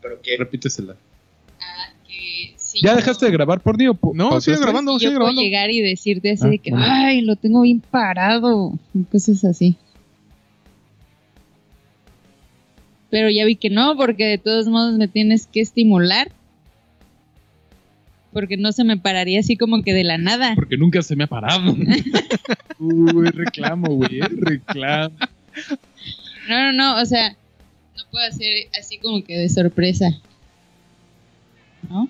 [SPEAKER 18] ¿Pero qué?
[SPEAKER 7] Repítesela.
[SPEAKER 12] Que si
[SPEAKER 7] ¿Ya
[SPEAKER 12] yo-
[SPEAKER 7] dejaste de grabar por o po-
[SPEAKER 10] No,
[SPEAKER 7] pausaste?
[SPEAKER 10] sigue grabando,
[SPEAKER 12] Yo
[SPEAKER 10] sigue
[SPEAKER 12] puedo
[SPEAKER 10] grabando.
[SPEAKER 12] llegar y decirte así
[SPEAKER 7] Ah,
[SPEAKER 12] de que,
[SPEAKER 7] bueno.
[SPEAKER 12] ay, lo tengo bien parado, y cosas así. Pero ya vi que no, porque de todos modos me tienes que estimular. Porque no se me pararía así como que de la nada.
[SPEAKER 7] Porque nunca se me ha parado. Uy, reclamo,
[SPEAKER 10] eh,
[SPEAKER 7] güey. Reclamo.
[SPEAKER 12] No, no, no, o sea, no puedo hacer así como que de sorpresa. ¿No?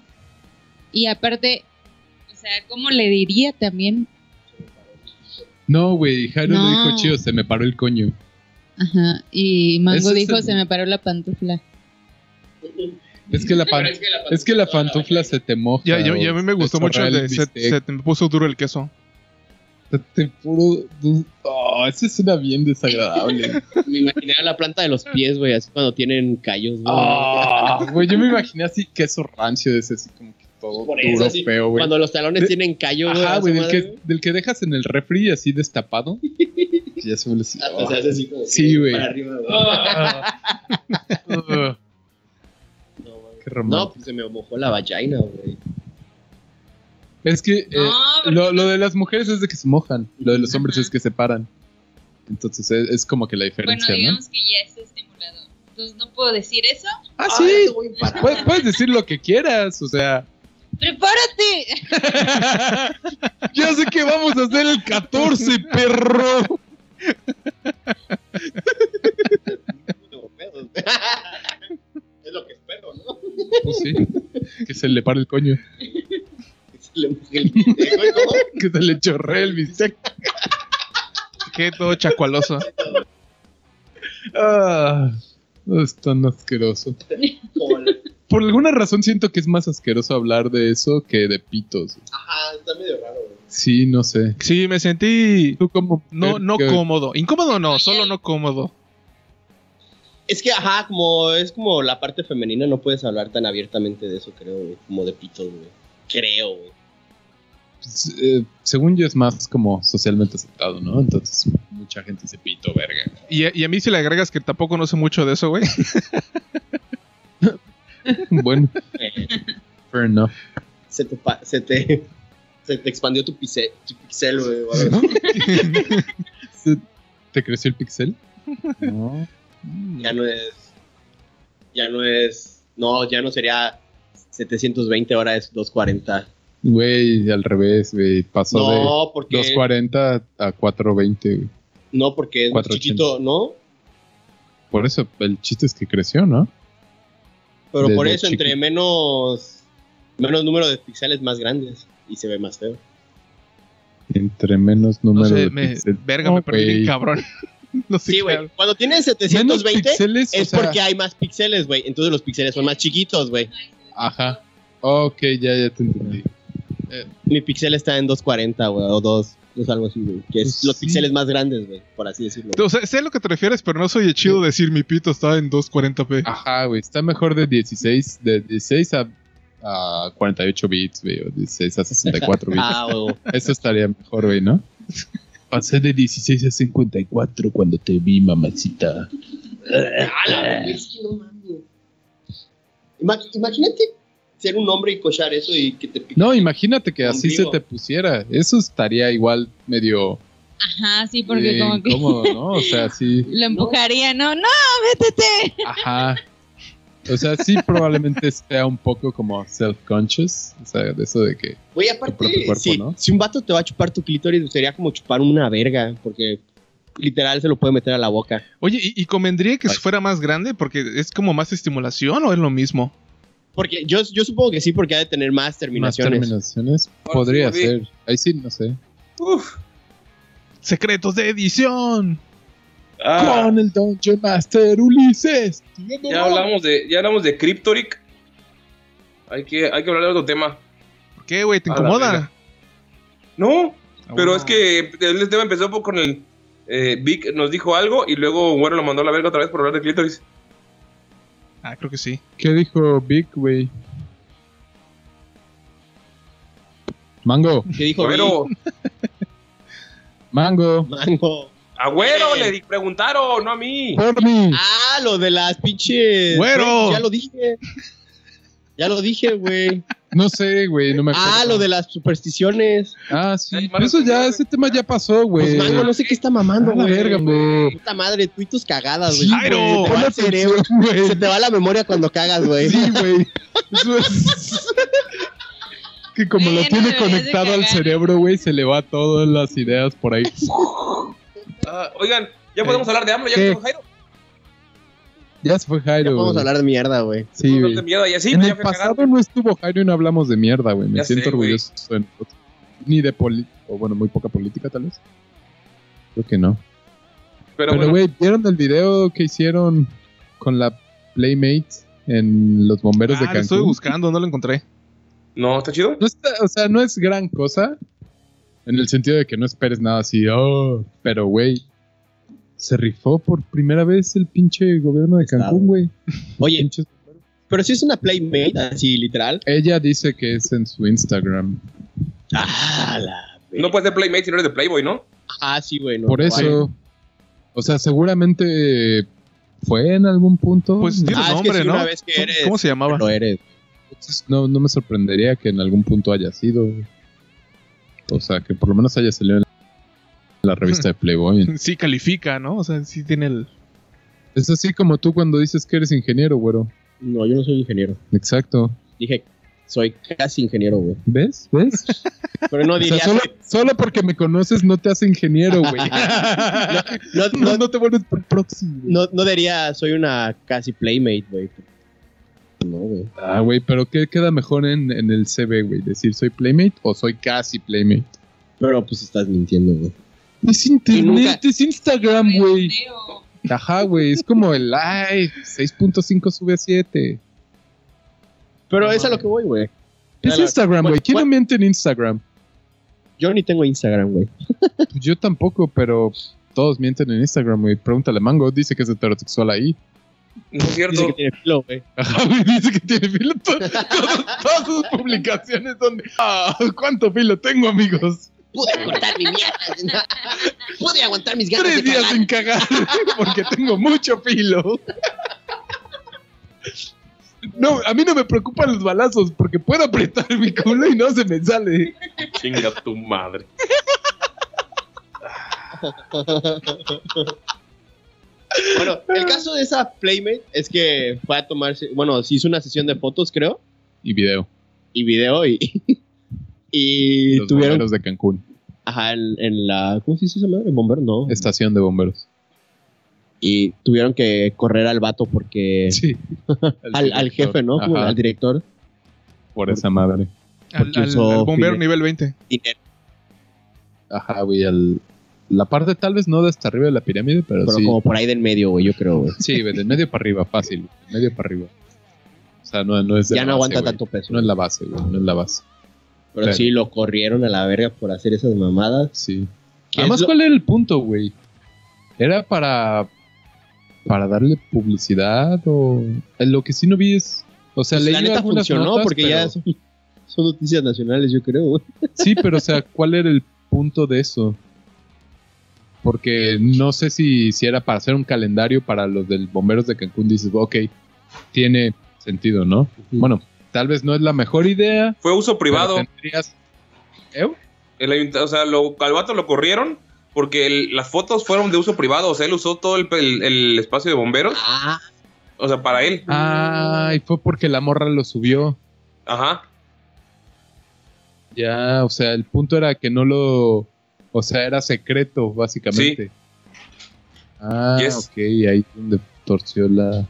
[SPEAKER 12] Y aparte, o sea, ¿cómo le diría también?
[SPEAKER 7] No, güey. Jairo
[SPEAKER 12] No.
[SPEAKER 7] le dijo chido, se me paró el coño.
[SPEAKER 12] Ajá. Y Mango
[SPEAKER 7] Eso es
[SPEAKER 12] dijo,
[SPEAKER 7] el-
[SPEAKER 12] se me paró la pantufla.
[SPEAKER 7] Es que la, pan-
[SPEAKER 18] Pero la
[SPEAKER 7] es que la pantufla se te moja.
[SPEAKER 10] Ya, yo- y a mí me
[SPEAKER 7] o
[SPEAKER 10] gustó
[SPEAKER 7] te
[SPEAKER 10] mucho
[SPEAKER 7] zorra
[SPEAKER 10] el
[SPEAKER 7] el
[SPEAKER 10] de se,
[SPEAKER 7] bistec.
[SPEAKER 10] se te puso duro el queso.
[SPEAKER 7] Te- te puro- du- Oh, esa suena bien desagradable.
[SPEAKER 9] Me imaginé a la planta de los pies, güey, así cuando tienen callos, güey.
[SPEAKER 7] Ah, güey, yo me imaginé así queso rancio de ese, así como que todo
[SPEAKER 9] Por eso,
[SPEAKER 7] duro,
[SPEAKER 9] así,
[SPEAKER 7] feo, güey.
[SPEAKER 9] Cuando los talones
[SPEAKER 7] De-
[SPEAKER 9] tienen callos, güey.
[SPEAKER 7] Ajá,
[SPEAKER 9] a su
[SPEAKER 7] güey, del
[SPEAKER 9] madre,
[SPEAKER 7] que, del que dejas en el refri así destapado. Y ya se vuelve
[SPEAKER 9] Ah,
[SPEAKER 7] así.
[SPEAKER 18] Hasta
[SPEAKER 7] oh.
[SPEAKER 18] se hace así como que
[SPEAKER 7] Sí, güey.
[SPEAKER 18] para arriba. güey.
[SPEAKER 10] Ugh.
[SPEAKER 18] No, güey.
[SPEAKER 7] Qué
[SPEAKER 9] No,
[SPEAKER 7] romántico.
[SPEAKER 9] pues se me mojó la vagina, güey.
[SPEAKER 7] Es que eh,
[SPEAKER 12] No,
[SPEAKER 7] lo, lo de las mujeres es de que se mojan, lo de los hombres es que se paran. Entonces es, es como que la
[SPEAKER 12] Bueno,
[SPEAKER 7] diferencia, ¿no?
[SPEAKER 12] digamos que ya es estimulador. Entonces no puedo decir eso.
[SPEAKER 7] Ah,
[SPEAKER 18] Ah,
[SPEAKER 7] sí,
[SPEAKER 18] esto voy a parar.
[SPEAKER 7] puedes, puedes decir lo que quieras, o sea.
[SPEAKER 12] ¡Prepárate!
[SPEAKER 7] ya sé que vamos a hacer el 14, perro.
[SPEAKER 18] No, pedos. Es lo que espero, ¿no?
[SPEAKER 7] Pues sí, que se le pare el coño,
[SPEAKER 18] Que se le moje el bistec, güey, ¿cómo?
[SPEAKER 7] que se le chorree el bistec.
[SPEAKER 10] Qué todo chacualoso.
[SPEAKER 7] Ah, es tan asqueroso.
[SPEAKER 18] Como el-
[SPEAKER 7] Por alguna razón siento que es más asqueroso hablar de eso que de pitos.
[SPEAKER 18] Ajá, está medio raro, güey.
[SPEAKER 7] Sí, no sé.
[SPEAKER 10] Sí, me sentí
[SPEAKER 7] Tú como
[SPEAKER 10] no,
[SPEAKER 7] mujer,
[SPEAKER 10] no
[SPEAKER 7] ¿qué-
[SPEAKER 10] cómodo. Incómodo no, solo no cómodo.
[SPEAKER 9] Es que, ajá, como es como la parte femenina, no puedes hablar tan abiertamente de eso, creo, güey. Como de pitos, güey. Creo, güey.
[SPEAKER 7] pues, eh, según yo es más como socialmente aceptado, ¿no? Entonces mucha gente dice pito, verga.
[SPEAKER 10] Y a, y a mí si le agregas que tampoco no sé mucho de eso, güey.
[SPEAKER 7] Bueno, fair enough.
[SPEAKER 9] Eh, Se te, pa- se te, se te expandió tu, pise- tu pixel, güey. o algo.
[SPEAKER 7] ¿Se- ¿Te creció el pixel? No.
[SPEAKER 9] Ya no es. Ya no es. No, ya no sería 720, ahora es 240.
[SPEAKER 7] Güey, al revés, güey. Pasó
[SPEAKER 9] No,
[SPEAKER 7] de
[SPEAKER 9] porque.
[SPEAKER 7] 240 a 420. güey.
[SPEAKER 9] No, porque es más
[SPEAKER 7] 480.
[SPEAKER 9] chiquito, ¿no?
[SPEAKER 7] Por eso el chiste es que creció, ¿no?
[SPEAKER 9] Pero por
[SPEAKER 7] Desde
[SPEAKER 9] eso, entre
[SPEAKER 7] chiquito.
[SPEAKER 9] menos. Menos número de pixeles más grandes. Y se ve más feo.
[SPEAKER 7] Entre menos número
[SPEAKER 10] No sé,
[SPEAKER 7] de
[SPEAKER 10] me,
[SPEAKER 7] pixel.
[SPEAKER 10] verga,
[SPEAKER 7] No,
[SPEAKER 10] me perdí bien
[SPEAKER 7] güey.
[SPEAKER 10] cabrón. No sé
[SPEAKER 9] Sí,
[SPEAKER 10] qué
[SPEAKER 9] güey.
[SPEAKER 10] hablo.
[SPEAKER 9] Cuando tienes
[SPEAKER 7] Menos
[SPEAKER 9] 720
[SPEAKER 7] pixeles,
[SPEAKER 9] es
[SPEAKER 7] o sea,
[SPEAKER 9] porque hay más píxeles, güey. Entonces los píxeles son más chiquitos, güey.
[SPEAKER 7] Ajá. Ok, ya, ya te entendí.
[SPEAKER 9] Mi pixel está en 240, güey, o 2, es algo así, güey. Que es
[SPEAKER 7] Pues
[SPEAKER 9] los
[SPEAKER 7] sí.
[SPEAKER 9] píxeles más grandes, güey, por así decirlo.
[SPEAKER 10] O sea, sé a lo que te refieres, pero no soy el chido de decir mi pito está en 240p.
[SPEAKER 7] Ajá, güey, está mejor de 16, de 16 a, a 48 bits, güey, o 16 a 64 bits.
[SPEAKER 9] Ah, güey.
[SPEAKER 7] Eso estaría mejor, güey, ¿no? Pasé de 16 a 54 cuando te vi, mamacita.
[SPEAKER 9] Ah.
[SPEAKER 18] Ala, güey, es que no mames. Ima- Imagínate ser un hombre y cochar eso y que te pique.
[SPEAKER 7] No, imagínate que así se
[SPEAKER 18] Contigo.
[SPEAKER 7] te pusiera. Eso estaría igual medio
[SPEAKER 12] Ajá, sí, porque
[SPEAKER 7] Bien
[SPEAKER 12] como que.
[SPEAKER 7] cómodo, ¿no? O sea, sí.
[SPEAKER 12] Lo empujaría, no, no, métete.
[SPEAKER 7] Ajá. O sea, sí, probablemente sea un poco como self-conscious. O sea, de eso de que.
[SPEAKER 9] Güey,
[SPEAKER 7] tu propio
[SPEAKER 9] aparte,
[SPEAKER 7] cuerpo,
[SPEAKER 9] si,
[SPEAKER 7] ¿no?
[SPEAKER 9] si un vato te va a chupar tu clítoris, sería como chupar una verga, porque literal se lo puede meter a la boca.
[SPEAKER 10] Oye, ¿y, y convendría que fuera más grande? Porque es como más estimulación o es lo mismo.
[SPEAKER 9] Porque yo, yo supongo que sí, porque ha de tener más
[SPEAKER 7] Más
[SPEAKER 9] terminaciones.
[SPEAKER 7] terminaciones. Podría
[SPEAKER 9] sí,
[SPEAKER 7] ser. Ahí sí, no sé.
[SPEAKER 6] Uf.
[SPEAKER 10] Secretos de edición.
[SPEAKER 6] Ah.
[SPEAKER 7] Con el Dungeon Master Ulises.
[SPEAKER 6] Ya hablamos de, ya hablamos de Cryptoric. Hay que, hay que hablar de otro tema.
[SPEAKER 10] ¿Por qué, güey? ¿Te
[SPEAKER 6] A la
[SPEAKER 10] incomoda? Ah,
[SPEAKER 6] verga. No,
[SPEAKER 7] Ah,
[SPEAKER 6] pero es que el tema empezó por- con el. eh, Vic nos dijo algo y luego bueno lo mandó a la verga otra vez por hablar de clítoris.
[SPEAKER 10] Ah, creo que sí.
[SPEAKER 7] ¿Qué dijo Big, güey? Mango.
[SPEAKER 9] ¿Qué dijo?
[SPEAKER 6] Agüero,
[SPEAKER 7] Mango.
[SPEAKER 9] Mango.
[SPEAKER 6] agüero le di- preguntaron, no a mí.
[SPEAKER 7] Por mí.
[SPEAKER 9] Ah, lo de las pinches.
[SPEAKER 7] Güero.
[SPEAKER 9] Ya lo dije. Ya lo dije, güey.
[SPEAKER 7] No sé, güey, no me acuerdo.
[SPEAKER 9] Ah, lo de las supersticiones.
[SPEAKER 7] Ah, sí. Pero eso ya, ese tema ya pasó, güey.
[SPEAKER 9] Pues Mango, no sé qué está
[SPEAKER 7] A
[SPEAKER 9] mamando,
[SPEAKER 7] la
[SPEAKER 9] güey. Pues
[SPEAKER 7] verga, güey.
[SPEAKER 9] Puta madre, tú y tus cagadas, güey.
[SPEAKER 7] Sí,
[SPEAKER 9] Se te
[SPEAKER 7] güey,
[SPEAKER 9] va
[SPEAKER 7] ponle
[SPEAKER 9] el cerebro.
[SPEAKER 7] atención, güey.
[SPEAKER 9] Se te va la memoria cuando cagas, güey.
[SPEAKER 7] Sí, güey. Eso es- que como lo
[SPEAKER 12] Bueno,
[SPEAKER 7] tiene
[SPEAKER 12] deberías de
[SPEAKER 7] conectado al
[SPEAKER 12] cagar.
[SPEAKER 7] cerebro, güey, se le va todas las ideas por ahí.
[SPEAKER 6] Ah, oigan, ya podemos hablar de AMLO, ya que
[SPEAKER 7] ¿Qué?
[SPEAKER 6] dijo Jairo.
[SPEAKER 7] Ya se fue Jairo.
[SPEAKER 9] Vamos
[SPEAKER 7] güey.
[SPEAKER 9] a hablar de mierda, güey.
[SPEAKER 7] Sí,
[SPEAKER 6] hablar
[SPEAKER 7] güey.
[SPEAKER 6] de mierda y así,
[SPEAKER 7] en
[SPEAKER 6] ya
[SPEAKER 7] el
[SPEAKER 6] fue a cagar.
[SPEAKER 7] pasado no estuvo Jairo y no hablamos de mierda, güey. Me
[SPEAKER 6] Ya
[SPEAKER 7] siento
[SPEAKER 6] sé, güey.
[SPEAKER 7] orgulloso de nosotros. Ni de política, o bueno, muy poca política tal vez. Creo que no.
[SPEAKER 6] Pero,
[SPEAKER 7] Pero,
[SPEAKER 6] bueno,
[SPEAKER 7] güey, ¿vieron el video que hicieron con la Playmate en los bomberos de
[SPEAKER 10] Ah, lo
[SPEAKER 7] Cancún?
[SPEAKER 10] estuve buscando, no lo encontré.
[SPEAKER 6] no, está chido.
[SPEAKER 7] No está- o sea, no es gran cosa. En el sentido de que no esperes nada así, oh, pero güey. Se rifó por primera vez el pinche gobierno de Cancún, güey.
[SPEAKER 9] Oye,
[SPEAKER 7] Pinches-
[SPEAKER 9] pero si es una playmate, así literal.
[SPEAKER 7] Ella dice que es en su Instagram.
[SPEAKER 9] Ah, la verga.
[SPEAKER 6] No puedes ser Playmate si no eres de Playboy, ¿no?
[SPEAKER 9] Ah, sí, güey. no,
[SPEAKER 7] Por
[SPEAKER 9] no,
[SPEAKER 7] eso. O sea, seguramente fue en algún punto.
[SPEAKER 10] Pues tiene
[SPEAKER 9] Ah, es que
[SPEAKER 10] nombre,
[SPEAKER 9] sí,
[SPEAKER 10] ¿no?
[SPEAKER 9] una vez que
[SPEAKER 10] ¿Cómo-
[SPEAKER 9] eres-
[SPEAKER 10] ¿Cómo se
[SPEAKER 7] Ah,
[SPEAKER 10] llamaba?
[SPEAKER 9] Lo eres.
[SPEAKER 7] Entonces, no, no me sorprendería que en algún punto haya sido. O sea, que por lo menos haya salido en la revista de Playboy.
[SPEAKER 10] Sí, califica, ¿no? O sea, sí tiene el.
[SPEAKER 7] Es así como tú cuando dices que eres ingeniero, güero.
[SPEAKER 9] No, yo no soy ingeniero.
[SPEAKER 7] Exacto.
[SPEAKER 9] Dije, soy casi ingeniero, güey.
[SPEAKER 7] ¿Ves? ¿Ves?
[SPEAKER 9] Pero no
[SPEAKER 7] O sea,
[SPEAKER 9] diría.
[SPEAKER 7] solo,
[SPEAKER 9] soy-
[SPEAKER 7] solo porque me conoces no te hace ingeniero, güey.
[SPEAKER 9] no,
[SPEAKER 7] no,
[SPEAKER 9] no-
[SPEAKER 7] no te vuelves pro- proxy. güey.
[SPEAKER 9] no- no diría, soy una casi playmate, güey. No, güey.
[SPEAKER 7] Ah, güey, pero ¿qué queda mejor en, en el CV, güey? ¿Decir soy Playmate o soy casi Playmate?
[SPEAKER 9] Pero pues estás mintiendo, güey.
[SPEAKER 7] Es internet, es Instagram, güey. Ajá, güey, es como el live. 6.5 sube a 7.
[SPEAKER 9] Pero es a lo que voy, güey.
[SPEAKER 7] Es
[SPEAKER 9] Claro.
[SPEAKER 7] Instagram, güey.
[SPEAKER 9] Bueno,
[SPEAKER 7] ¿Quién no
[SPEAKER 9] bueno.
[SPEAKER 7] miente en Instagram? Pues
[SPEAKER 9] Yo ni tengo Instagram, güey.
[SPEAKER 7] Yo tampoco, pero todos mienten en Instagram, güey. Pregúntale a Mango, dice que es heterosexual ahí.
[SPEAKER 6] No es
[SPEAKER 9] Dice que
[SPEAKER 6] cierto.
[SPEAKER 9] tiene filo, güey.
[SPEAKER 7] Ajá, güey, dice que tiene filo. To- todos- todas sus publicaciones donde. ¡Ah! ¿Cuánto filo tengo, amigos?
[SPEAKER 19] Pude cortar mi mierda. Pude aguantar mis ganas.
[SPEAKER 7] Tres
[SPEAKER 19] de
[SPEAKER 7] días
[SPEAKER 19] cagar.
[SPEAKER 7] sin cagar, porque tengo mucho filo. No, a mí no me preocupan los balazos, porque puedo apretar mi culo y no se me sale.
[SPEAKER 6] Chinga tu madre.
[SPEAKER 9] Bueno, el caso de esa playmate es que fue a tomarse. Bueno, se hizo una sesión de fotos, creo.
[SPEAKER 7] Y video.
[SPEAKER 9] Y video y. Y
[SPEAKER 7] Los
[SPEAKER 9] tuvieron.
[SPEAKER 7] bomberos de Cancún.
[SPEAKER 9] Ajá, en, en la. ¿Cómo se dice esa madre? Bombero, no.
[SPEAKER 7] Estación de bomberos.
[SPEAKER 9] Y tuvieron que correr al vato porque.
[SPEAKER 7] Sí.
[SPEAKER 9] Al, al jefe, ¿no?
[SPEAKER 7] Ajá,
[SPEAKER 9] Al director.
[SPEAKER 7] Por esa madre.
[SPEAKER 10] Al,
[SPEAKER 9] Porque
[SPEAKER 10] al-
[SPEAKER 9] usó
[SPEAKER 10] al bombero
[SPEAKER 9] file-
[SPEAKER 10] nivel 20.
[SPEAKER 9] Dinero.
[SPEAKER 7] Ajá, güey. al- La parte tal vez no de hasta arriba de la pirámide, pero,
[SPEAKER 9] Pero
[SPEAKER 7] sí.
[SPEAKER 9] como por ahí del medio, güey, yo creo, güey.
[SPEAKER 7] Sí, güey, de medio para arriba, fácil. de medio para arriba. O sea, no, no es de
[SPEAKER 9] Ya
[SPEAKER 7] la
[SPEAKER 9] no
[SPEAKER 7] base,
[SPEAKER 9] aguanta
[SPEAKER 7] güey.
[SPEAKER 9] tanto peso.
[SPEAKER 7] No es la base, güey. No es la base.
[SPEAKER 9] pero
[SPEAKER 7] claro.
[SPEAKER 9] sí, lo corrieron a la verga por hacer esas mamadas.
[SPEAKER 7] Sí.
[SPEAKER 9] ¿Qué
[SPEAKER 7] Además,
[SPEAKER 9] es lo-
[SPEAKER 7] ¿cuál era el punto, güey? ¿Era para. para darle publicidad o.? eh, Lo que sí no vi es. O sea,
[SPEAKER 9] Pues,
[SPEAKER 7] leí
[SPEAKER 9] la neta
[SPEAKER 7] algunas
[SPEAKER 9] funcionó
[SPEAKER 7] notas,
[SPEAKER 9] porque
[SPEAKER 7] pero-
[SPEAKER 9] ya son, son noticias nacionales, yo creo, güey.
[SPEAKER 7] Sí, pero o sea, ¿cuál era el punto de eso? Porque no sé si, si era para hacer un calendario para los del bomberos de Cancún. Dices, ok, tiene sentido, ¿no? Bueno, tal vez no es la mejor idea.
[SPEAKER 6] Fue uso
[SPEAKER 7] pero
[SPEAKER 6] privado.
[SPEAKER 7] tendrías- ¿Eh?
[SPEAKER 6] El ayunt- o sea, lo, al vato lo corrieron porque el- las fotos fueron de uso privado, o sea, él usó todo el, el- el espacio de bomberos.
[SPEAKER 9] Ah.
[SPEAKER 6] O sea, para él.
[SPEAKER 12] Ah.
[SPEAKER 7] Ay, fue porque la morra lo subió.
[SPEAKER 6] Ajá.
[SPEAKER 7] Ya, o sea, el punto era que no lo. O sea, era secreto, básicamente. Ah,
[SPEAKER 9] Yes.
[SPEAKER 7] ok, ahí es donde torció la.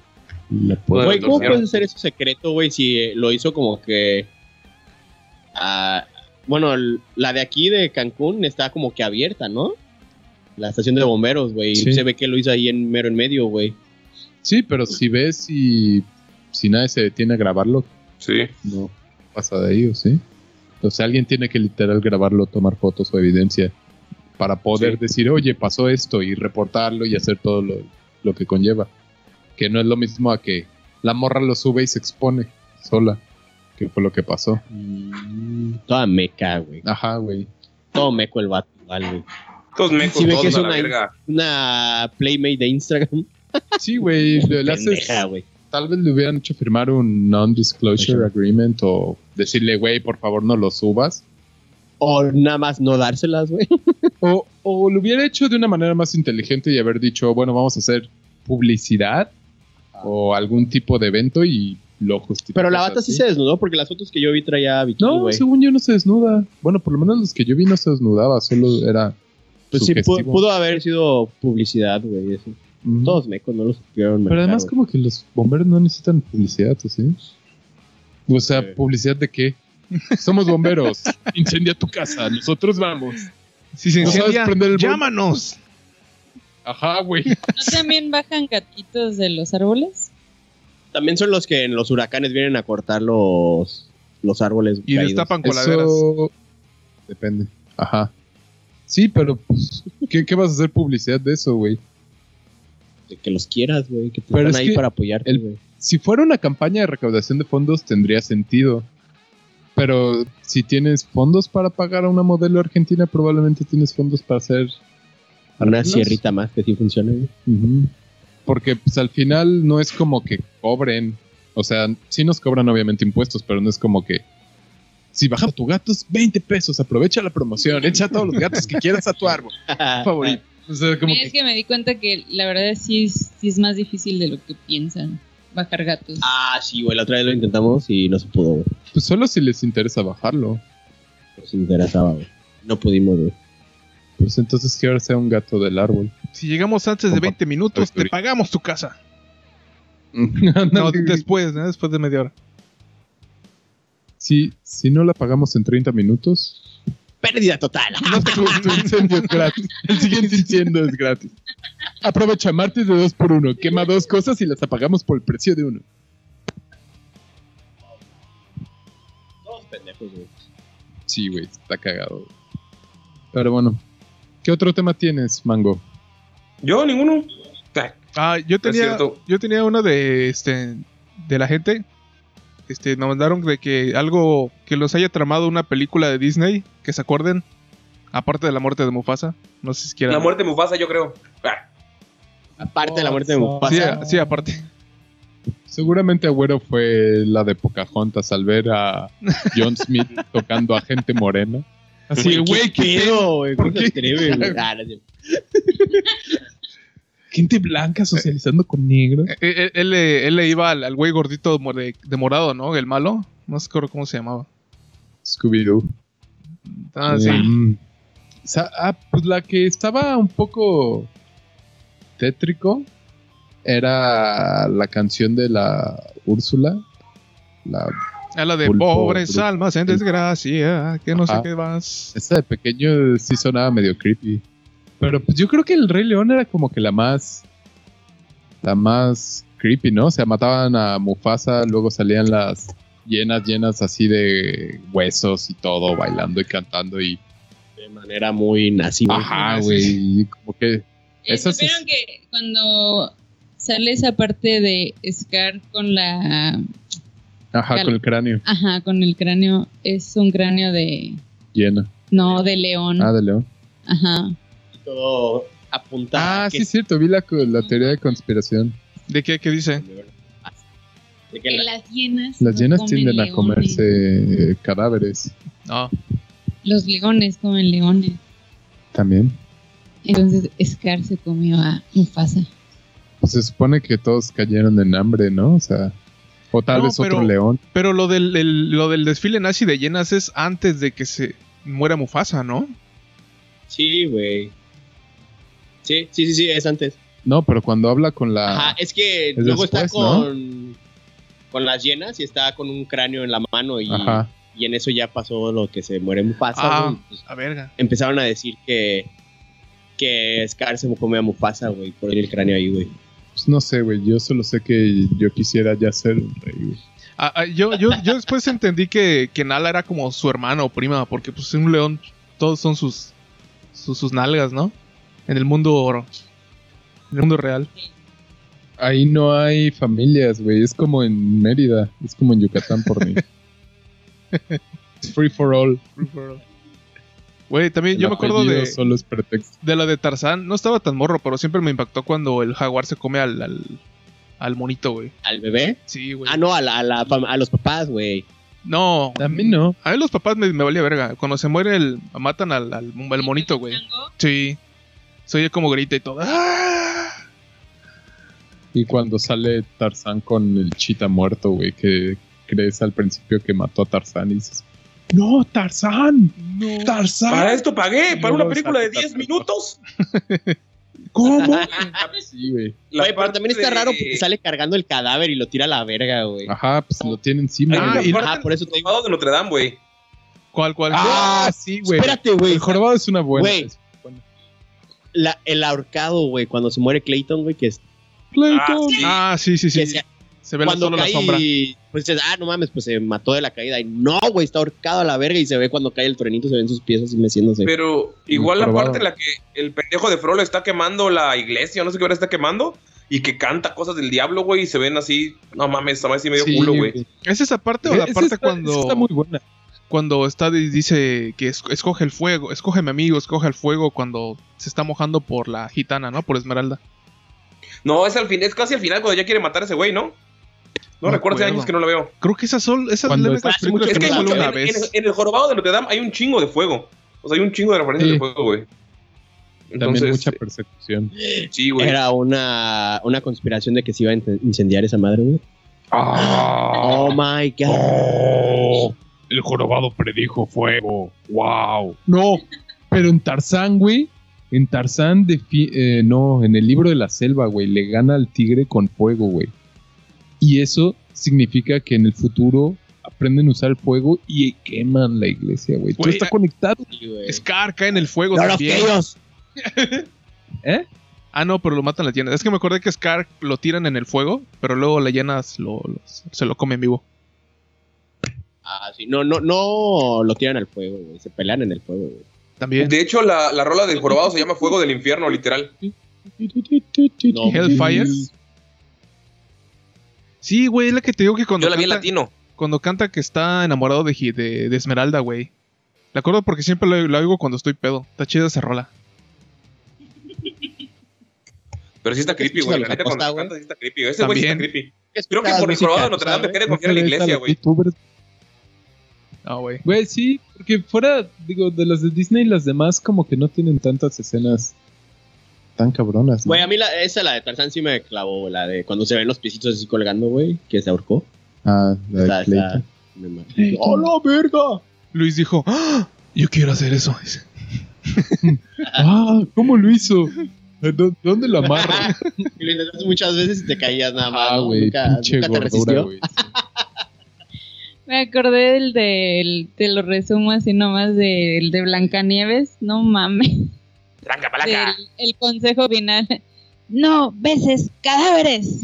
[SPEAKER 7] la
[SPEAKER 9] Güey,
[SPEAKER 7] puerta.
[SPEAKER 9] ¿cómo puedes hacer eso secreto, güey? Si eh, lo hizo como que. ah, bueno, el- la de aquí de Cancún está como que abierta, ¿no? La estación de bomberos, güey.
[SPEAKER 7] Sí.
[SPEAKER 9] Se ve que lo hizo ahí en mero en medio, güey.
[SPEAKER 7] Sí, pero si ves y. Si nadie se detiene a grabarlo.
[SPEAKER 6] Sí.
[SPEAKER 7] No pasa de ahí, ¿o sí? O sea, alguien tiene que literal grabarlo, tomar fotos o evidencia. Para poder decir, oye, pasó esto y reportarlo y hacer todo lo, lo que conlleva. Que no es lo mismo a que la morra lo sube y se expone sola. Que fue lo que pasó. Mm.
[SPEAKER 9] toda meca, güey.
[SPEAKER 7] Ajá, güey.
[SPEAKER 9] Todo meco el vato, igual, güey.
[SPEAKER 6] Todos mecos,
[SPEAKER 9] ve
[SPEAKER 6] todos
[SPEAKER 9] que es
[SPEAKER 6] a la
[SPEAKER 9] una,
[SPEAKER 6] verga.
[SPEAKER 9] una Playmate de Instagram.
[SPEAKER 7] Sí, güey. le- le haces-
[SPEAKER 9] Pendeja, güey.
[SPEAKER 7] Tal vez le hubieran hecho firmar un non-disclosure agreement o decirle, güey, por favor no lo subas.
[SPEAKER 9] O nada más no dárselas, güey.
[SPEAKER 7] O, o lo hubiera hecho de una manera más inteligente y haber dicho, bueno, vamos a hacer publicidad o algún tipo de evento y lo justifica.
[SPEAKER 9] Pero la bata sí se desnudó porque las fotos que yo vi traía bikini,
[SPEAKER 7] No,
[SPEAKER 9] güey.
[SPEAKER 7] según yo no se desnuda. Bueno, por lo menos los que yo vi no se desnudaba, solo era.
[SPEAKER 9] Pues sí, pu-
[SPEAKER 7] sugestivo. Mm.
[SPEAKER 9] pudo haber sido publicidad, güey. eso. Todos mecos no lo supieron.
[SPEAKER 7] Pero además, como que los bomberos no necesitan publicidad, ¿o sí? O sea, ¿publicidad de qué? Somos bomberos. Incendia tu casa, nosotros vamos.
[SPEAKER 10] Si se
[SPEAKER 7] ¿No sabes
[SPEAKER 10] incendia,
[SPEAKER 7] prender el bol-
[SPEAKER 10] llámanos.
[SPEAKER 7] Ajá, güey.
[SPEAKER 12] ¿No también bajan gatitos de los árboles?
[SPEAKER 9] También son los que en los huracanes vienen a cortar los, los árboles.
[SPEAKER 10] Y
[SPEAKER 9] caídos.
[SPEAKER 10] destapan
[SPEAKER 7] Eso depende. Ajá. Sí, pero pues, ¿qué, qué vas a hacer publicidad de eso, güey?
[SPEAKER 9] De Que los quieras, güey. Que te
[SPEAKER 7] Pero es
[SPEAKER 9] están ahí
[SPEAKER 7] que
[SPEAKER 9] para apoyarte,
[SPEAKER 7] el-
[SPEAKER 9] güey.
[SPEAKER 7] Si fuera una campaña de recaudación de fondos tendría sentido. Pero si tienes fondos para pagar a una modelo argentina, probablemente tienes fondos para hacer
[SPEAKER 9] Una
[SPEAKER 7] arreglos.
[SPEAKER 9] sierrita más que sí funciona, güey.
[SPEAKER 7] Ujú. Porque pues al final no es como que cobren. O sea, sí nos cobran obviamente impuestos, pero no es como que si baja tu gato es 20 pesos, aprovecha la promoción, echa todos los gatos que quieras a tu árbol favorito. O sea, como
[SPEAKER 12] Mira,
[SPEAKER 7] que
[SPEAKER 12] Es que me di cuenta que la verdad sí es, sí es más difícil de lo que piensan bajar gatos.
[SPEAKER 9] Ah, sí, güey. La otra vez lo intentamos y no se pudo, güey.
[SPEAKER 7] pues, solo si les interesa bajarlo.
[SPEAKER 9] Nos interesaba, güey. No pudimos, güey.
[SPEAKER 7] Pues entonces que ahora sea un gato del árbol.
[SPEAKER 10] Si llegamos antes de 20 minutos, te pagamos tu casa. No, después, ¿no? Después de media hora.
[SPEAKER 7] si, si no la pagamos en 30 minutos,
[SPEAKER 9] Pérdida total.
[SPEAKER 7] no te- tu, tu incendio es gratis. El siguiente incendio es gratis. Aprovecha martes de 2 por 1 Quema dos cosas y las apagamos por el precio de uno.
[SPEAKER 9] Todos pendejos, güey.
[SPEAKER 7] Sí, güey, está cagado. Pero bueno, ¿qué otro tema tienes, Mango?
[SPEAKER 6] Yo ninguno.
[SPEAKER 10] Ah, yo tenía,
[SPEAKER 6] cierto.
[SPEAKER 10] yo tenía uno de este de la gente. Este, nos mandaron de que algo que los haya tramado una película de Disney, que se acuerden. Aparte de la muerte de Mufasa, no sé si quieran.
[SPEAKER 6] La muerte de Mufasa, yo creo. Ah,
[SPEAKER 9] Aparte de la muerte de Mufasa.
[SPEAKER 10] Sí,
[SPEAKER 7] eh.
[SPEAKER 10] a- sí, aparte.
[SPEAKER 7] Seguramente Agüero fue la de Pocahontas al ver a John Smith tocando a gente morena. Así, güey, ¿qué
[SPEAKER 9] pedo, güey.
[SPEAKER 7] ¿Por
[SPEAKER 9] ¿Por qué?
[SPEAKER 7] qué?
[SPEAKER 9] se atreve, güey? Ah, no sé.
[SPEAKER 7] Gente blanca socializando con negros.
[SPEAKER 10] Eh, Él, él le- él le iba al, al güey gordito mo- de, de morado, ¿no? El malo. No sé cómo se llamaba.
[SPEAKER 7] Scooby-Doo.
[SPEAKER 10] Ah, sí.
[SPEAKER 7] Mm. Sa- ah, pues la que estaba un poco tétrico era la canción de la Úrsula. La,
[SPEAKER 10] A la de
[SPEAKER 7] Pulpo,
[SPEAKER 10] pobres
[SPEAKER 7] bruto.
[SPEAKER 10] almas en desgracia, que no sé
[SPEAKER 7] Ajá.
[SPEAKER 10] qué más.
[SPEAKER 7] esa de pequeño eh, sí sonaba medio creepy. Pero pues yo creo que el Rey León era como que la más. La más creepy, ¿no? O sea, mataban a Mufasa, luego salían las llenas, llenas así de huesos y todo, bailando y cantando y. pues,
[SPEAKER 9] De manera muy nazi, güey.
[SPEAKER 7] Ajá, güey. Como que.
[SPEAKER 12] Eh,
[SPEAKER 7] Eso sí
[SPEAKER 12] ¿Supieron que cuando sale esa parte de Scar con la...
[SPEAKER 7] Ajá, con el cráneo
[SPEAKER 12] Ajá, con el cráneo, es un cráneo de...
[SPEAKER 7] lleno.
[SPEAKER 12] No, de león.
[SPEAKER 7] Ah, de León.
[SPEAKER 12] Ajá.
[SPEAKER 9] Todo apuntado.
[SPEAKER 7] Ah,
[SPEAKER 9] a que
[SPEAKER 7] sí, es cierto, vi la, co- la teoría de conspiración.
[SPEAKER 10] ¿De qué, qué dice?
[SPEAKER 9] De que
[SPEAKER 12] Que
[SPEAKER 9] la-
[SPEAKER 12] las hienas...
[SPEAKER 7] Las
[SPEAKER 12] no
[SPEAKER 7] llenas
[SPEAKER 12] comen
[SPEAKER 7] tienden a
[SPEAKER 12] leones.
[SPEAKER 7] comerse eh, cadáveres
[SPEAKER 10] No.
[SPEAKER 12] Los leones comen leones.
[SPEAKER 7] también.
[SPEAKER 12] Entonces Scar se comió a Mufasa.
[SPEAKER 7] Pues se supone que todos cayeron en hambre, ¿no? O sea, o tal
[SPEAKER 10] No,
[SPEAKER 7] vez
[SPEAKER 10] pero-
[SPEAKER 7] otro león.
[SPEAKER 10] Pero lo del, el- lo del desfile nazi de llenas es antes de que se muera Mufasa, ¿no?
[SPEAKER 9] Sí, güey. Sí, sí, sí, sí, es antes.
[SPEAKER 7] No, pero cuando habla con la.
[SPEAKER 9] Ajá, es
[SPEAKER 7] Ah.
[SPEAKER 9] que
[SPEAKER 7] Es
[SPEAKER 9] luego está
[SPEAKER 7] después, ¿no?
[SPEAKER 9] con, con las llenas y está con un cráneo en la mano y,
[SPEAKER 7] Ajá.
[SPEAKER 9] y en eso ya pasó lo que se muere Mufasa.
[SPEAKER 10] Ah,
[SPEAKER 9] güey. Pues,
[SPEAKER 10] a verga.
[SPEAKER 9] Empezaron a decir que, que Scar se come a Mufasa, güey, por el cráneo ahí, güey.
[SPEAKER 7] Pues no sé, güey. Yo solo sé que yo quisiera ya ser un rey, güey.
[SPEAKER 10] Ah, ah, yo, yo, yo después entendí que, que Nala era como su hermano o prima, porque pues un león, todos son sus, sus, sus nalgas, ¿no? En el mundo oro. En el mundo real.
[SPEAKER 7] Ahí no hay familias, güey. Es como en Mérida. Es como en Yucatán por mí. It's free for all.
[SPEAKER 10] Güey, también
[SPEAKER 7] El
[SPEAKER 10] yo me acuerdo
[SPEAKER 7] apellido
[SPEAKER 10] de,
[SPEAKER 7] Solo es pretexto.
[SPEAKER 10] de la de Tarzán. No estaba tan morro, pero siempre me impactó cuando el jaguar se come al, al, al monito, güey.
[SPEAKER 9] ¿Al bebé?
[SPEAKER 10] Sí, güey.
[SPEAKER 9] Ah, no, a, la- a la fam- a los papás, güey.
[SPEAKER 10] No.
[SPEAKER 7] A mí no.
[SPEAKER 10] A mí los papás me, me valía verga. Cuando se muere, el, matan al, al, al monito, güey. Sí. Se oye como grita y todo. ¡Ah!
[SPEAKER 7] Y cuando sale Tarzán con el chita muerto, güey, que crees al principio que mató a Tarzán y dices, ¡No, Tarzán!
[SPEAKER 10] No.
[SPEAKER 7] ¡Tarzán!
[SPEAKER 6] Para esto pagué, para una
[SPEAKER 7] No,
[SPEAKER 6] película de
[SPEAKER 7] exacto,
[SPEAKER 6] 10
[SPEAKER 7] exacto.
[SPEAKER 6] minutos.
[SPEAKER 7] ¿Cómo? sí, güey.
[SPEAKER 6] La
[SPEAKER 9] Güey, pero
[SPEAKER 6] parte
[SPEAKER 9] también está
[SPEAKER 6] de-
[SPEAKER 9] raro porque sale cargando el cadáver y lo tira a la verga, güey.
[SPEAKER 7] Ajá, pues lo tiene
[SPEAKER 6] Hay
[SPEAKER 7] encima.
[SPEAKER 6] una
[SPEAKER 7] güey.
[SPEAKER 6] parte
[SPEAKER 9] ah,
[SPEAKER 6] del
[SPEAKER 9] por eso te digo.
[SPEAKER 6] jorobado de Notre Dame, güey.
[SPEAKER 10] ¿Cuál, cuál?
[SPEAKER 7] Ah, sí, güey.
[SPEAKER 9] Espérate, güey.
[SPEAKER 7] El jorobado es una buena.
[SPEAKER 9] Güey. La- el ahorcado, güey, cuando se muere Clayton, güey, que, es-
[SPEAKER 7] Clayton.
[SPEAKER 10] Ah, sí, sí, sí.
[SPEAKER 9] que se-
[SPEAKER 10] Se ve la-
[SPEAKER 9] cuando
[SPEAKER 10] solo la
[SPEAKER 9] cae
[SPEAKER 10] sombra.
[SPEAKER 9] y, pues dices, ah, no mames, pues se mató de la caída. Y no, güey, está ahorcado a la verga y se ve cuando cae el trenito, se ven sus piezas así meciéndose.
[SPEAKER 6] Pero igual la
[SPEAKER 7] Jorobado.
[SPEAKER 6] parte en la que el pendejo de Frollo está quemando la iglesia, no sé qué hora está quemando, y que canta cosas del diablo, güey, y se ven así, no mames, esa madre sí medio
[SPEAKER 7] Sí,
[SPEAKER 6] culo, güey.
[SPEAKER 10] ¿Es esa parte o la
[SPEAKER 7] Esa
[SPEAKER 10] parte
[SPEAKER 7] está-
[SPEAKER 10] cuando,
[SPEAKER 7] esa está muy buena.
[SPEAKER 10] cuando está y dice que es- escoge el fuego? Escoge mi amigo, escoge el fuego cuando se está mojando por la gitana, ¿no? Por Esmeralda.
[SPEAKER 6] No, es al fin, es casi al final cuando ya quiere matar a ese güey, ¿no? No,
[SPEAKER 10] No
[SPEAKER 6] recuerdo hace
[SPEAKER 10] acuerdo.
[SPEAKER 6] años que no lo veo.
[SPEAKER 10] Creo que esas son esas
[SPEAKER 7] Cuando
[SPEAKER 10] leves
[SPEAKER 7] está-
[SPEAKER 10] las películas
[SPEAKER 6] Es
[SPEAKER 10] que
[SPEAKER 6] que hay
[SPEAKER 10] me
[SPEAKER 6] mucho-
[SPEAKER 10] solo
[SPEAKER 6] en,
[SPEAKER 10] una
[SPEAKER 6] en-
[SPEAKER 10] vez.
[SPEAKER 6] en el jorobado de Notre Dame hay un chingo de fuego. O sea, hay un chingo de referencias
[SPEAKER 7] Sí.
[SPEAKER 6] de fuego, güey.
[SPEAKER 7] También
[SPEAKER 6] Entonces, eh,
[SPEAKER 7] mucha persecución.
[SPEAKER 6] sí, güey.
[SPEAKER 9] Era una, una conspiración de que se iba a in- incendiar esa madre, güey.
[SPEAKER 6] Ah.
[SPEAKER 7] Ah,
[SPEAKER 9] Oh my
[SPEAKER 6] Oh.
[SPEAKER 9] god.
[SPEAKER 7] ¡Oh! el jorobado predijo fuego. ¡Wow! No, pero en Tarzán, güey. En Tarzán, defi- eh, no, en el libro de la selva, güey, le gana al tigre con fuego, güey. Y eso significa que en el futuro aprenden a usar el fuego y queman la iglesia, güey. Todo
[SPEAKER 10] Güey,
[SPEAKER 7] está
[SPEAKER 10] eh,
[SPEAKER 7] conectado.
[SPEAKER 9] Sí, güey.
[SPEAKER 10] Scar cae en el fuego
[SPEAKER 9] Lord of
[SPEAKER 10] también.
[SPEAKER 9] Chaos.
[SPEAKER 7] ¿Eh?
[SPEAKER 10] Ah, no, pero lo matan las llenas. Es que me acordé que Scar lo tiran en el fuego, pero luego las llenas lo, lo- se lo comen vivo.
[SPEAKER 9] Ah, sí. No, no, no lo tiran al fuego, güey. Se pelean en el fuego, güey.
[SPEAKER 10] También.
[SPEAKER 6] De hecho, la, la rola del jorobado se llama Fuego del Infierno, literal.
[SPEAKER 9] No,
[SPEAKER 10] Hellfire. Sí, güey, es la que te digo que cuando,
[SPEAKER 6] Yo la vi en
[SPEAKER 10] canta,
[SPEAKER 6] latino.
[SPEAKER 10] cuando canta que está enamorado de, Gi- de, de Esmeralda, güey. La acuerdo porque siempre la, la oigo cuando estoy pedo. Está chida esa rola.
[SPEAKER 6] Pero sí está creepy, güey. La
[SPEAKER 9] Escúchalo,
[SPEAKER 6] neta, cuando
[SPEAKER 9] Acosta,
[SPEAKER 6] canta, sí está creepy. Ese güey sí está
[SPEAKER 10] También.
[SPEAKER 6] creepy. Creo que por el jorobado de Notre Dame dejé de confiar en la iglesia, güey.
[SPEAKER 10] Ah, güey.
[SPEAKER 7] Güey, sí, porque fuera, digo, de las de Disney, las demás como que no tienen tantas escenas tan cabronas. ¿no?
[SPEAKER 9] Güey, a mí la, esa, la de Tarzán, sí me clavó, güey, La de cuando se ven los pisitos así colgando, güey, que se ahorcó.
[SPEAKER 7] Ah, la de
[SPEAKER 9] Está,
[SPEAKER 7] Clayton.
[SPEAKER 9] está. Me mató. Oh, ¡Hola, verga!
[SPEAKER 10] Luis dijo, "¡Ah! yo quiero hacer eso. Dice,
[SPEAKER 7] Ah, ¿cómo lo hizo? ¿Dó- ¿Dónde lo amarro?
[SPEAKER 9] Y lo intentaste muchas veces y te caías nada más.
[SPEAKER 7] Ah,
[SPEAKER 9] ¿no?
[SPEAKER 7] güey,
[SPEAKER 9] Ah, nunca,
[SPEAKER 7] pinche
[SPEAKER 9] nunca te
[SPEAKER 7] gordura,
[SPEAKER 9] resistió.
[SPEAKER 7] güey.
[SPEAKER 12] Me acordé del del, te lo resumo así nomás, del de Blancanieves, no mames.
[SPEAKER 6] Tranca,
[SPEAKER 12] Del, el consejo final. No beses cadáveres.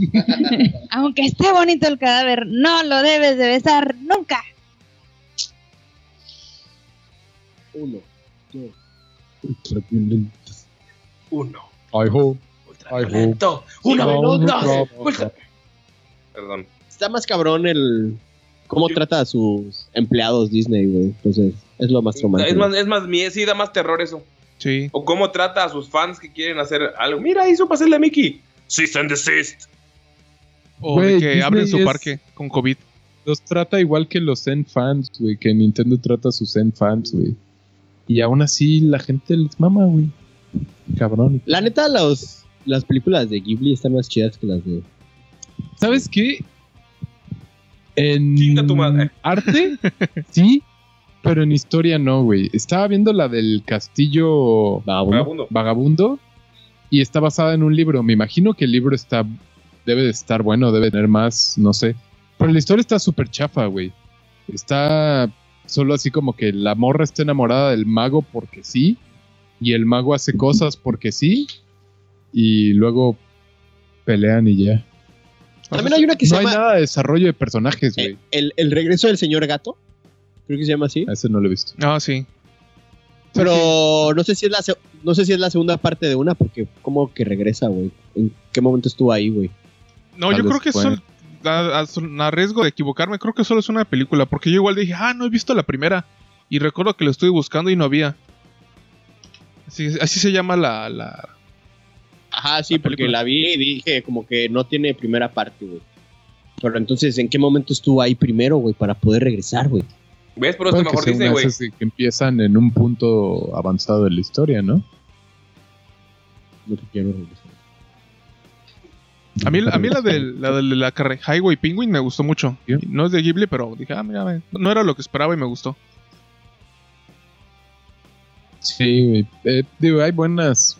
[SPEAKER 12] Aunque esté bonito el cadáver, no lo debes de besar nunca.
[SPEAKER 9] Uno.
[SPEAKER 7] Ultraviolentos.
[SPEAKER 6] Uno.
[SPEAKER 7] I hope.
[SPEAKER 6] Ultraviolento. Uno.
[SPEAKER 7] No, no,
[SPEAKER 6] dos.
[SPEAKER 7] no.
[SPEAKER 6] ultra- Perdón.
[SPEAKER 9] Está más cabrón el. Cómo trata a sus empleados Disney, güey. Entonces, es lo más traumático.
[SPEAKER 6] Es más, es más, mie- sí da más terror eso.
[SPEAKER 10] Sí.
[SPEAKER 6] O cómo trata a sus fans que quieren hacer algo. Mira, hizo pasarle a Mickey. Cease and desist.
[SPEAKER 10] O de
[SPEAKER 7] Güey,
[SPEAKER 10] que
[SPEAKER 7] Disney
[SPEAKER 10] abren su
[SPEAKER 7] es-
[SPEAKER 10] parque con COVID.
[SPEAKER 7] Los trata igual que los Zen fans, güey. Que Nintendo trata a sus Zen fans, güey. Y aún así la gente les mama, güey. Cabrón.
[SPEAKER 9] La neta, los, las películas de Ghibli están más chidas que las de.
[SPEAKER 7] Ah, ¿Sabes qué? En
[SPEAKER 6] Chinga tu madre.
[SPEAKER 7] arte, sí, pero en historia no, güey. Estaba viendo la del castillo
[SPEAKER 9] Vagabundo.
[SPEAKER 6] Vagabundo.
[SPEAKER 7] vagabundo y está basada en un libro. Me imagino que el libro está debe de estar bueno, debe tener más, no sé. Pero la historia está súper chafa, güey. Está solo así como que la morra está enamorada del mago porque sí y el mago hace cosas porque sí y luego pelean y ya.
[SPEAKER 18] También hay una que se
[SPEAKER 7] pues no hay
[SPEAKER 18] llama-
[SPEAKER 7] nada de desarrollo de personajes, güey.
[SPEAKER 18] Eh,
[SPEAKER 9] El, el regreso del señor gato. Creo que se llama así.
[SPEAKER 7] A Ese no lo he visto.
[SPEAKER 10] Ah, sí.
[SPEAKER 9] Pero no sé si es la se- no sé si es la segunda parte de una, porque como que regresa, güey. ¿En qué momento estuvo ahí, güey?
[SPEAKER 10] No,
[SPEAKER 7] Tal
[SPEAKER 10] yo
[SPEAKER 7] vez
[SPEAKER 10] creo que
[SPEAKER 7] fue.
[SPEAKER 10] solo. A, a- a riesgo de equivocarme, creo que solo es una película. Porque yo igual dije, ah, no he visto la primera. Y recuerdo que lo estuve buscando y no había. Así, así se llama la. la-
[SPEAKER 9] Ajá, sí,
[SPEAKER 10] La
[SPEAKER 9] porque
[SPEAKER 10] película.
[SPEAKER 9] la vi y dije como que no tiene primera parte, güey. Pero entonces, ¿en qué momento estuvo ahí primero, güey, para poder regresar, güey?
[SPEAKER 6] ¿Ves? Pero es que
[SPEAKER 7] Bueno, que
[SPEAKER 6] mejor dice,
[SPEAKER 7] según
[SPEAKER 6] güey.
[SPEAKER 7] haces que empiezan en un punto avanzado de la historia, ¿no?
[SPEAKER 9] No te quiero regresar.
[SPEAKER 10] A mí, a mí la de la, de la carre- Highway Penguin me gustó mucho.
[SPEAKER 7] ¿Sí?
[SPEAKER 10] No es de Ghibli, pero dije, ah, mira, güey, no era lo que esperaba y me gustó.
[SPEAKER 7] Sí, güey. Eh, digo, hay buenas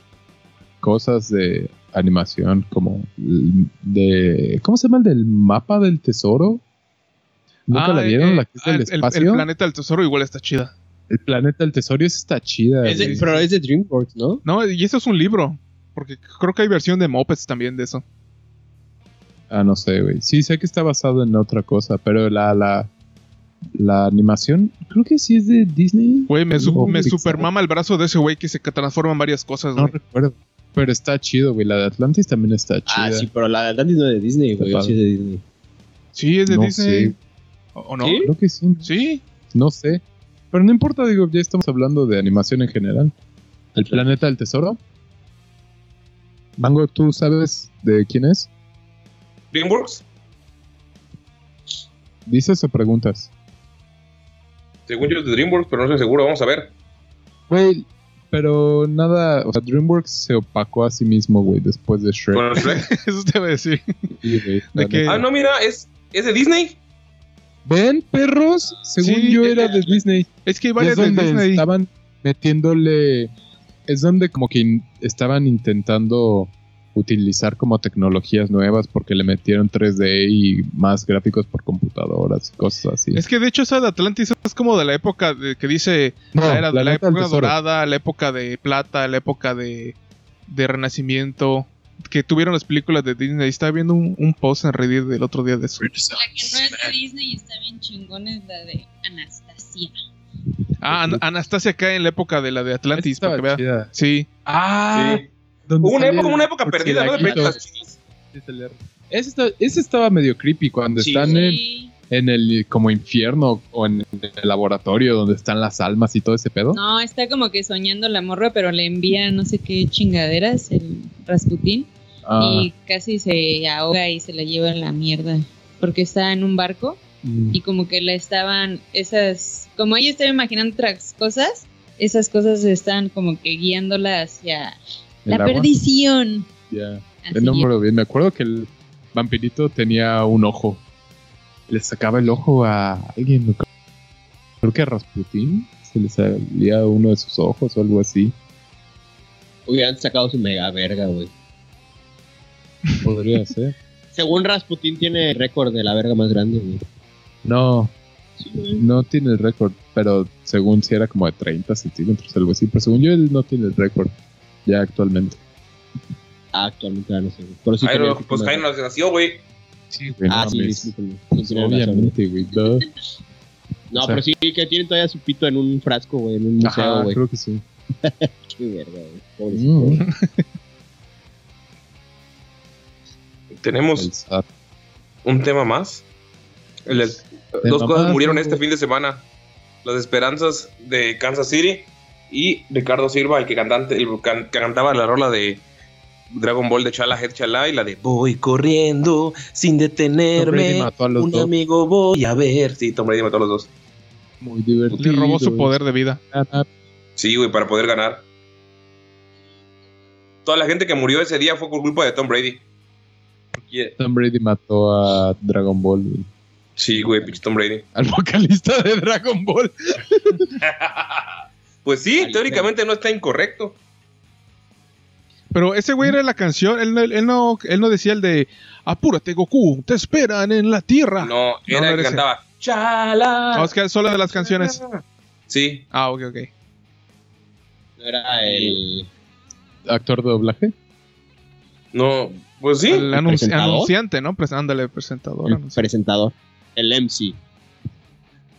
[SPEAKER 7] cosas de animación, como el de. ¿Cómo se llama el del mapa del tesoro? ¿Nunca
[SPEAKER 10] Ah,
[SPEAKER 7] la
[SPEAKER 10] eh,
[SPEAKER 7] vieron?
[SPEAKER 10] eh,
[SPEAKER 7] la que es
[SPEAKER 10] ah,
[SPEAKER 7] del
[SPEAKER 10] el- el,
[SPEAKER 7] espacio. El,
[SPEAKER 10] planeta del tesoro igual está chida.
[SPEAKER 7] planeta del tesoro, esa está chida.
[SPEAKER 9] Es de-
[SPEAKER 7] güey.
[SPEAKER 9] pero es de DreamWorks, ¿no?
[SPEAKER 10] No, y eso es un libro. Porque creo que hay versión de Mopeds también de eso.
[SPEAKER 7] Ah, no sé, güey. Sí, sé que está basado en otra cosa, pero la, la, la animación, creo que sí es de Disney.
[SPEAKER 10] Güey, me, su-
[SPEAKER 7] O
[SPEAKER 10] me
[SPEAKER 7] Pixar.
[SPEAKER 10] supermama el brazo de ese güey que se transforma en varias cosas,
[SPEAKER 7] No
[SPEAKER 10] güey.
[SPEAKER 7] recuerdo. Pero está chido, güey. La de Atlantis también está chida.
[SPEAKER 9] Ah, sí, pero la de Atlantis no es de Disney,
[SPEAKER 7] Está
[SPEAKER 9] güey. o
[SPEAKER 7] padre.
[SPEAKER 9] Sí, es de Disney.
[SPEAKER 10] Sí, es de
[SPEAKER 7] No
[SPEAKER 10] Disney.
[SPEAKER 7] sé.
[SPEAKER 10] ¿O o no?
[SPEAKER 9] ¿Sí?
[SPEAKER 7] Creo que sí.
[SPEAKER 10] Sí.
[SPEAKER 7] No sé. Pero no importa, digo, ya estamos hablando de animación en general. El planeta del tesoro. Mango, ¿tú sabes de quién es?
[SPEAKER 6] DreamWorks,
[SPEAKER 7] ¿Dices o preguntas?
[SPEAKER 6] según yo es de DreamWorks, pero no estoy seguro, vamos a ver.
[SPEAKER 7] Güey, pero nada. O sea, DreamWorks se opacó a sí mismo, güey, después de Shrek.
[SPEAKER 6] Con el Shrek.
[SPEAKER 10] Eso te iba a decir.
[SPEAKER 7] Sí, güey,
[SPEAKER 10] ¿de
[SPEAKER 7] la
[SPEAKER 10] qué?
[SPEAKER 7] neta.
[SPEAKER 6] ah, no, mira, es, es de Disney.
[SPEAKER 7] ¿Ven, perros? Según
[SPEAKER 10] Sí,
[SPEAKER 7] yo
[SPEAKER 10] eh,
[SPEAKER 7] era de Disney.
[SPEAKER 10] Es que hay
[SPEAKER 7] Es
[SPEAKER 10] varias de
[SPEAKER 7] donde
[SPEAKER 10] Disney.
[SPEAKER 7] estaban metiéndole. Es donde como que in- estaban intentando utilizar como tecnologías nuevas porque le metieron 3D y más gráficos por computadoras y cosas así.
[SPEAKER 10] Es que de hecho esa de Atlantis es como de la época de, que dice
[SPEAKER 7] No,
[SPEAKER 10] la era de la
[SPEAKER 7] Ah, neta del
[SPEAKER 10] época
[SPEAKER 7] tesoro.
[SPEAKER 10] dorada, la época de plata, la época de, de renacimiento. Que tuvieron las películas de Disney. Estaba viendo un, un post en Reddit del otro día de eso.
[SPEAKER 12] La que no es de Disney y está bien chingona es la de Anastasia.
[SPEAKER 10] Ah, An- Anastasia cae en la época de la de Atlantis.
[SPEAKER 7] Esa
[SPEAKER 10] Para que
[SPEAKER 7] estaba
[SPEAKER 10] vea.
[SPEAKER 7] chida.
[SPEAKER 10] Sí.
[SPEAKER 7] Ah,
[SPEAKER 6] Sí. Hubo una época, una época perdida, ¿no? De películas chinas.
[SPEAKER 7] Ese, está- ese estaba medio creepy cuando
[SPEAKER 18] Sí.
[SPEAKER 7] están en,
[SPEAKER 12] Sí.
[SPEAKER 7] en el como infierno o en el laboratorio donde están las almas y todo ese pedo.
[SPEAKER 12] No, está como que soñando la morra, pero le envía no sé qué chingaderas, el Rasputín,
[SPEAKER 7] Ah,
[SPEAKER 12] y casi se ahoga y se la lleva a la mierda. Porque está en un barco
[SPEAKER 7] mm.
[SPEAKER 12] y como que la estaban esas como ella estaba imaginando otras cosas esas cosas están como que guiándola hacia
[SPEAKER 7] ¿El
[SPEAKER 12] la
[SPEAKER 7] agua?
[SPEAKER 12] perdición
[SPEAKER 7] Ya,
[SPEAKER 12] Así
[SPEAKER 7] el número bien. Me acuerdo que el vampirito tenía un ojo. Le sacaba el ojo a alguien. ¿no? Creo que a Rasputín se le salía uno de sus ojos o algo así.
[SPEAKER 9] Hubieran sacado su mega verga, güey.
[SPEAKER 7] Podría ser.
[SPEAKER 9] Según Rasputin tiene récord de la verga más grande, güey.
[SPEAKER 7] No, no tiene el récord, pero según si era como de 30 centímetros, algo así. Pero según yo, él no tiene el récord ya actualmente.
[SPEAKER 9] Ah, actualmente ya no sé, güey. Pero sí
[SPEAKER 6] Jairo,
[SPEAKER 9] tenía el
[SPEAKER 6] pues
[SPEAKER 9] sistema-
[SPEAKER 6] Jairo nos nació, güey.
[SPEAKER 7] Sí,
[SPEAKER 9] Ah, sí, discúlpenme. Sí, tiene razón, güey.
[SPEAKER 7] obviamente, güey. duh.
[SPEAKER 9] No,
[SPEAKER 7] O sea-
[SPEAKER 9] pero sí que tiene todavía su pito en un frasco, güey, en un museo,
[SPEAKER 7] Ajá,
[SPEAKER 9] güey.
[SPEAKER 7] creo que sí.
[SPEAKER 9] Qué verga, güey. Pobrecito,
[SPEAKER 7] Mm,
[SPEAKER 9] güey.
[SPEAKER 7] el
[SPEAKER 6] Tenemos
[SPEAKER 7] SAT.
[SPEAKER 6] un tema más. El- el-
[SPEAKER 7] Tema
[SPEAKER 6] dos cosas
[SPEAKER 7] más,
[SPEAKER 6] murieron
[SPEAKER 7] ¿no?
[SPEAKER 6] este fin de semana. Las esperanzas de Kansas City y Ricardo Silva, el que, cantante, el can- que cantaba la rola de Dragon Ball de Chala Head Chala y la de Voy corriendo
[SPEAKER 7] Tom
[SPEAKER 6] sin
[SPEAKER 7] Brady
[SPEAKER 6] detenerme.
[SPEAKER 7] mató a los
[SPEAKER 6] Un
[SPEAKER 7] dos.
[SPEAKER 6] amigo voy a ver. Sí, Tom Brady mató a los dos.
[SPEAKER 7] Muy divertido.
[SPEAKER 10] Le robó su poder de vida.
[SPEAKER 7] Ah,
[SPEAKER 6] Sí, güey, para poder ganar. Toda la gente que murió ese día fue por culpa de Tom Brady.
[SPEAKER 7] Tom Brady mató a Dragon Ball. güey.
[SPEAKER 6] Sí, güey, pinche Tom Brady.
[SPEAKER 7] Al vocalista de Dragon Ball.
[SPEAKER 6] Pues sí, teóricamente no está incorrecto.
[SPEAKER 10] Pero ese güey era la canción, él, no- él no, él no decía el de Apúrate Goku, te esperan en la tierra.
[SPEAKER 6] Ah, No, era el que
[SPEAKER 10] ese.
[SPEAKER 6] cantaba.
[SPEAKER 10] No,
[SPEAKER 6] Chala.
[SPEAKER 10] es que era solo de las canciones.
[SPEAKER 6] Sí.
[SPEAKER 10] Ah, ok, ok.
[SPEAKER 9] No era el.
[SPEAKER 7] Actor de doblaje.
[SPEAKER 6] No, pues sí.
[SPEAKER 10] El anunci-
[SPEAKER 9] ¿Presentador?
[SPEAKER 10] anunciante, ¿no? Pues ándale, presentador.
[SPEAKER 9] el
[SPEAKER 10] anunciante.
[SPEAKER 9] presentador. El MC.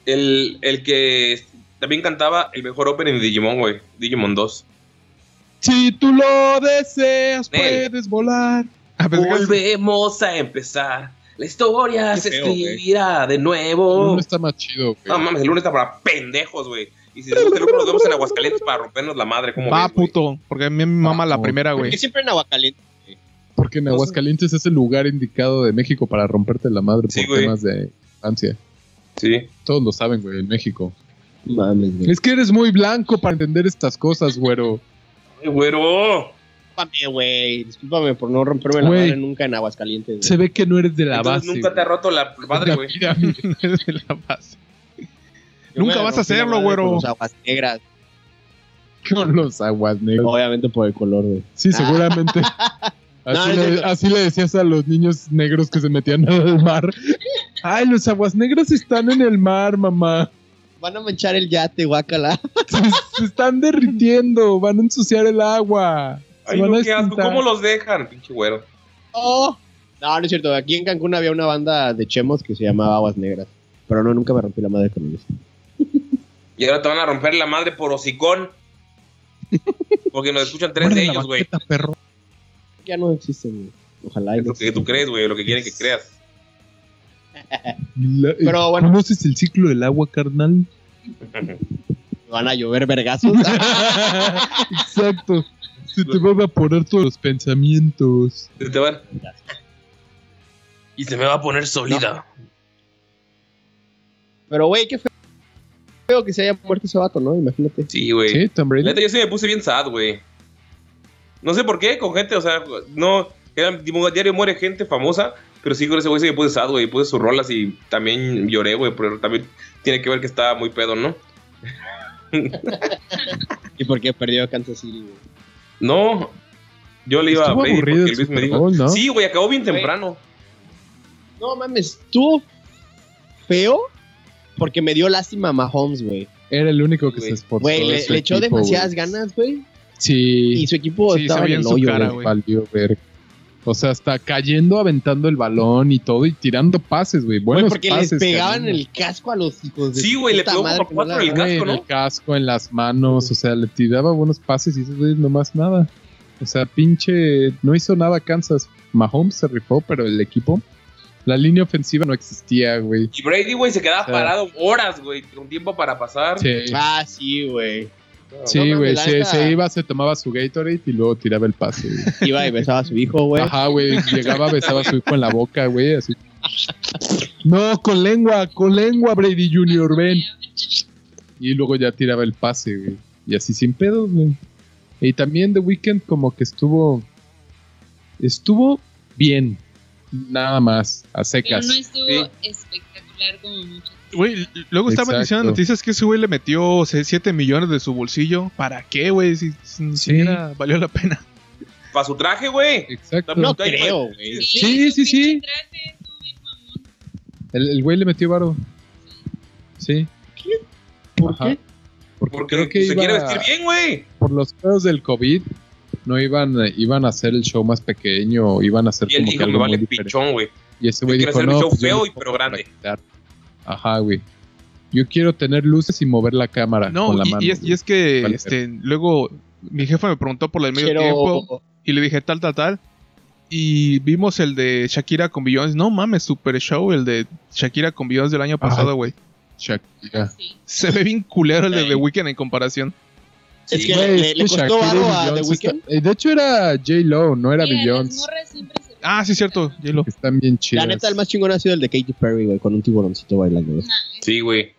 [SPEAKER 6] El, el que también cantaba el mejor opening de Digimon, güey. Digimon 2.
[SPEAKER 7] Si tú lo deseas,
[SPEAKER 6] Nel.
[SPEAKER 7] puedes volar.
[SPEAKER 10] Ah,
[SPEAKER 7] Pues
[SPEAKER 10] pensé que-
[SPEAKER 6] Volvemos a empezar. La historia
[SPEAKER 7] Qué
[SPEAKER 6] se
[SPEAKER 7] feo,
[SPEAKER 6] escribirá de nuevo.
[SPEAKER 7] Uno está más chido, güey.
[SPEAKER 6] Oh. No mames, el lunes está para pendejos, güey. Y si les gusta el lunes, nos vemos en Aguascalientes para rompernos la madre. ¿Cómo
[SPEAKER 10] Va,
[SPEAKER 6] ves, güey?
[SPEAKER 10] puto. Porque a mí me mama la
[SPEAKER 7] Vamos.
[SPEAKER 10] primera,
[SPEAKER 9] Porque
[SPEAKER 10] güey.
[SPEAKER 9] siempre en Aguacaliente.
[SPEAKER 7] Porque en Aguascalientes es el lugar indicado de México para romperte la madre
[SPEAKER 6] Sí,
[SPEAKER 7] por
[SPEAKER 6] güey.
[SPEAKER 7] temas de infancia.
[SPEAKER 6] Sí.
[SPEAKER 7] Todos lo saben, güey, en México.
[SPEAKER 9] Mames, güey.
[SPEAKER 7] Es que eres muy blanco para entender estas cosas, güero.
[SPEAKER 6] Ay, güero.
[SPEAKER 9] Discúlpame, güey. Discúlpame por no romperme la
[SPEAKER 7] Güey.
[SPEAKER 9] madre nunca en Aguascalientes. güey.
[SPEAKER 7] Se ve que no eres de la
[SPEAKER 6] Entonces
[SPEAKER 7] base.
[SPEAKER 6] nunca te ha
[SPEAKER 7] güey.
[SPEAKER 6] roto la madre,
[SPEAKER 7] La
[SPEAKER 6] güey.
[SPEAKER 7] pirámide.
[SPEAKER 10] De la base.
[SPEAKER 9] Yo
[SPEAKER 10] Nunca
[SPEAKER 9] me
[SPEAKER 10] vas
[SPEAKER 9] rompí
[SPEAKER 10] a
[SPEAKER 9] la
[SPEAKER 10] hacerlo,
[SPEAKER 9] madre
[SPEAKER 10] güero.
[SPEAKER 9] con los aguas negras.
[SPEAKER 7] Con los aguas negras.
[SPEAKER 9] Obviamente por el color, güey.
[SPEAKER 7] Sí, seguramente. Así,
[SPEAKER 9] Ah. No, no es
[SPEAKER 7] le,
[SPEAKER 9] cierto.
[SPEAKER 7] así le decías a los niños negros que se metían al mar. Ay, los aguas negras están en el mar, mamá.
[SPEAKER 9] Van a manchar el yate, guácala.
[SPEAKER 7] Se, se están derritiendo, van a ensuciar el agua. Se
[SPEAKER 6] Ay,
[SPEAKER 7] van
[SPEAKER 6] no,
[SPEAKER 7] a
[SPEAKER 6] qué asco.
[SPEAKER 7] extintar.
[SPEAKER 6] ¿Cómo los dejan, pinche güero?
[SPEAKER 9] Oh. No, no es cierto. Aquí en Cancún había una banda de chemos que se llamaba Aguas Negras. Pero no, nunca me rompí la madre con ellos.
[SPEAKER 6] Y ahora te van a romper la madre por hocicón. Porque nos escuchan tres de
[SPEAKER 7] Corre la
[SPEAKER 6] ellos, güey.
[SPEAKER 7] banqueta, perro.
[SPEAKER 9] Ya no existen, güey. Ojalá. y
[SPEAKER 6] Es
[SPEAKER 9] no
[SPEAKER 6] lo que tú
[SPEAKER 9] existan.
[SPEAKER 6] crees, güey, lo que quieren que creas.
[SPEAKER 7] La- eh,
[SPEAKER 9] Pero bueno.
[SPEAKER 7] ¿Conoces el ciclo del agua, carnal?
[SPEAKER 9] Van a llover vergazos.
[SPEAKER 7] Exacto. Se te va a evaporar todos los pensamientos.
[SPEAKER 6] Se te van. Y se me va a poner sólida.
[SPEAKER 9] Pero, güey, qué feo. Feo que se haya muerto ese vato, ¿no? Imagínate.
[SPEAKER 6] Sí, güey.
[SPEAKER 7] Sí, Tom
[SPEAKER 6] La
[SPEAKER 7] Brady.
[SPEAKER 6] neta, yo sí me puse bien sad, güey. No sé por qué, con gente, o sea, no. Era, digo, diario muere gente famosa, pero sí con ese güey sí me puse sad, güey. Puse sus rolas y también lloré, güey, pero también tiene que ver que estaba muy pedo, ¿no?
[SPEAKER 9] ¿Y por qué perdió a Kansas City, güey?
[SPEAKER 6] No. Yo le iba a
[SPEAKER 7] Estuvo
[SPEAKER 6] Brady porque
[SPEAKER 7] aburrido el
[SPEAKER 6] Luis me
[SPEAKER 7] Super
[SPEAKER 6] dijo.
[SPEAKER 7] Bowl, ¿no?
[SPEAKER 6] Sí, güey, acabó bien
[SPEAKER 9] Güey.
[SPEAKER 6] temprano.
[SPEAKER 9] No mames, tú feo porque me dio lástima a Mahomes, güey.
[SPEAKER 7] Era el único que
[SPEAKER 6] Güey.
[SPEAKER 7] se esforzó.
[SPEAKER 9] Güey, le,
[SPEAKER 7] su
[SPEAKER 9] le echó
[SPEAKER 7] equipo,
[SPEAKER 9] demasiadas
[SPEAKER 7] güey.
[SPEAKER 9] ganas, güey.
[SPEAKER 7] Sí.
[SPEAKER 9] Y su equipo
[SPEAKER 10] Sí, se
[SPEAKER 9] estaba en
[SPEAKER 10] veía en
[SPEAKER 9] el
[SPEAKER 10] su
[SPEAKER 9] hoyo,
[SPEAKER 10] cara,
[SPEAKER 9] güey.
[SPEAKER 10] güey.
[SPEAKER 7] Valió ver. O sea, hasta cayendo, aventando el balón y todo, y tirando pases, güey.
[SPEAKER 9] Güey,
[SPEAKER 7] Buenos
[SPEAKER 9] porque
[SPEAKER 7] pases,
[SPEAKER 9] les pegaban
[SPEAKER 7] cabrón.
[SPEAKER 9] el casco a los hijos de
[SPEAKER 6] Sí,
[SPEAKER 9] su
[SPEAKER 6] güey, le
[SPEAKER 9] puta
[SPEAKER 6] pegó
[SPEAKER 9] madre
[SPEAKER 6] como
[SPEAKER 9] que no
[SPEAKER 6] cuatro
[SPEAKER 9] la
[SPEAKER 6] el
[SPEAKER 9] agarraron.
[SPEAKER 7] Güey, en
[SPEAKER 6] casco, ¿no?
[SPEAKER 7] el casco, en las manos, o sea, le tiraba buenos pases y esos güeyes no más nada. O sea, pinche, no hizo nada Kansas. Mahomes se rifó, pero el equipo, la línea ofensiva no existía, güey.
[SPEAKER 6] Y Brady, güey, se quedaba
[SPEAKER 7] Sí.
[SPEAKER 6] parado horas, güey, con tiempo para pasar.
[SPEAKER 7] Sí,
[SPEAKER 9] Ah, sí, güey.
[SPEAKER 7] sí,
[SPEAKER 9] no
[SPEAKER 7] güey,
[SPEAKER 9] mames, la
[SPEAKER 7] se,
[SPEAKER 9] neta.
[SPEAKER 7] se iba, se tomaba su Gatorade y luego tiraba el pase. güey.
[SPEAKER 9] Iba y besaba a su hijo, güey.
[SPEAKER 7] Ajá, güey, llegaba, besaba a su hijo en la boca, güey, así. No, con lengua, con lengua, Brady Jr., ven. Y luego ya tiraba el pase, güey. Y así sin pedos, güey. Y también The Weeknd como que estuvo... Estuvo bien. Nada más, a
[SPEAKER 12] Pero
[SPEAKER 7] secas.
[SPEAKER 12] no estuvo
[SPEAKER 6] Sí.
[SPEAKER 12] espectacular como mucho.
[SPEAKER 10] Güey, luego estaban
[SPEAKER 7] Exacto.
[SPEAKER 10] diciendo noticias que ese güey le metió 7 millones de su bolsillo. ¿Para qué, güey? Si, si ni
[SPEAKER 7] Sí.
[SPEAKER 10] siquiera valió la pena.
[SPEAKER 6] Para su traje, güey.
[SPEAKER 7] Exacto.
[SPEAKER 9] No
[SPEAKER 6] Ahí, güey.
[SPEAKER 9] creo, güey.
[SPEAKER 7] Sí, sí,
[SPEAKER 12] su pinche
[SPEAKER 7] sí.
[SPEAKER 12] traje estuvo bien mamón.
[SPEAKER 7] El el güey le metió varo. Sí.
[SPEAKER 9] ¿Por
[SPEAKER 7] Ajá.
[SPEAKER 9] qué?
[SPEAKER 7] Porque,
[SPEAKER 6] Porque
[SPEAKER 7] creo que
[SPEAKER 6] se
[SPEAKER 7] iba-
[SPEAKER 6] quiere vestir bien, güey.
[SPEAKER 7] por los pedos del COVID no iban, eh, iban a hacer el show más pequeño, iban a hacer
[SPEAKER 6] Y él
[SPEAKER 7] como que
[SPEAKER 6] dijo, me
[SPEAKER 7] algo muy
[SPEAKER 6] vale
[SPEAKER 7] diferente.
[SPEAKER 6] pichón, güey.
[SPEAKER 7] Y ese güey
[SPEAKER 6] Yo
[SPEAKER 7] dijo,
[SPEAKER 6] quiero hacer mi
[SPEAKER 7] no,
[SPEAKER 6] show
[SPEAKER 7] pues yo
[SPEAKER 6] feo
[SPEAKER 7] lo
[SPEAKER 6] y
[SPEAKER 7] pongo
[SPEAKER 6] pero
[SPEAKER 7] para
[SPEAKER 6] grande".
[SPEAKER 7] quitar. Ajá, güey. Yo quiero tener luces y mover la cámara
[SPEAKER 10] No,
[SPEAKER 7] con la
[SPEAKER 10] y,
[SPEAKER 7] mano.
[SPEAKER 10] y es, y
[SPEAKER 7] güey.
[SPEAKER 10] es que
[SPEAKER 7] Vale,
[SPEAKER 10] este, luego mi jefa me preguntó por el medio tiempo
[SPEAKER 9] Quiero...
[SPEAKER 10] y le dije tal, tal, tal. Y vimos el de Shakira con Billions. No mames, super show el de Shakira con Billions del año
[SPEAKER 7] Ajá.
[SPEAKER 10] pasado, güey.
[SPEAKER 7] Shakira.
[SPEAKER 12] Sí.
[SPEAKER 10] Se ve bien culero el de The Weeknd en comparación.
[SPEAKER 9] Es que
[SPEAKER 7] Güey,
[SPEAKER 9] le,
[SPEAKER 7] es
[SPEAKER 9] le
[SPEAKER 7] que
[SPEAKER 9] costó
[SPEAKER 7] Shakira y
[SPEAKER 9] algo a The
[SPEAKER 7] Beyoncé
[SPEAKER 9] Weeknd.
[SPEAKER 7] está- eh, De hecho era J-Lo, no era
[SPEAKER 12] Mira, las
[SPEAKER 7] Beyoncé.
[SPEAKER 12] morras siempre se
[SPEAKER 10] Ah, sí, cierto, J-Lo.
[SPEAKER 7] Están bien chidas.
[SPEAKER 9] La neta, el más chingón ha sido el de Katy Perry, güey, con un tiburoncito bailando. güey.
[SPEAKER 6] Sí, güey.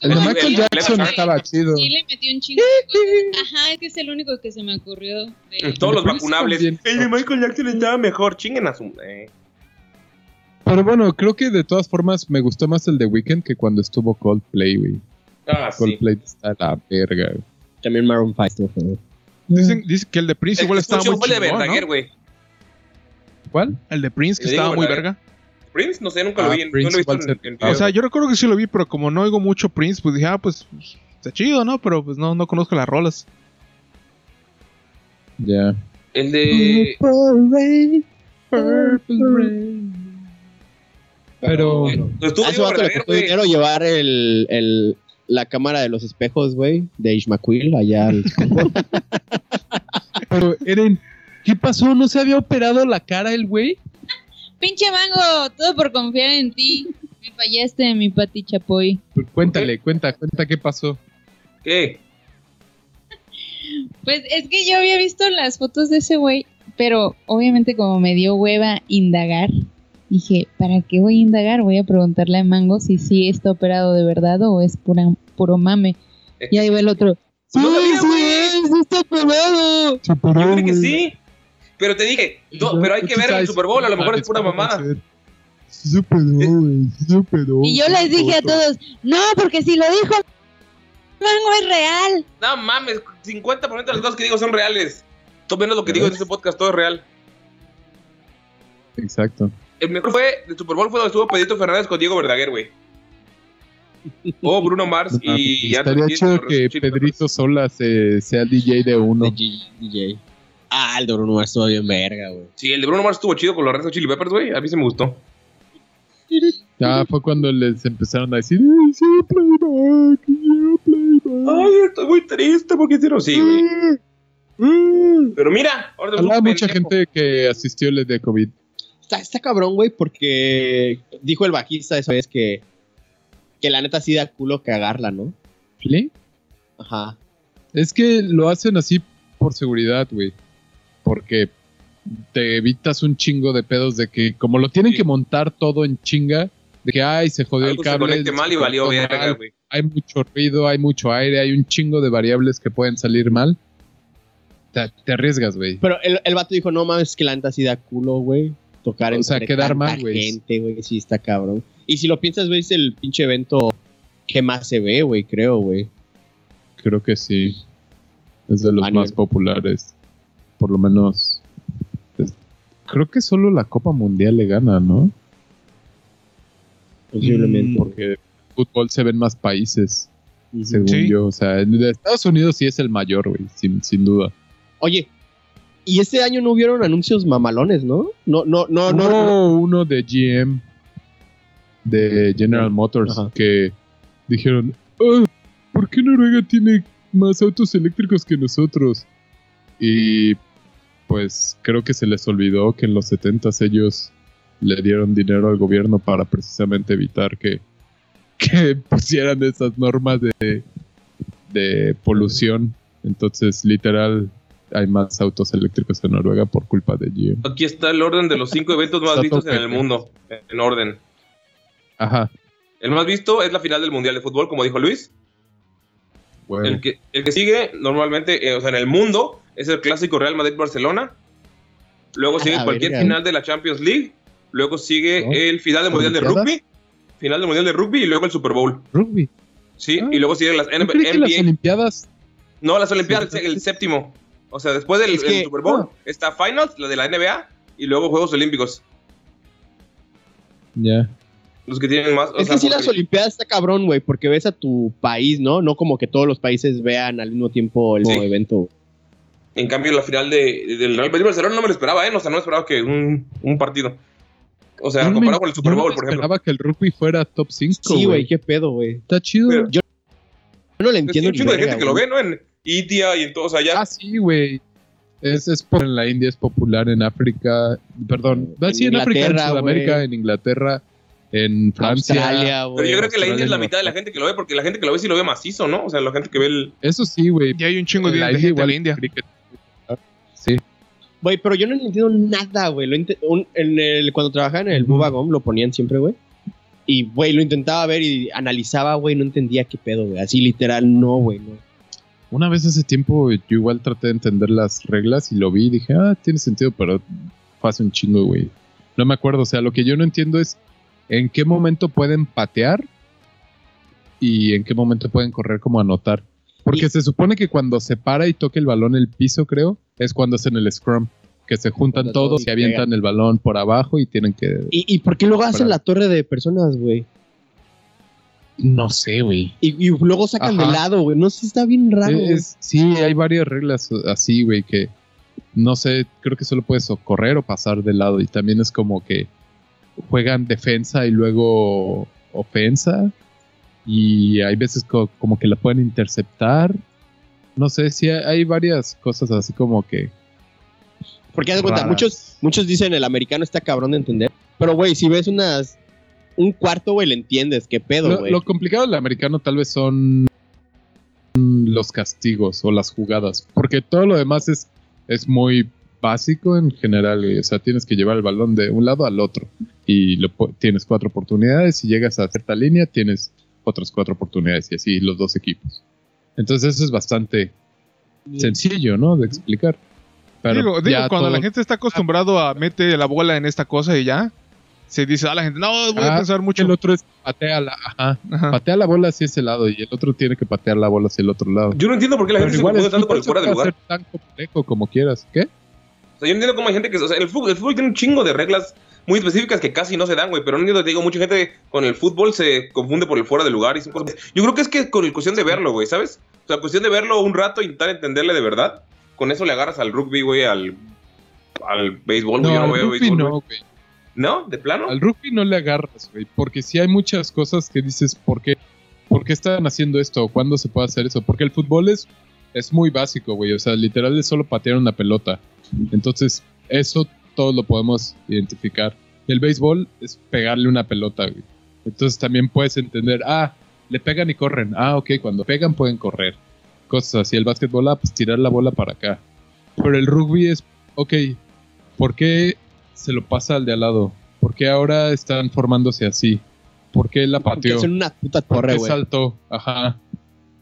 [SPEAKER 7] El de Michael Jackson
[SPEAKER 12] Leonard.
[SPEAKER 7] estaba chido.
[SPEAKER 12] Sí, le metí un chingo de cosas. Ajá, es que es el único que se me ocurrió. de-
[SPEAKER 6] Todos los
[SPEAKER 7] Pero es
[SPEAKER 6] vacunables.
[SPEAKER 7] bien-
[SPEAKER 6] El de Michael Jackson estaba mejor. Chinguen a su. eh.
[SPEAKER 7] Pero bueno, creo que de todas formas me gustó más el de Weekend que cuando estuvo Coldplay, güey.
[SPEAKER 6] Ah, sí.
[SPEAKER 7] Coldplay está a la verga, güey.
[SPEAKER 9] También Maroon 5, estuvo feo.
[SPEAKER 10] Dicen, dicen que el de Prince
[SPEAKER 6] El
[SPEAKER 10] igual
[SPEAKER 6] que
[SPEAKER 10] estaba muy
[SPEAKER 6] escuchó fue el de
[SPEAKER 10] chingón,
[SPEAKER 6] Verdaguer,
[SPEAKER 10] ¿no?
[SPEAKER 6] güey.
[SPEAKER 7] ¿Cuál?
[SPEAKER 10] El de Prince que
[SPEAKER 6] Le digo
[SPEAKER 10] estaba muy
[SPEAKER 6] Verdaguer.
[SPEAKER 10] verga.
[SPEAKER 6] Prince, no sé, nunca
[SPEAKER 7] Ah,
[SPEAKER 6] lo vi. en-
[SPEAKER 7] Prince,
[SPEAKER 6] no lo he visto
[SPEAKER 7] igual
[SPEAKER 6] en,
[SPEAKER 7] se-
[SPEAKER 6] en
[SPEAKER 7] Ah,
[SPEAKER 6] video.
[SPEAKER 10] O sea, yo recuerdo que sí lo vi, pero como no oigo mucho Prince, pues dije, ah, pues está chido, ¿no? Pero pues no, no conozco las rolas.
[SPEAKER 7] Ya.
[SPEAKER 6] el de.
[SPEAKER 12] Mm.
[SPEAKER 7] Pero
[SPEAKER 6] Pues tú,
[SPEAKER 9] A ese
[SPEAKER 6] digo,
[SPEAKER 9] vato le
[SPEAKER 6] Verdaguer,
[SPEAKER 9] costó
[SPEAKER 6] güey.
[SPEAKER 9] dinero llevar el, el- la cámara de los espejos, güey, de Ish McQuill allá al...
[SPEAKER 7] Pero, Eren, ¿qué pasó? ¿No se había operado la cara el güey?
[SPEAKER 12] Pinche mango, todo por confiar en ti. Me fallaste, mi pati chapoy.
[SPEAKER 7] Pues Cuéntale, cuenta, cuenta qué pasó.
[SPEAKER 6] ¿Qué?
[SPEAKER 12] Pues es que yo había visto las fotos de ese güey, pero obviamente como me dio hueva indagar, dije, ¿para qué voy a indagar? Voy a preguntarle a Mango si sí está operado de verdad o es pura, puro mame. Y ahí va el otro. Sí,
[SPEAKER 6] No sabía,
[SPEAKER 12] sí,
[SPEAKER 6] güey.
[SPEAKER 12] es, está operado.
[SPEAKER 6] Yo creo que sí. Pero te dije, no, pero hay que ver el Super Bowl, a lo mejor es pura Eh. mamada.
[SPEAKER 7] Super Bowl, Super Bowl.
[SPEAKER 12] Y yo les dije a todos, no, porque si lo dijo Mango es real.
[SPEAKER 6] No mames, 50% de las cosas que digo son reales. Todo menos lo que digo en este podcast, todo es real.
[SPEAKER 7] Exacto.
[SPEAKER 6] El mejor fue, el Super Bowl fue donde estuvo Pedrito Fernández con Diego Verdaguer, güey. O Bruno Mars y
[SPEAKER 7] Ah,
[SPEAKER 6] Anthony
[SPEAKER 7] Estaría
[SPEAKER 6] Kiedis,
[SPEAKER 7] chido
[SPEAKER 6] los
[SPEAKER 7] que
[SPEAKER 6] Chili Peppers.
[SPEAKER 7] Pedrito Sola se- sea DJ de uno.
[SPEAKER 9] de G- DJ. Ah, el de Bruno Mars estuvo bien verga, güey.
[SPEAKER 6] Sí, el de Bruno Mars estuvo chido con los restos Chili Peppers, güey. A mí se me gustó.
[SPEAKER 7] Ya fue cuando les empezaron a decir, "Ay, sí, playback, sí, playback".
[SPEAKER 6] Ay, estoy muy triste porque hicieron sí, güey. Pero mira, ahora tenemos
[SPEAKER 7] Habrá
[SPEAKER 6] un
[SPEAKER 7] mucha
[SPEAKER 6] pendejo.
[SPEAKER 7] gente que asistió les de COVID.
[SPEAKER 9] Está, está cabrón, güey, porque dijo el bajista esa vez que, que la neta sí da culo cagarla, ¿no?
[SPEAKER 7] ¿Sí?
[SPEAKER 9] Ajá.
[SPEAKER 7] Es que lo hacen así por seguridad, güey. Porque te evitas un chingo de pedos de que, como lo tienen
[SPEAKER 6] Sí.
[SPEAKER 7] que montar todo en chinga, de que, ay, se jodió
[SPEAKER 6] Algo
[SPEAKER 7] el
[SPEAKER 6] se
[SPEAKER 7] cable.
[SPEAKER 6] conecte mal y
[SPEAKER 7] se
[SPEAKER 6] valió
[SPEAKER 7] conectó
[SPEAKER 6] verga,
[SPEAKER 7] mal,
[SPEAKER 6] güey.
[SPEAKER 7] Hay mucho ruido, hay mucho aire, hay un chingo de variables que pueden salir mal. Te, te arriesgas, güey.
[SPEAKER 9] Pero el, el vato dijo, no mames, que la neta sí da culo, güey. Tocar
[SPEAKER 7] O sea,
[SPEAKER 9] entre
[SPEAKER 7] quedar
[SPEAKER 9] tanta
[SPEAKER 7] mal, güey.
[SPEAKER 9] gente, güey, sí está cabrón. Y si lo piensas, güey, es el pinche evento que más se ve, güey, creo, güey.
[SPEAKER 7] Creo que sí. Es de los
[SPEAKER 9] Manuel.
[SPEAKER 7] más populares. Por lo menos. es- creo que solo la Copa Mundial le gana, ¿no?
[SPEAKER 9] Posiblemente.
[SPEAKER 6] Mm.
[SPEAKER 7] Porque en fútbol se ven más países,
[SPEAKER 9] Mm. Ujú.
[SPEAKER 7] según
[SPEAKER 10] Sí.
[SPEAKER 7] yo. O sea, en de Estados Unidos sí es el mayor, güey, sin, sin duda.
[SPEAKER 9] Oye, y este año no hubieron anuncios mamalones, ¿no? No, no, no, no. no.
[SPEAKER 7] Hubo uno de GM, de General Motors,
[SPEAKER 9] Ajá.
[SPEAKER 7] que dijeron, "Ah, ¿por qué Noruega tiene más autos eléctricos que nosotros? Y pues creo que se les olvidó que en los 70s ellos le dieron dinero al gobierno para precisamente evitar que, que pusieran esas normas de, de polución. Entonces, literal, hay más autos eléctricos en Noruega por culpa de GM.
[SPEAKER 6] Aquí está el orden de los cinco eventos más
[SPEAKER 7] Está
[SPEAKER 6] vistos en
[SPEAKER 7] todo
[SPEAKER 6] el mundo. En orden.
[SPEAKER 7] Ajá.
[SPEAKER 6] El más visto es la final del Mundial de Fútbol, como dijo Luis.
[SPEAKER 7] Bueno.
[SPEAKER 6] El que, el que sigue normalmente, eh, o sea, en el mundo, es el clásico Real Madrid-Barcelona. Luego
[SPEAKER 7] Ah,
[SPEAKER 9] A
[SPEAKER 6] sigue
[SPEAKER 9] la
[SPEAKER 6] cualquier
[SPEAKER 9] verga.
[SPEAKER 6] final de la Champions League. Luego sigue
[SPEAKER 7] ¿No?
[SPEAKER 6] el final del Mundial de
[SPEAKER 7] ¿Olimpiadas?
[SPEAKER 6] Rugby. Final del Mundial de Rugby y luego el Super Bowl.
[SPEAKER 7] Rugby.
[SPEAKER 6] Sí,
[SPEAKER 7] Ah.
[SPEAKER 6] y luego siguen las
[SPEAKER 7] ¿No
[SPEAKER 6] N-
[SPEAKER 7] creí que las
[SPEAKER 6] NBA.
[SPEAKER 7] Olimpiadas?
[SPEAKER 6] No, las Olimpiadas,
[SPEAKER 7] Sí.
[SPEAKER 6] el séptimo. O sea, después del
[SPEAKER 9] Es que-
[SPEAKER 6] el Super Bowl está Finals, la de la NBA, y luego Juegos Olímpicos.
[SPEAKER 7] Ya.
[SPEAKER 6] Los que tienen más. o
[SPEAKER 9] Es
[SPEAKER 6] sea,
[SPEAKER 9] que sí,
[SPEAKER 6] porque-
[SPEAKER 9] las Olimpiadas está cabrón, güey, porque ves a tu país, ¿no? No como que todos los países vean al mismo tiempo el
[SPEAKER 6] Sí.
[SPEAKER 9] mismo evento.
[SPEAKER 6] En cambio, la final de, del Real Madrid Barcelona no me lo esperaba, ¿eh? O sea, no me esperaba que un, un partido. O sea,
[SPEAKER 7] Yo no me-
[SPEAKER 6] comparado con el Super
[SPEAKER 7] yo no
[SPEAKER 6] Bowl,
[SPEAKER 7] me
[SPEAKER 6] por ejemplo.
[SPEAKER 7] esperaba que el rugby fuera top 5,
[SPEAKER 9] Sí, güey, qué pedo, güey.
[SPEAKER 7] Está chido.
[SPEAKER 6] Pero-
[SPEAKER 9] Yo no le
[SPEAKER 6] Es
[SPEAKER 9] entiendo.
[SPEAKER 6] un
[SPEAKER 9] ni
[SPEAKER 6] chingo de
[SPEAKER 9] verga,
[SPEAKER 6] gente que lo
[SPEAKER 9] güey.
[SPEAKER 6] ve, ¿no? En India y en todo, o sea, ya.
[SPEAKER 7] Ah, sí, güey. Es, es popular en la India, es popular en África. Perdón.
[SPEAKER 9] En
[SPEAKER 7] sí, en África, en
[SPEAKER 9] Inglaterra,
[SPEAKER 7] Sudamérica,
[SPEAKER 9] güey.
[SPEAKER 7] en Inglaterra, en Francia.
[SPEAKER 9] Australia,
[SPEAKER 6] pero
[SPEAKER 9] güey.
[SPEAKER 6] yo creo que la
[SPEAKER 9] Australia,
[SPEAKER 6] India es la
[SPEAKER 9] no.
[SPEAKER 6] mitad de la gente que lo ve, porque la gente que lo ve sí lo ve macizo, ¿no? O sea, la gente que ve el.
[SPEAKER 7] Eso sí, güey.
[SPEAKER 10] Y hay un chingo de
[SPEAKER 7] En
[SPEAKER 10] gente de la India.
[SPEAKER 7] cricket. Sí.
[SPEAKER 9] Güey, pero yo no entiendo nada, güey. Lo inte- un- en el- cuando trabajaba en el Bubba Gum, lo ponían siempre, güey. Y, güey, lo intentaba ver y analizaba, güey, no entendía qué pedo, güey. Así literal, no, güey, no.
[SPEAKER 7] Una vez hace tiempo yo igual traté de entender las reglas y lo vi y dije, ah, tiene sentido, pero pasa un chingo, güey. No me acuerdo, o sea, lo que yo no entiendo es en qué momento pueden patear y en qué momento pueden correr como anotar. Porque se supone que cuando se para y toca el balón el piso, creo, es cuando hacen el scrum, que se juntan
[SPEAKER 9] Cuando todos
[SPEAKER 7] todos y
[SPEAKER 9] se
[SPEAKER 7] avientan
[SPEAKER 9] pegan.
[SPEAKER 7] el balón por abajo y tienen que...
[SPEAKER 9] ¿Y, y por qué luego hacen la torre de personas, güey?
[SPEAKER 7] No sé, güey.
[SPEAKER 9] Y, y luego sacan
[SPEAKER 7] Ajá.
[SPEAKER 9] de lado, güey. No sé, está bien raro.
[SPEAKER 7] Es-
[SPEAKER 9] güey.
[SPEAKER 7] es- sí, hay varias reglas así, güey, que no sé, creo que solo puedes o correr o pasar de lado. Y también es como que juegan defensa y luego ofensa. Y hay veces co- como que la pueden interceptar. No sé, sí, hay, hay varias cosas así como que.
[SPEAKER 9] Porque haz de cuenta,
[SPEAKER 7] raras.
[SPEAKER 9] muchos, muchos dicen el americano está cabrón de entender. Pero, güey, si ves unas. Un cuarto, güey, le entiendes. ¿Qué pedo,
[SPEAKER 7] Lo,
[SPEAKER 9] güey?
[SPEAKER 7] lo complicado del americano tal vez son los castigos o las jugadas, porque todo lo demás es, es muy básico en general, güey. o sea, tienes que llevar el balón de un lado al otro y lo pu- tienes cuatro oportunidades, si llegas a cierta línea tienes otras cuatro oportunidades y así los dos equipos. Entonces eso es bastante sencillo, ¿no? De explicar. Pero
[SPEAKER 10] digo, digo,
[SPEAKER 7] ya
[SPEAKER 10] cuando la
[SPEAKER 7] todo-
[SPEAKER 10] gente está acostumbrado a mete la bola en esta cosa y ya, se dice a la gente, Ah. no, voy a
[SPEAKER 7] Ah,
[SPEAKER 10] pensar mucho.
[SPEAKER 7] El otro es patea la, ajá, patea la bola hacia ese lado y el otro tiene que patear la bola hacia el otro lado.
[SPEAKER 6] Yo no entiendo por qué la
[SPEAKER 7] Pero
[SPEAKER 6] gente se
[SPEAKER 7] igual
[SPEAKER 6] confunde
[SPEAKER 7] es
[SPEAKER 6] tanto con el
[SPEAKER 7] fútbol,
[SPEAKER 6] fuera
[SPEAKER 7] se
[SPEAKER 6] del lugar.
[SPEAKER 7] puede hacer tan complejo como quieras. ¿Qué?
[SPEAKER 6] O sea, yo no entiendo cómo hay gente que. O sea, el fútbol, el fútbol tiene un chingo de reglas muy específicas que casi no se dan, güey. Pero no entiendo, te digo, mucha gente con el fútbol se confunde por el fuera del lugar. Y son cosas- Yo creo que es que con cuestión de verlo, güey, ¿sabes? O sea, cuestión de verlo un rato e intentar entenderle de verdad. Con eso le agarras al rugby, güey, al. al béisbol, güey. yo
[SPEAKER 7] No,
[SPEAKER 6] no
[SPEAKER 7] al
[SPEAKER 6] veo
[SPEAKER 7] rugby
[SPEAKER 6] béisbol. güey.
[SPEAKER 7] no, güey.
[SPEAKER 6] ¿No? ¿De plano?
[SPEAKER 7] Al rugby no le agarras, güey. Porque si hay muchas cosas que dices, ¿por qué? ¿Por qué están haciendo esto? ¿Cuándo se puede hacer eso? Porque el fútbol es, es muy básico, güey. O sea, literal es solo patear una pelota. Entonces, eso todos lo podemos identificar. El béisbol es pegarle una pelota, güey. Entonces también puedes entender, ah, le pegan y corren. Ah, ok, cuando pegan pueden correr. Cosas así. El básquetbol, ah, pues tirar la bola para acá. Pero el rugby es, ok, ¿por qué se lo pasa al de al lado? ¿Por qué ahora están formándose así? ¿Por qué la
[SPEAKER 9] Porque
[SPEAKER 7] pateó?
[SPEAKER 9] hacen una puta
[SPEAKER 7] ¿Por
[SPEAKER 9] torre,
[SPEAKER 7] qué
[SPEAKER 9] güey.
[SPEAKER 7] saltó? Ajá.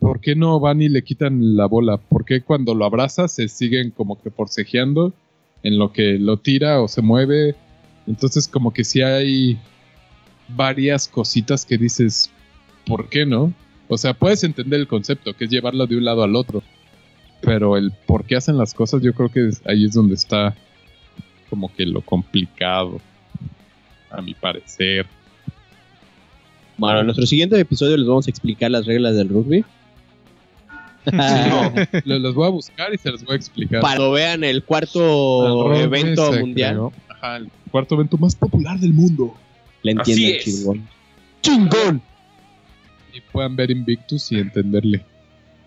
[SPEAKER 7] ¿Por qué no van y le quitan la bola? ¿Por qué cuando lo abraza se siguen como que forcejeando en lo que lo tira o se mueve? Entonces como que sí hay varias cositas que dices, ¿por qué no? O sea, puedes entender el concepto, que es llevarlo de un lado al otro. Pero el por qué hacen las cosas, yo creo que es- ahí es donde está como que lo complicado, a mi parecer.
[SPEAKER 9] Bueno, en nuestro siguiente episodio les vamos a explicar las reglas del rugby.
[SPEAKER 7] No, lo- los voy a buscar y se los voy a explicar.
[SPEAKER 9] Para que vean el cuarto
[SPEAKER 7] Al revés,
[SPEAKER 9] evento
[SPEAKER 7] se
[SPEAKER 9] mundial.
[SPEAKER 7] creó. Ajá, el cuarto evento más popular del mundo.
[SPEAKER 9] Le
[SPEAKER 6] Así
[SPEAKER 9] entienden,
[SPEAKER 6] es.
[SPEAKER 9] chingón. ¡Chingón!
[SPEAKER 7] Y puedan ver Invictus y entenderle.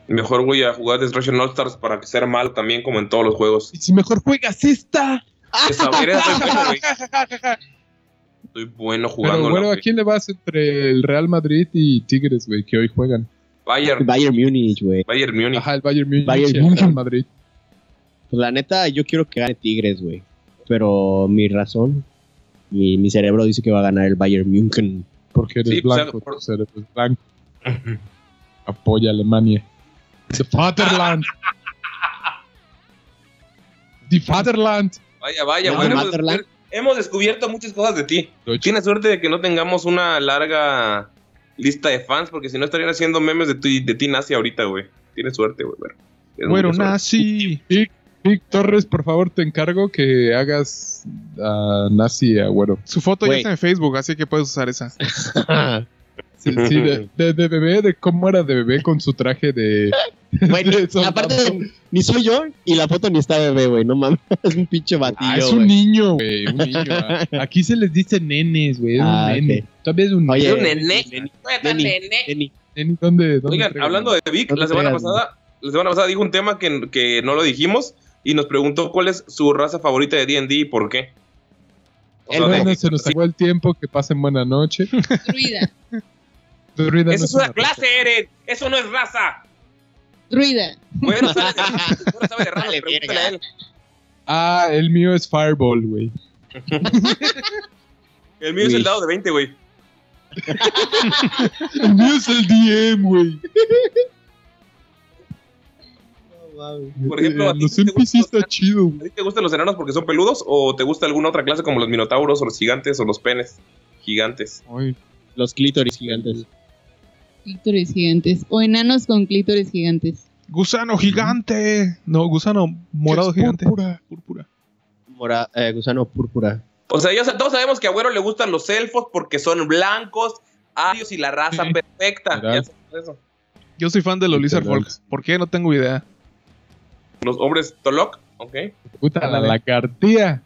[SPEAKER 6] Mejor voy a jugar Destruction All Stars para que sea malo también, como en todos los juegos.
[SPEAKER 7] Y si mejor juegas esta.
[SPEAKER 6] Esa- eres- soy bueno, güey. Soy bueno
[SPEAKER 7] Pero
[SPEAKER 6] jugando.
[SPEAKER 7] bueno, ¿a quién le vas entre el Real Madrid y Tigres, güey, que hoy juegan?
[SPEAKER 6] Bayern,
[SPEAKER 9] Bayern Múnich, güey.
[SPEAKER 6] Bayern Múnich.
[SPEAKER 7] Ajá, el Bayern Múnich
[SPEAKER 9] Bayern
[SPEAKER 7] y el
[SPEAKER 9] Múnich.
[SPEAKER 7] Real Madrid.
[SPEAKER 9] Pues la neta, yo quiero que gane Tigres, güey. Pero mi razón, mi, mi cerebro dice que va a ganar el Bayern München.
[SPEAKER 7] Porque eres
[SPEAKER 6] Sí, pues,
[SPEAKER 7] blanco,
[SPEAKER 6] haga- por-
[SPEAKER 7] tu cerebro es blanco. Apoya a Alemania. The Fatherland. The Fatherland.
[SPEAKER 6] Vaya, vaya,
[SPEAKER 9] No,
[SPEAKER 6] bueno, hemos,
[SPEAKER 9] Motherland.
[SPEAKER 6] descubierto, hemos descubierto muchas cosas de ti.
[SPEAKER 7] Lo he hecho.
[SPEAKER 6] Tienes suerte de que no tengamos una larga lista de fans, porque si no estarían haciendo memes de ti, de ti nazi ahorita, güey. Tienes suerte, güey. pero tienes
[SPEAKER 10] Bueno,
[SPEAKER 6] mucha suerte.
[SPEAKER 10] nazi.
[SPEAKER 7] Vic Torres, por favor, te encargo que hagas a Nazi Agüero.
[SPEAKER 10] Su foto ya
[SPEAKER 9] Güey.
[SPEAKER 10] está en Facebook, así que puedes usar esa.
[SPEAKER 7] Sí, sí, de, de- de bebé, de cómo era de bebé con su traje de.
[SPEAKER 9] Bueno,
[SPEAKER 7] de soldado.
[SPEAKER 9] aparte, ni soy yo y la foto ni está bebé, güey. No mames, es un pinche batillo,
[SPEAKER 7] Ah, es un
[SPEAKER 9] güey.
[SPEAKER 7] niño, güey. Un niño. ah. Aquí se les dice nenes, güey. Es
[SPEAKER 9] Ah,
[SPEAKER 7] un nene.
[SPEAKER 9] ok.
[SPEAKER 7] Todavía es un
[SPEAKER 9] Oye,
[SPEAKER 7] niño.
[SPEAKER 6] Yo, nene.
[SPEAKER 9] Neni, neni.
[SPEAKER 7] Nene, ¿Dónde, dónde
[SPEAKER 6] Oigan,
[SPEAKER 7] entregan?
[SPEAKER 6] hablando de Vic,
[SPEAKER 9] No te
[SPEAKER 6] la semana
[SPEAKER 9] pegas,
[SPEAKER 6] pasada, la semana pasada dijo un tema que, que no lo dijimos y nos preguntó cuál es su raza favorita de D&D y por qué. O sea,
[SPEAKER 7] Bueno,
[SPEAKER 6] de-
[SPEAKER 7] se nos acabó el tiempo. Que pasen buena noche.
[SPEAKER 12] Druida.
[SPEAKER 7] Druida
[SPEAKER 6] Eso
[SPEAKER 7] no
[SPEAKER 6] es una
[SPEAKER 7] raza.
[SPEAKER 6] clase, Eren. Eso no es raza.
[SPEAKER 12] Druida.
[SPEAKER 6] Bueno, sabes de, bueno, sabe de raza,
[SPEAKER 9] Vale,
[SPEAKER 6] pregúntale a él.
[SPEAKER 7] Ah, el mío es Fireball, güey.
[SPEAKER 6] El mío es
[SPEAKER 7] Güey.
[SPEAKER 6] el dado de 20, güey.
[SPEAKER 7] el mío es el DM, güey.
[SPEAKER 6] Por ejemplo,
[SPEAKER 7] Eh,
[SPEAKER 6] a ti
[SPEAKER 7] los
[SPEAKER 6] te
[SPEAKER 7] NPC está chido. güey.
[SPEAKER 6] ¿A ti te gustan los enanos porque son peludos o te gusta alguna otra clase como los minotauros o los gigantes o los penes gigantes?
[SPEAKER 9] Los clítoris gigantes.
[SPEAKER 20] Clítoris gigantes. O enanos con clítoris gigantes.
[SPEAKER 10] Gusano gigante. No, gusano morado
[SPEAKER 9] ¿Qué es
[SPEAKER 10] gigante. Púrpura, púrpura.
[SPEAKER 9] Mora- eh, gusano púrpura.
[SPEAKER 6] O sea, ya sa- todos sabemos que a Güero le gustan los elfos porque son blancos, arios y la raza perfecta. Ya sabemos eso.
[SPEAKER 10] Yo soy fan de los Lizard Folk. ¿Por qué? No tengo idea.
[SPEAKER 6] Los hombres Tolok, ok.
[SPEAKER 7] Puta, la lagartía.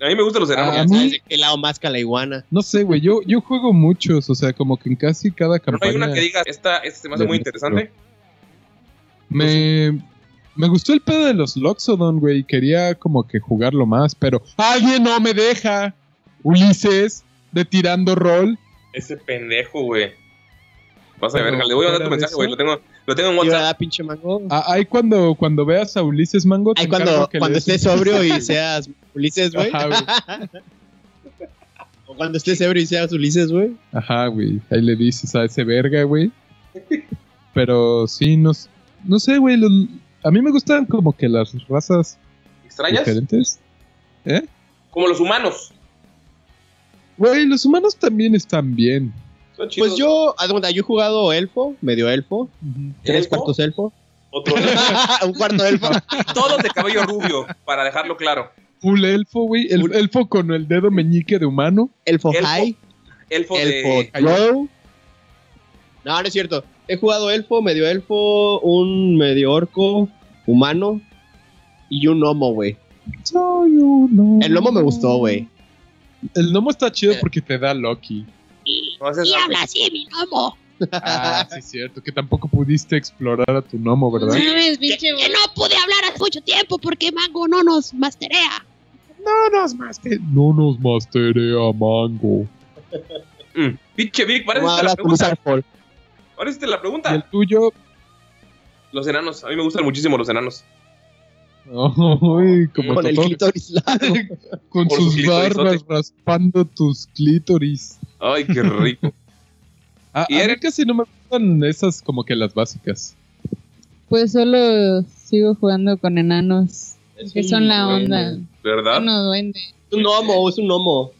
[SPEAKER 6] A mí me gustan los
[SPEAKER 9] Ah,
[SPEAKER 6] enanos. ¿eh?
[SPEAKER 7] A mí-
[SPEAKER 9] ¿De qué lado más que la iguana?
[SPEAKER 7] No sé, güey. Yo, yo juego muchos. O sea, como que en casi cada
[SPEAKER 6] Pero no
[SPEAKER 7] campaña.
[SPEAKER 6] hay una que diga, esta, esta se me hace
[SPEAKER 7] de
[SPEAKER 6] muy
[SPEAKER 7] nuestro-
[SPEAKER 6] interesante.
[SPEAKER 7] Me, me gustó el pedo de los Loxodon, güey. Quería como que jugarlo más, pero alguien no me deja. Ulises, de tirando rol.
[SPEAKER 6] Ese pendejo, güey. Vas a
[SPEAKER 7] Pero
[SPEAKER 6] ver, le voy a mandar
[SPEAKER 7] fuera
[SPEAKER 6] tu
[SPEAKER 7] de
[SPEAKER 6] mensaje,
[SPEAKER 7] eso-
[SPEAKER 6] güey. Lo tengo, lo tengo en WhatsApp.
[SPEAKER 9] pinche mango.
[SPEAKER 7] Ah, pues, ahí cuando, cuando veas a Ulises Mango.
[SPEAKER 9] Ahí cuando, cuando estés sobrio y seas Ulises, güey.
[SPEAKER 7] Ajá, güey.
[SPEAKER 9] o cuando estés sobrio y seas Ulises, güey.
[SPEAKER 7] Ajá, güey. Ahí le dices a ese verga, güey. Pero sí, no, s- no sé, güey. los- A mí me gustan como que las razas
[SPEAKER 6] ¿Extrañas?
[SPEAKER 7] diferentes. ¿Eh?
[SPEAKER 6] Como los humanos.
[SPEAKER 7] Güey, los humanos también están bien.
[SPEAKER 9] Pues yo, haz de cuenta, yo he jugado elfo, medio elfo, tres
[SPEAKER 6] ¿Elfo?
[SPEAKER 9] cuartos elfo.
[SPEAKER 6] Otro.
[SPEAKER 9] Un cuarto elfo.
[SPEAKER 6] Todos de cabello rubio, para dejarlo claro.
[SPEAKER 7] Full elfo, güey. El, Elfo con el dedo meñique de humano.
[SPEAKER 9] Elfo,
[SPEAKER 7] high.
[SPEAKER 6] Elfo, de.
[SPEAKER 9] Elfo low. No, no es cierto. He jugado elfo, medio elfo, un medio orco, humano y un gnomo, güey.
[SPEAKER 7] Soy uno.
[SPEAKER 9] El Eh. gnomo me gustó, güey.
[SPEAKER 7] El gnomo está chido porque te da Loki.
[SPEAKER 6] No haces
[SPEAKER 3] Y
[SPEAKER 6] nada.
[SPEAKER 3] habla así, mi gnomo.
[SPEAKER 7] Ah, sí, es cierto. Que tampoco pudiste explorar a tu gnomo, ¿verdad?
[SPEAKER 3] que, que no pude hablar hace mucho tiempo porque Mango no nos masterea.
[SPEAKER 7] No nos masterea. No nos masteré a Mango.
[SPEAKER 6] Mm. Pinche Vic, parece
[SPEAKER 7] Como
[SPEAKER 6] que te la
[SPEAKER 7] habla
[SPEAKER 6] pregunta.
[SPEAKER 7] Paul.
[SPEAKER 6] Ahora hiciste la
[SPEAKER 7] Y el
[SPEAKER 6] pregunta.
[SPEAKER 7] tuyo.
[SPEAKER 6] Los enanos. A mí me gustan muchísimo los enanos.
[SPEAKER 7] Ay, como
[SPEAKER 9] Con el
[SPEAKER 7] Totó.
[SPEAKER 9] clítoris largo.
[SPEAKER 7] Con
[SPEAKER 6] Por
[SPEAKER 7] sus
[SPEAKER 6] sus
[SPEAKER 7] barbas
[SPEAKER 6] clitorisotes.
[SPEAKER 7] raspando tus clítoris. Ah,
[SPEAKER 6] Ay, qué rico.
[SPEAKER 7] A, a mí casi no me gustan esas como que las básicas.
[SPEAKER 20] Pues solo sigo jugando con enanos. que son la
[SPEAKER 6] duende. ¿Ah?
[SPEAKER 20] onda.
[SPEAKER 6] ¿Verdad?
[SPEAKER 20] No, duende.
[SPEAKER 9] Es un gnomo, es un gnomo.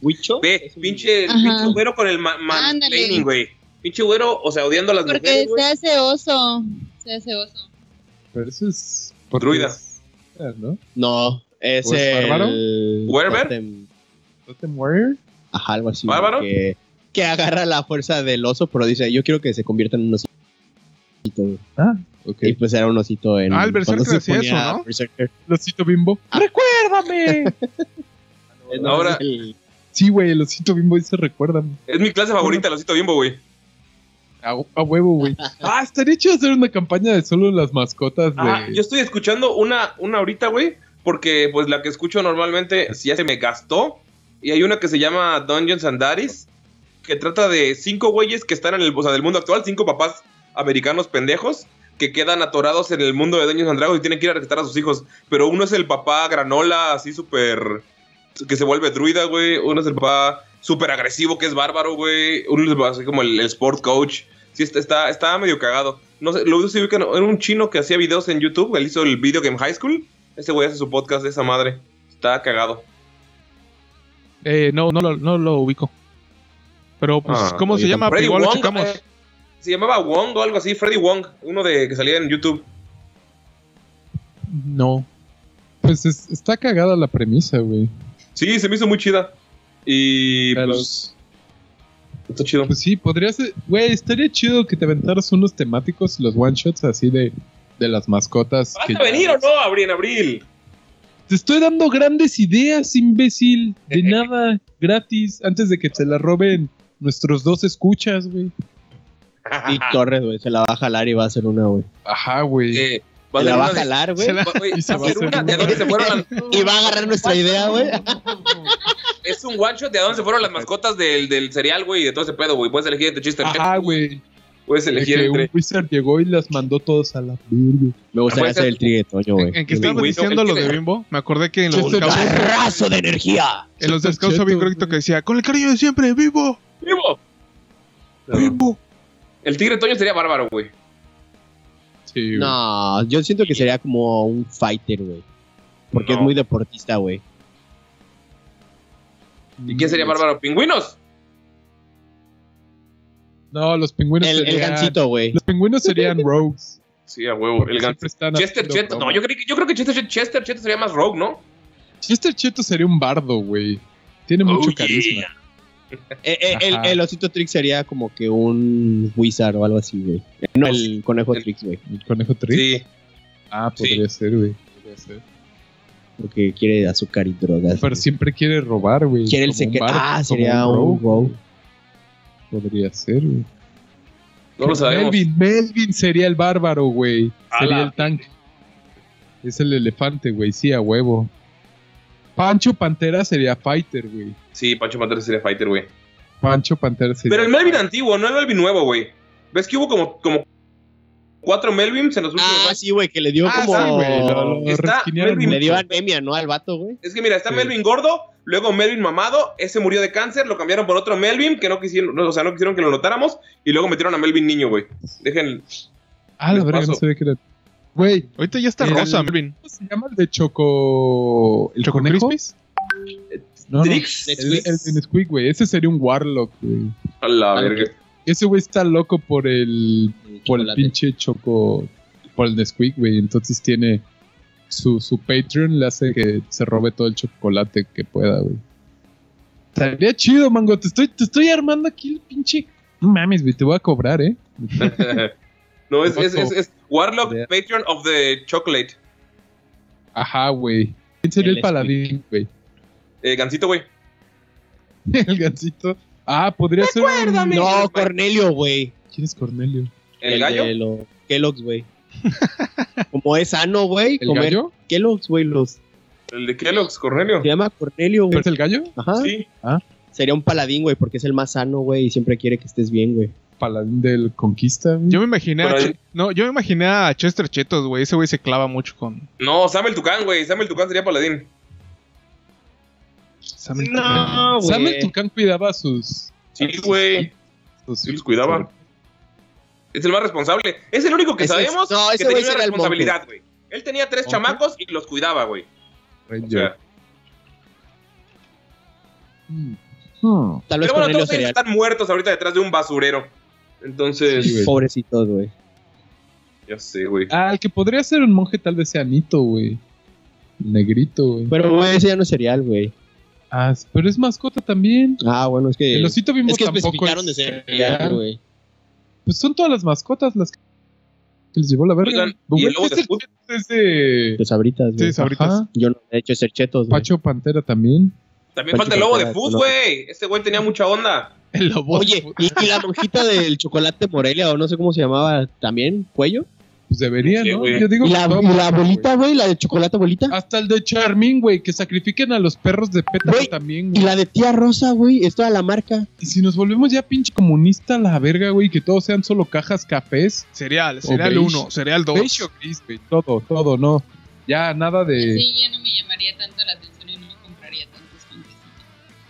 [SPEAKER 9] ¿Wicho?
[SPEAKER 6] Ve, pinche,
[SPEAKER 20] Ajá.
[SPEAKER 6] pinche güero con el ma- mansplaining, güey. Pinche güero, o sea, odiando a las
[SPEAKER 20] Porque
[SPEAKER 6] mujeres,
[SPEAKER 20] se
[SPEAKER 6] güey.
[SPEAKER 20] hace oso. Se hace oso.
[SPEAKER 7] Pero eso es.
[SPEAKER 6] Druida.
[SPEAKER 7] ¿No?
[SPEAKER 9] No, es
[SPEAKER 7] ¿O es
[SPEAKER 10] ¿Pues
[SPEAKER 9] el...
[SPEAKER 7] bárbaro?
[SPEAKER 6] ¿Werber?
[SPEAKER 9] Totem-
[SPEAKER 7] ¿Totem Warrior?
[SPEAKER 9] Ajá, algo así.
[SPEAKER 6] ¿Bárbaro?
[SPEAKER 9] Que, que agarra la fuerza del oso, pero dice, yo quiero que se convierta en un osito. güey.
[SPEAKER 7] Ah, ok.
[SPEAKER 9] Y pues era un osito en...
[SPEAKER 10] Ah, el
[SPEAKER 9] cuando
[SPEAKER 10] Berserker
[SPEAKER 9] se
[SPEAKER 10] hacía
[SPEAKER 9] ponía
[SPEAKER 10] eso, ¿no?
[SPEAKER 9] Berserker.
[SPEAKER 7] Losito bimbo.
[SPEAKER 6] Ah.
[SPEAKER 7] ¡Recuérdame!
[SPEAKER 6] Ahora,
[SPEAKER 9] El-
[SPEAKER 7] sí, güey, el osito bimbo dice recuérdame.
[SPEAKER 6] es mi clase favorita, el osito bimbo, güey.
[SPEAKER 7] A, a huevo, güey. Ah, estaría chido hacer una campaña de solo las mascotas de.
[SPEAKER 6] Ah, yo estoy escuchando una, una ahorita, güey, porque pues la que escucho normalmente sí ya se me gastó. Y hay una que se llama Dungeons and Daddies, que trata de cinco güeyes que están en el, o sea, del mundo actual, cinco papás americanos pendejos que quedan atorados en el mundo de Dungeons and Dragons y tienen que ir a rescatar a sus hijos. Pero uno es el papá granola, así súper... que se vuelve druida, güey. Uno es el papá súper agresivo, que es bárbaro, güey. Uno es el papá así como el, el sport coach. Sí, está, está, está medio cagado. No sé, lo que era un chino que hacía videos en YouTube. Él hizo el Video Game High School. Ese güey hace su podcast de esa madre. Está cagado.
[SPEAKER 10] Eh, no, no, lo- no lo ubico. Pero, pues,
[SPEAKER 6] Ah,
[SPEAKER 10] ¿cómo se
[SPEAKER 6] oye,
[SPEAKER 10] llama?
[SPEAKER 6] Freddy
[SPEAKER 10] Igual lo
[SPEAKER 6] Wong,
[SPEAKER 10] checamos.
[SPEAKER 6] eh, se llamaba Wong o algo así. Freddy Wong. Uno de que salía en YouTube.
[SPEAKER 7] No. Pues es- está cagada la premisa, güey.
[SPEAKER 6] Sí, se me hizo muy chida. Y pues... Está chido.
[SPEAKER 7] Pues sí, podría ser. Güey, estaría chido que te aventaras unos temáticos, los one shots así de, de las mascotas.
[SPEAKER 6] ¿Vas
[SPEAKER 7] que
[SPEAKER 6] a venir o no, Abril? En abril.
[SPEAKER 7] Te estoy dando grandes ideas, imbécil. De nada, gratis, antes de que te la roben nuestros dos escuchas, güey.
[SPEAKER 9] Y Torres, güey, se la va a jalar y va a hacer una, güey.
[SPEAKER 7] Ajá, güey.
[SPEAKER 6] Eh,
[SPEAKER 9] Se la
[SPEAKER 6] ser
[SPEAKER 9] va a
[SPEAKER 6] una de-
[SPEAKER 9] jalar, güey.
[SPEAKER 6] Se la- güey,
[SPEAKER 9] Y se
[SPEAKER 6] va
[SPEAKER 9] va
[SPEAKER 6] a
[SPEAKER 9] a
[SPEAKER 6] ser
[SPEAKER 9] hacer
[SPEAKER 6] una
[SPEAKER 9] una.
[SPEAKER 6] de dónde se fueron las-
[SPEAKER 9] Y va a agarrar nuestra idea, güey.
[SPEAKER 6] Es un one shot de a dónde se fueron las mascotas del, del cereal, güey, y de todo ese pedo, güey. Puedes elegir de tu chiste.
[SPEAKER 7] Ajá, güey.
[SPEAKER 6] Puedes
[SPEAKER 7] De
[SPEAKER 6] elegir
[SPEAKER 7] que
[SPEAKER 6] entre.
[SPEAKER 7] un wizard llegó y las mandó todos a la verga.
[SPEAKER 9] Me gustaría hacer el triguetoño, güey.
[SPEAKER 10] ¿En qué estabas diciendo lo de Bimbo? Me acordé que en los
[SPEAKER 9] Chester
[SPEAKER 10] descalzos.
[SPEAKER 9] Barrazo de energía.
[SPEAKER 10] En los descalzos había un correcto que decía: Con el cariño de siempre, vivo.
[SPEAKER 6] ¡Vivo!
[SPEAKER 10] ¡Vivo!
[SPEAKER 6] El tigre Toño sería bárbaro, güey.
[SPEAKER 9] No, yo siento que sería como un fighter, güey. Porque es muy deportista, güey.
[SPEAKER 6] ¿Y quién
[SPEAKER 7] Mm,
[SPEAKER 6] sería bárbaro? ¿Pingüinos?
[SPEAKER 7] No, los pingüinos
[SPEAKER 6] El- el
[SPEAKER 7] serían-
[SPEAKER 6] gancito, güey.
[SPEAKER 7] Los pingüinos serían rogues.
[SPEAKER 6] Sí, a huevo. El gan-
[SPEAKER 7] siempre están
[SPEAKER 6] Chester
[SPEAKER 7] haciendo
[SPEAKER 6] Cheto. No,
[SPEAKER 7] bromas.
[SPEAKER 6] yo, creo que, yo creo que Chester, Chester Cheto sería más rogue, ¿no?
[SPEAKER 7] Chester Cheto sería un bardo, güey. Tiene
[SPEAKER 6] Oh,
[SPEAKER 7] mucho
[SPEAKER 6] yeah.
[SPEAKER 7] carisma.
[SPEAKER 9] Eh, eh, el,
[SPEAKER 7] Ajá.
[SPEAKER 9] el osito Trick sería como que un wizard o algo así, güey. No, el conejo Trix, güey.
[SPEAKER 7] ¿El conejo Trick?
[SPEAKER 6] Sí.
[SPEAKER 7] Ah, podría ser, güey. Podría ser.
[SPEAKER 9] Porque quiere azúcar y drogas.
[SPEAKER 7] Pero siempre quiere robar, güey.
[SPEAKER 9] Quiere el
[SPEAKER 7] Como un
[SPEAKER 9] secreto.
[SPEAKER 7] bardo,
[SPEAKER 9] Ah,
[SPEAKER 7] como
[SPEAKER 9] sería
[SPEAKER 7] un
[SPEAKER 9] un
[SPEAKER 7] rogue.
[SPEAKER 9] wow.
[SPEAKER 7] Podría ser, güey.
[SPEAKER 6] No lo sabemos.
[SPEAKER 7] Melvin, Melvin sería el bárbaro, güey.
[SPEAKER 6] Ala.
[SPEAKER 7] Sería el tanque. Es el elefante, güey. Sí, a huevo. Pancho Pantera sería fighter, güey.
[SPEAKER 6] Sí, Pancho Pantera sería fighter, güey.
[SPEAKER 7] Pancho Pantera sería.
[SPEAKER 6] Pero el Melvin antiguo, no el Melvin nuevo, güey. ¿Ves que hubo como, como cuatro Melvins en los últimos
[SPEAKER 9] Ah, sí, güey, que le dio
[SPEAKER 6] Ah,
[SPEAKER 9] como.
[SPEAKER 6] sí, güey, lo- lo Está resquinearon Melvin-
[SPEAKER 9] le dio anemia, ¿no? Al vato, güey.
[SPEAKER 6] Es que mira, está
[SPEAKER 9] Sí.
[SPEAKER 6] Melvin gordo, luego Melvin mamado, ese murió de cáncer, lo cambiaron por otro Melvin, que no quisieron, no, o sea, no quisieron que lo notáramos, y luego metieron a Melvin niño, güey. Dejen.
[SPEAKER 7] Ah, la verga, no sabía que era. Güey.
[SPEAKER 10] Ahorita ya está rosa, Melvin.
[SPEAKER 7] ¿Cómo se llama el de Choco. ¿El
[SPEAKER 10] ¿Choco
[SPEAKER 7] conejo?
[SPEAKER 10] Crispies?
[SPEAKER 7] No, no.
[SPEAKER 10] Drix.
[SPEAKER 7] El, el de Nesquik, güey. Ese sería un Warlock, güey.
[SPEAKER 6] A la verga.
[SPEAKER 7] Ese güey está loco por el. Por el
[SPEAKER 6] chocolate.
[SPEAKER 7] pinche Choco. Por el Nesquik, güey. Entonces tiene. Su, su Patreon le hace que se robe todo el chocolate que pueda, güey. Estaría chido, mango. Te estoy, te estoy armando aquí el pinche. No mames, güey. Te voy a cobrar, eh.
[SPEAKER 6] no, es, es, es, es Warlock Patron of the Chocolate.
[SPEAKER 7] Ajá, güey. ¿Quién sería
[SPEAKER 6] El
[SPEAKER 7] el, paladín, güey?
[SPEAKER 6] Eh, Gancito, güey.
[SPEAKER 7] El gancito. Ah, podría ser.
[SPEAKER 9] Recuérdame. No, Cornelio, güey.
[SPEAKER 7] ¿Quién es Cornelio?
[SPEAKER 6] ¿El, gallo?
[SPEAKER 9] de los Kellogg's, güey. como es sano, güey.
[SPEAKER 6] ¿El
[SPEAKER 9] comer
[SPEAKER 6] gallo?
[SPEAKER 9] Kellogg's, güey, los.
[SPEAKER 6] El de Kellogg's, Cornelio.
[SPEAKER 9] Se llama Cornelio, güey.
[SPEAKER 7] ¿Es el gallo?
[SPEAKER 9] Ajá.
[SPEAKER 6] Sí.
[SPEAKER 9] Sería un paladín, güey, porque es el más sano, güey, y siempre quiere que estés bien, güey.
[SPEAKER 7] Paladín del Conquista, güey.
[SPEAKER 10] Yo me imaginé. a
[SPEAKER 6] Por ahí.
[SPEAKER 10] Ch- No, yo me imaginé a Chester Chetos, güey. Ese güey se clava mucho con.
[SPEAKER 6] No, Sam el Tucán, güey. Sam el Tucán sería paladín.
[SPEAKER 10] Sam el
[SPEAKER 6] No,
[SPEAKER 10] Tucán.
[SPEAKER 7] Sam el Tucán cuidaba sus.
[SPEAKER 6] Sí, güey.
[SPEAKER 7] Ah, Sí,
[SPEAKER 6] los cuidaba. Es el más responsable. Es el único que
[SPEAKER 7] Ese es-
[SPEAKER 6] sabemos
[SPEAKER 7] no,
[SPEAKER 6] que
[SPEAKER 7] ese güey
[SPEAKER 6] tenía una
[SPEAKER 7] sería el monje.
[SPEAKER 6] responsabilidad, güey. Él tenía tres
[SPEAKER 7] ¿Monje?
[SPEAKER 6] chamacos y los cuidaba, güey.
[SPEAKER 7] Ranger.
[SPEAKER 9] Tal vez Hmm.
[SPEAKER 6] Pero bueno,
[SPEAKER 9] Cornelio
[SPEAKER 6] todos ellos
[SPEAKER 9] sería.
[SPEAKER 6] están muertos ahorita detrás de un basurero. Entonces,
[SPEAKER 9] Pobrecitos, güey.
[SPEAKER 6] ya sé, güey.
[SPEAKER 7] Ah, el que podría ser un monje tal vez sea Nito, güey. El Negrito, güey.
[SPEAKER 9] Pero, güey, ese ya no es cereal, güey.
[SPEAKER 7] Ah, pero es mascota también.
[SPEAKER 9] Ah, bueno, es que.
[SPEAKER 7] El osito bimbo
[SPEAKER 9] Es que
[SPEAKER 7] tampoco
[SPEAKER 9] especificaron de
[SPEAKER 7] es
[SPEAKER 9] cereal,
[SPEAKER 7] cereal.
[SPEAKER 9] güey.
[SPEAKER 7] Pues son todas las mascotas las que que les llevó la verga.
[SPEAKER 6] Oigan, ¿y el lobo de
[SPEAKER 7] Chester
[SPEAKER 6] Hood?
[SPEAKER 7] Cheto es de-
[SPEAKER 9] De sabritas, güey.
[SPEAKER 7] Sí, Sabritas.
[SPEAKER 9] Ajá. Yo no, de hecho, ser chetos, güey.
[SPEAKER 7] Pacho Pantera también.
[SPEAKER 6] También
[SPEAKER 9] Pancho
[SPEAKER 6] falta el lobo de
[SPEAKER 9] Pantera,
[SPEAKER 6] Food,
[SPEAKER 9] loco.
[SPEAKER 6] güey. Este güey tenía mucha onda.
[SPEAKER 10] El lobo.
[SPEAKER 9] Oye, y, y la monjita del chocolate Morelia, o no sé cómo se llamaba, también, cuello.
[SPEAKER 7] Pues debería,
[SPEAKER 9] Sí,
[SPEAKER 7] ¿no?
[SPEAKER 9] güey.
[SPEAKER 7] Yo digo
[SPEAKER 9] ¿Y la-
[SPEAKER 7] que todo
[SPEAKER 9] y la
[SPEAKER 7] mundo,
[SPEAKER 9] bolita, güey? ¿La de chocolate bolita?
[SPEAKER 7] Hasta el de Charmín, güey, que sacrifiquen a los perros de pétalo también,
[SPEAKER 9] Y
[SPEAKER 7] güey.
[SPEAKER 9] la de tía Rosa, güey, es toda la marca.
[SPEAKER 7] Y si nos volvemos ya pinche comunista a la verga, güey, que todos sean solo cajas cafés.
[SPEAKER 10] Cereal,
[SPEAKER 7] o
[SPEAKER 10] cereal
[SPEAKER 7] beige.
[SPEAKER 10] 1, cereal 2.
[SPEAKER 7] Beige o gris, güey, todo, todo, no. Ya nada de...
[SPEAKER 12] Sí, ya no me llamaría tanto la atención y no me compraría tantos panques.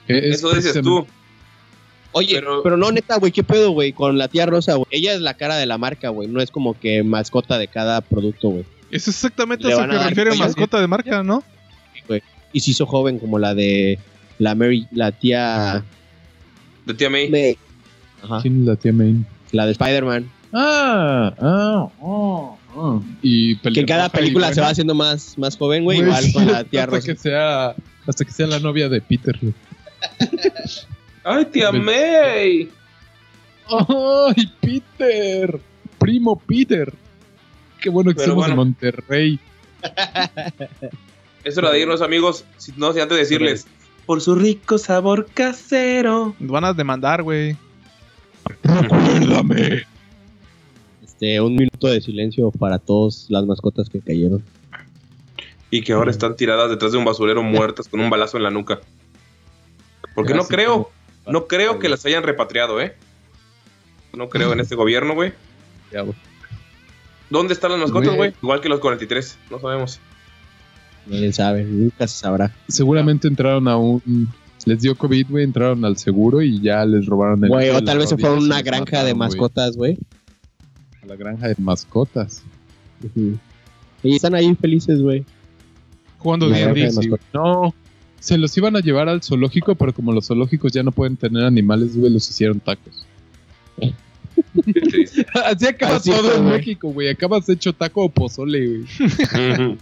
[SPEAKER 7] que es
[SPEAKER 6] Eso dices
[SPEAKER 7] precisamente-
[SPEAKER 6] tú.
[SPEAKER 9] Oye, pero, no, neta, güey, ¿qué pedo, güey? Con la tía Rosa, güey. Ella es la cara de la marca, güey. No es como que mascota de cada producto, güey.
[SPEAKER 10] Eso es exactamente
[SPEAKER 9] Le
[SPEAKER 10] a eso
[SPEAKER 9] van a
[SPEAKER 10] que
[SPEAKER 9] dar
[SPEAKER 10] refiere
[SPEAKER 9] cuello.
[SPEAKER 10] mascota de marca, ¿no?
[SPEAKER 9] güey. Y se hizo joven como la de la Mary, la tía...
[SPEAKER 6] De tía May.
[SPEAKER 9] Ajá.
[SPEAKER 7] ¿Quién es la tía Main?
[SPEAKER 9] La de Spider-Man.
[SPEAKER 7] Ah, ah, ah, ah. Y
[SPEAKER 9] Que en cada
[SPEAKER 7] pelirroja y
[SPEAKER 9] película se
[SPEAKER 7] buena.
[SPEAKER 9] va haciendo más, más joven, güey.
[SPEAKER 7] Güey,
[SPEAKER 9] Igual
[SPEAKER 7] Pues sí,
[SPEAKER 9] con la tía
[SPEAKER 7] hasta
[SPEAKER 9] Rosa.
[SPEAKER 7] Que sea, hasta que sea la novia de Peter, güey.
[SPEAKER 6] Ay, tía
[SPEAKER 7] Ven.
[SPEAKER 6] May.
[SPEAKER 7] ¡Ay, Peter! Primo Peter. Qué bueno que
[SPEAKER 6] Pero
[SPEAKER 7] somos de
[SPEAKER 6] bueno.
[SPEAKER 7] Monterrey.
[SPEAKER 6] Eso era de irnos, amigos. Si, no, si antes de decirles.
[SPEAKER 10] Por su rico sabor casero. Nos van a demandar, güey.
[SPEAKER 7] Recuérdame.
[SPEAKER 9] Este, un minuto de silencio para todas las mascotas que cayeron.
[SPEAKER 6] Y que ahora están tiradas detrás de un basurero muertas con un balazo en la nuca. Porque no
[SPEAKER 9] Gracias,
[SPEAKER 6] creo, no creo que las hayan repatriado, ¿eh? No creo en este gobierno, güey.
[SPEAKER 7] Ya, güey.
[SPEAKER 6] ¿Dónde están las mascotas,
[SPEAKER 7] Güey.
[SPEAKER 6] güey? Igual que los 43, no sabemos.
[SPEAKER 9] Quién sabe, nunca se sabrá.
[SPEAKER 7] Seguramente entraron a un. Les dio COVID, güey, entraron al seguro y ya les robaron el.
[SPEAKER 9] Güey,
[SPEAKER 7] de
[SPEAKER 9] o
[SPEAKER 7] las
[SPEAKER 9] tal vez se fue a
[SPEAKER 7] rodillas y
[SPEAKER 9] una
[SPEAKER 7] los
[SPEAKER 9] granja
[SPEAKER 7] mataron,
[SPEAKER 9] de
[SPEAKER 7] güey.
[SPEAKER 9] mascotas, güey.
[SPEAKER 7] A la granja de mascotas.
[SPEAKER 9] Y están ahí felices, güey.
[SPEAKER 7] Jugando
[SPEAKER 9] La granja de mascotas.
[SPEAKER 7] No. Se los iban a llevar al zoológico, pero como los zoológicos ya no pueden tener animales, güey, los hicieron tacos. Así acaba
[SPEAKER 9] Así
[SPEAKER 7] todo
[SPEAKER 9] está,
[SPEAKER 7] en
[SPEAKER 9] güey.
[SPEAKER 7] México, güey. Acabas hecho taco o pozole, güey.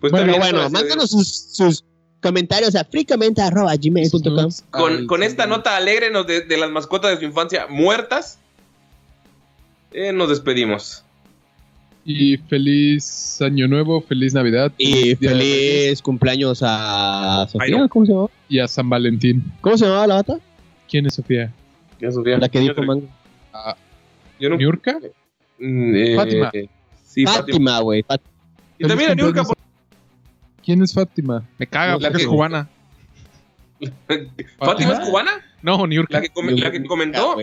[SPEAKER 6] Pues
[SPEAKER 9] bueno,
[SPEAKER 6] también
[SPEAKER 9] bueno,
[SPEAKER 6] parece-
[SPEAKER 9] mándanos sus, sus comentarios a fricamente.gmail.com.
[SPEAKER 6] Con, con esta nota alegrenos de, de las mascotas de su infancia muertas, eh, nos despedimos.
[SPEAKER 7] Y feliz año nuevo, feliz Navidad.
[SPEAKER 9] Y
[SPEAKER 7] Día de Reyes.
[SPEAKER 9] feliz cumpleaños a Sofía.
[SPEAKER 7] no.
[SPEAKER 9] Ah, ¿Cómo se llamaba?
[SPEAKER 7] Y a San Valentín.
[SPEAKER 9] ¿Cómo se llamaba la bata?
[SPEAKER 7] ¿Quién es Sofía?
[SPEAKER 6] Ya, Sofía.
[SPEAKER 9] La que dijo Mango.
[SPEAKER 6] Yo no-
[SPEAKER 7] ¿Niurka?
[SPEAKER 6] Mm, eh,
[SPEAKER 7] Fátima.
[SPEAKER 6] Sí, Fátima.
[SPEAKER 9] Fátima, güey. Fat-
[SPEAKER 6] Y también a Niurka, por-
[SPEAKER 7] ¿Quién es Fátima?
[SPEAKER 10] Me caga,
[SPEAKER 6] La
[SPEAKER 10] porque es
[SPEAKER 6] que-
[SPEAKER 10] cubana.
[SPEAKER 6] ¿Fátima es cubana?
[SPEAKER 10] No, New York.
[SPEAKER 6] ¿La que, come- la que
[SPEAKER 9] Ah,
[SPEAKER 6] comentó?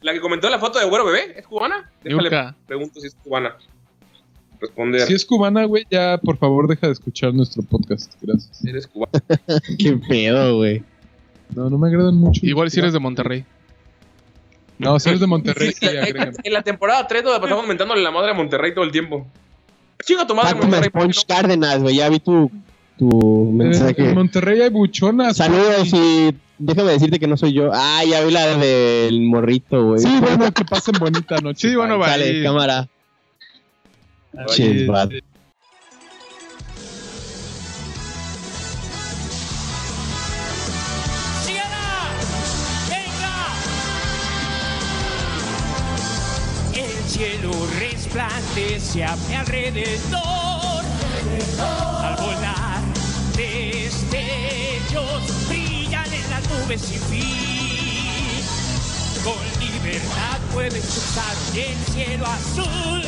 [SPEAKER 6] ¿La que comentó la foto de güero bebé? ¿Es cubana? Déjale,
[SPEAKER 10] Niurka.
[SPEAKER 6] pregunto si es cubana. Responde.
[SPEAKER 7] Si es cubana, güey, ya por favor deja de escuchar nuestro podcast. Gracias.
[SPEAKER 6] Eres cubana.
[SPEAKER 9] Qué pedo, güey.
[SPEAKER 7] No, no me agradan mucho.
[SPEAKER 10] Igual si eres de Monterrey.
[SPEAKER 7] No, si eres de Monterrey, sí, agrégame.
[SPEAKER 6] en la temporada 3 nos la pasamos mentándole la madre a Monterrey todo el tiempo. Chinga tu madre,
[SPEAKER 9] Fátima
[SPEAKER 6] Monterrey.
[SPEAKER 9] Sponge Cárdenas, güey. Ya vi tu, tu
[SPEAKER 7] Eh,
[SPEAKER 9] mensaje.
[SPEAKER 7] En Monterrey hay buchonas.
[SPEAKER 9] Saludos y déjame decirte que no soy yo. Ah, ya vi la del morrito, güey.
[SPEAKER 7] Sí, bueno, que pasen bonita noche.
[SPEAKER 10] Sí, bueno, va.
[SPEAKER 9] Dale,
[SPEAKER 10] y-
[SPEAKER 9] cámara.
[SPEAKER 7] Bye.
[SPEAKER 9] Chis, vato.
[SPEAKER 2] ¡Sígala! ¡Venga! El cielo resplandece a mi alrededor. Al volar, destellos brillan en las nubes sin fin. Con libertad puedes cruzar el cielo azul.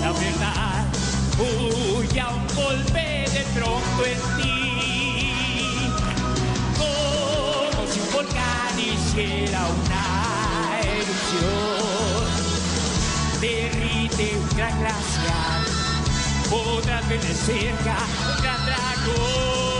[SPEAKER 2] La verdad huye a un golpe de pronto en ti como si un volcán hiciera una erupción. Derrite un gran glaciar, podrás ver de cerca un gran dragón.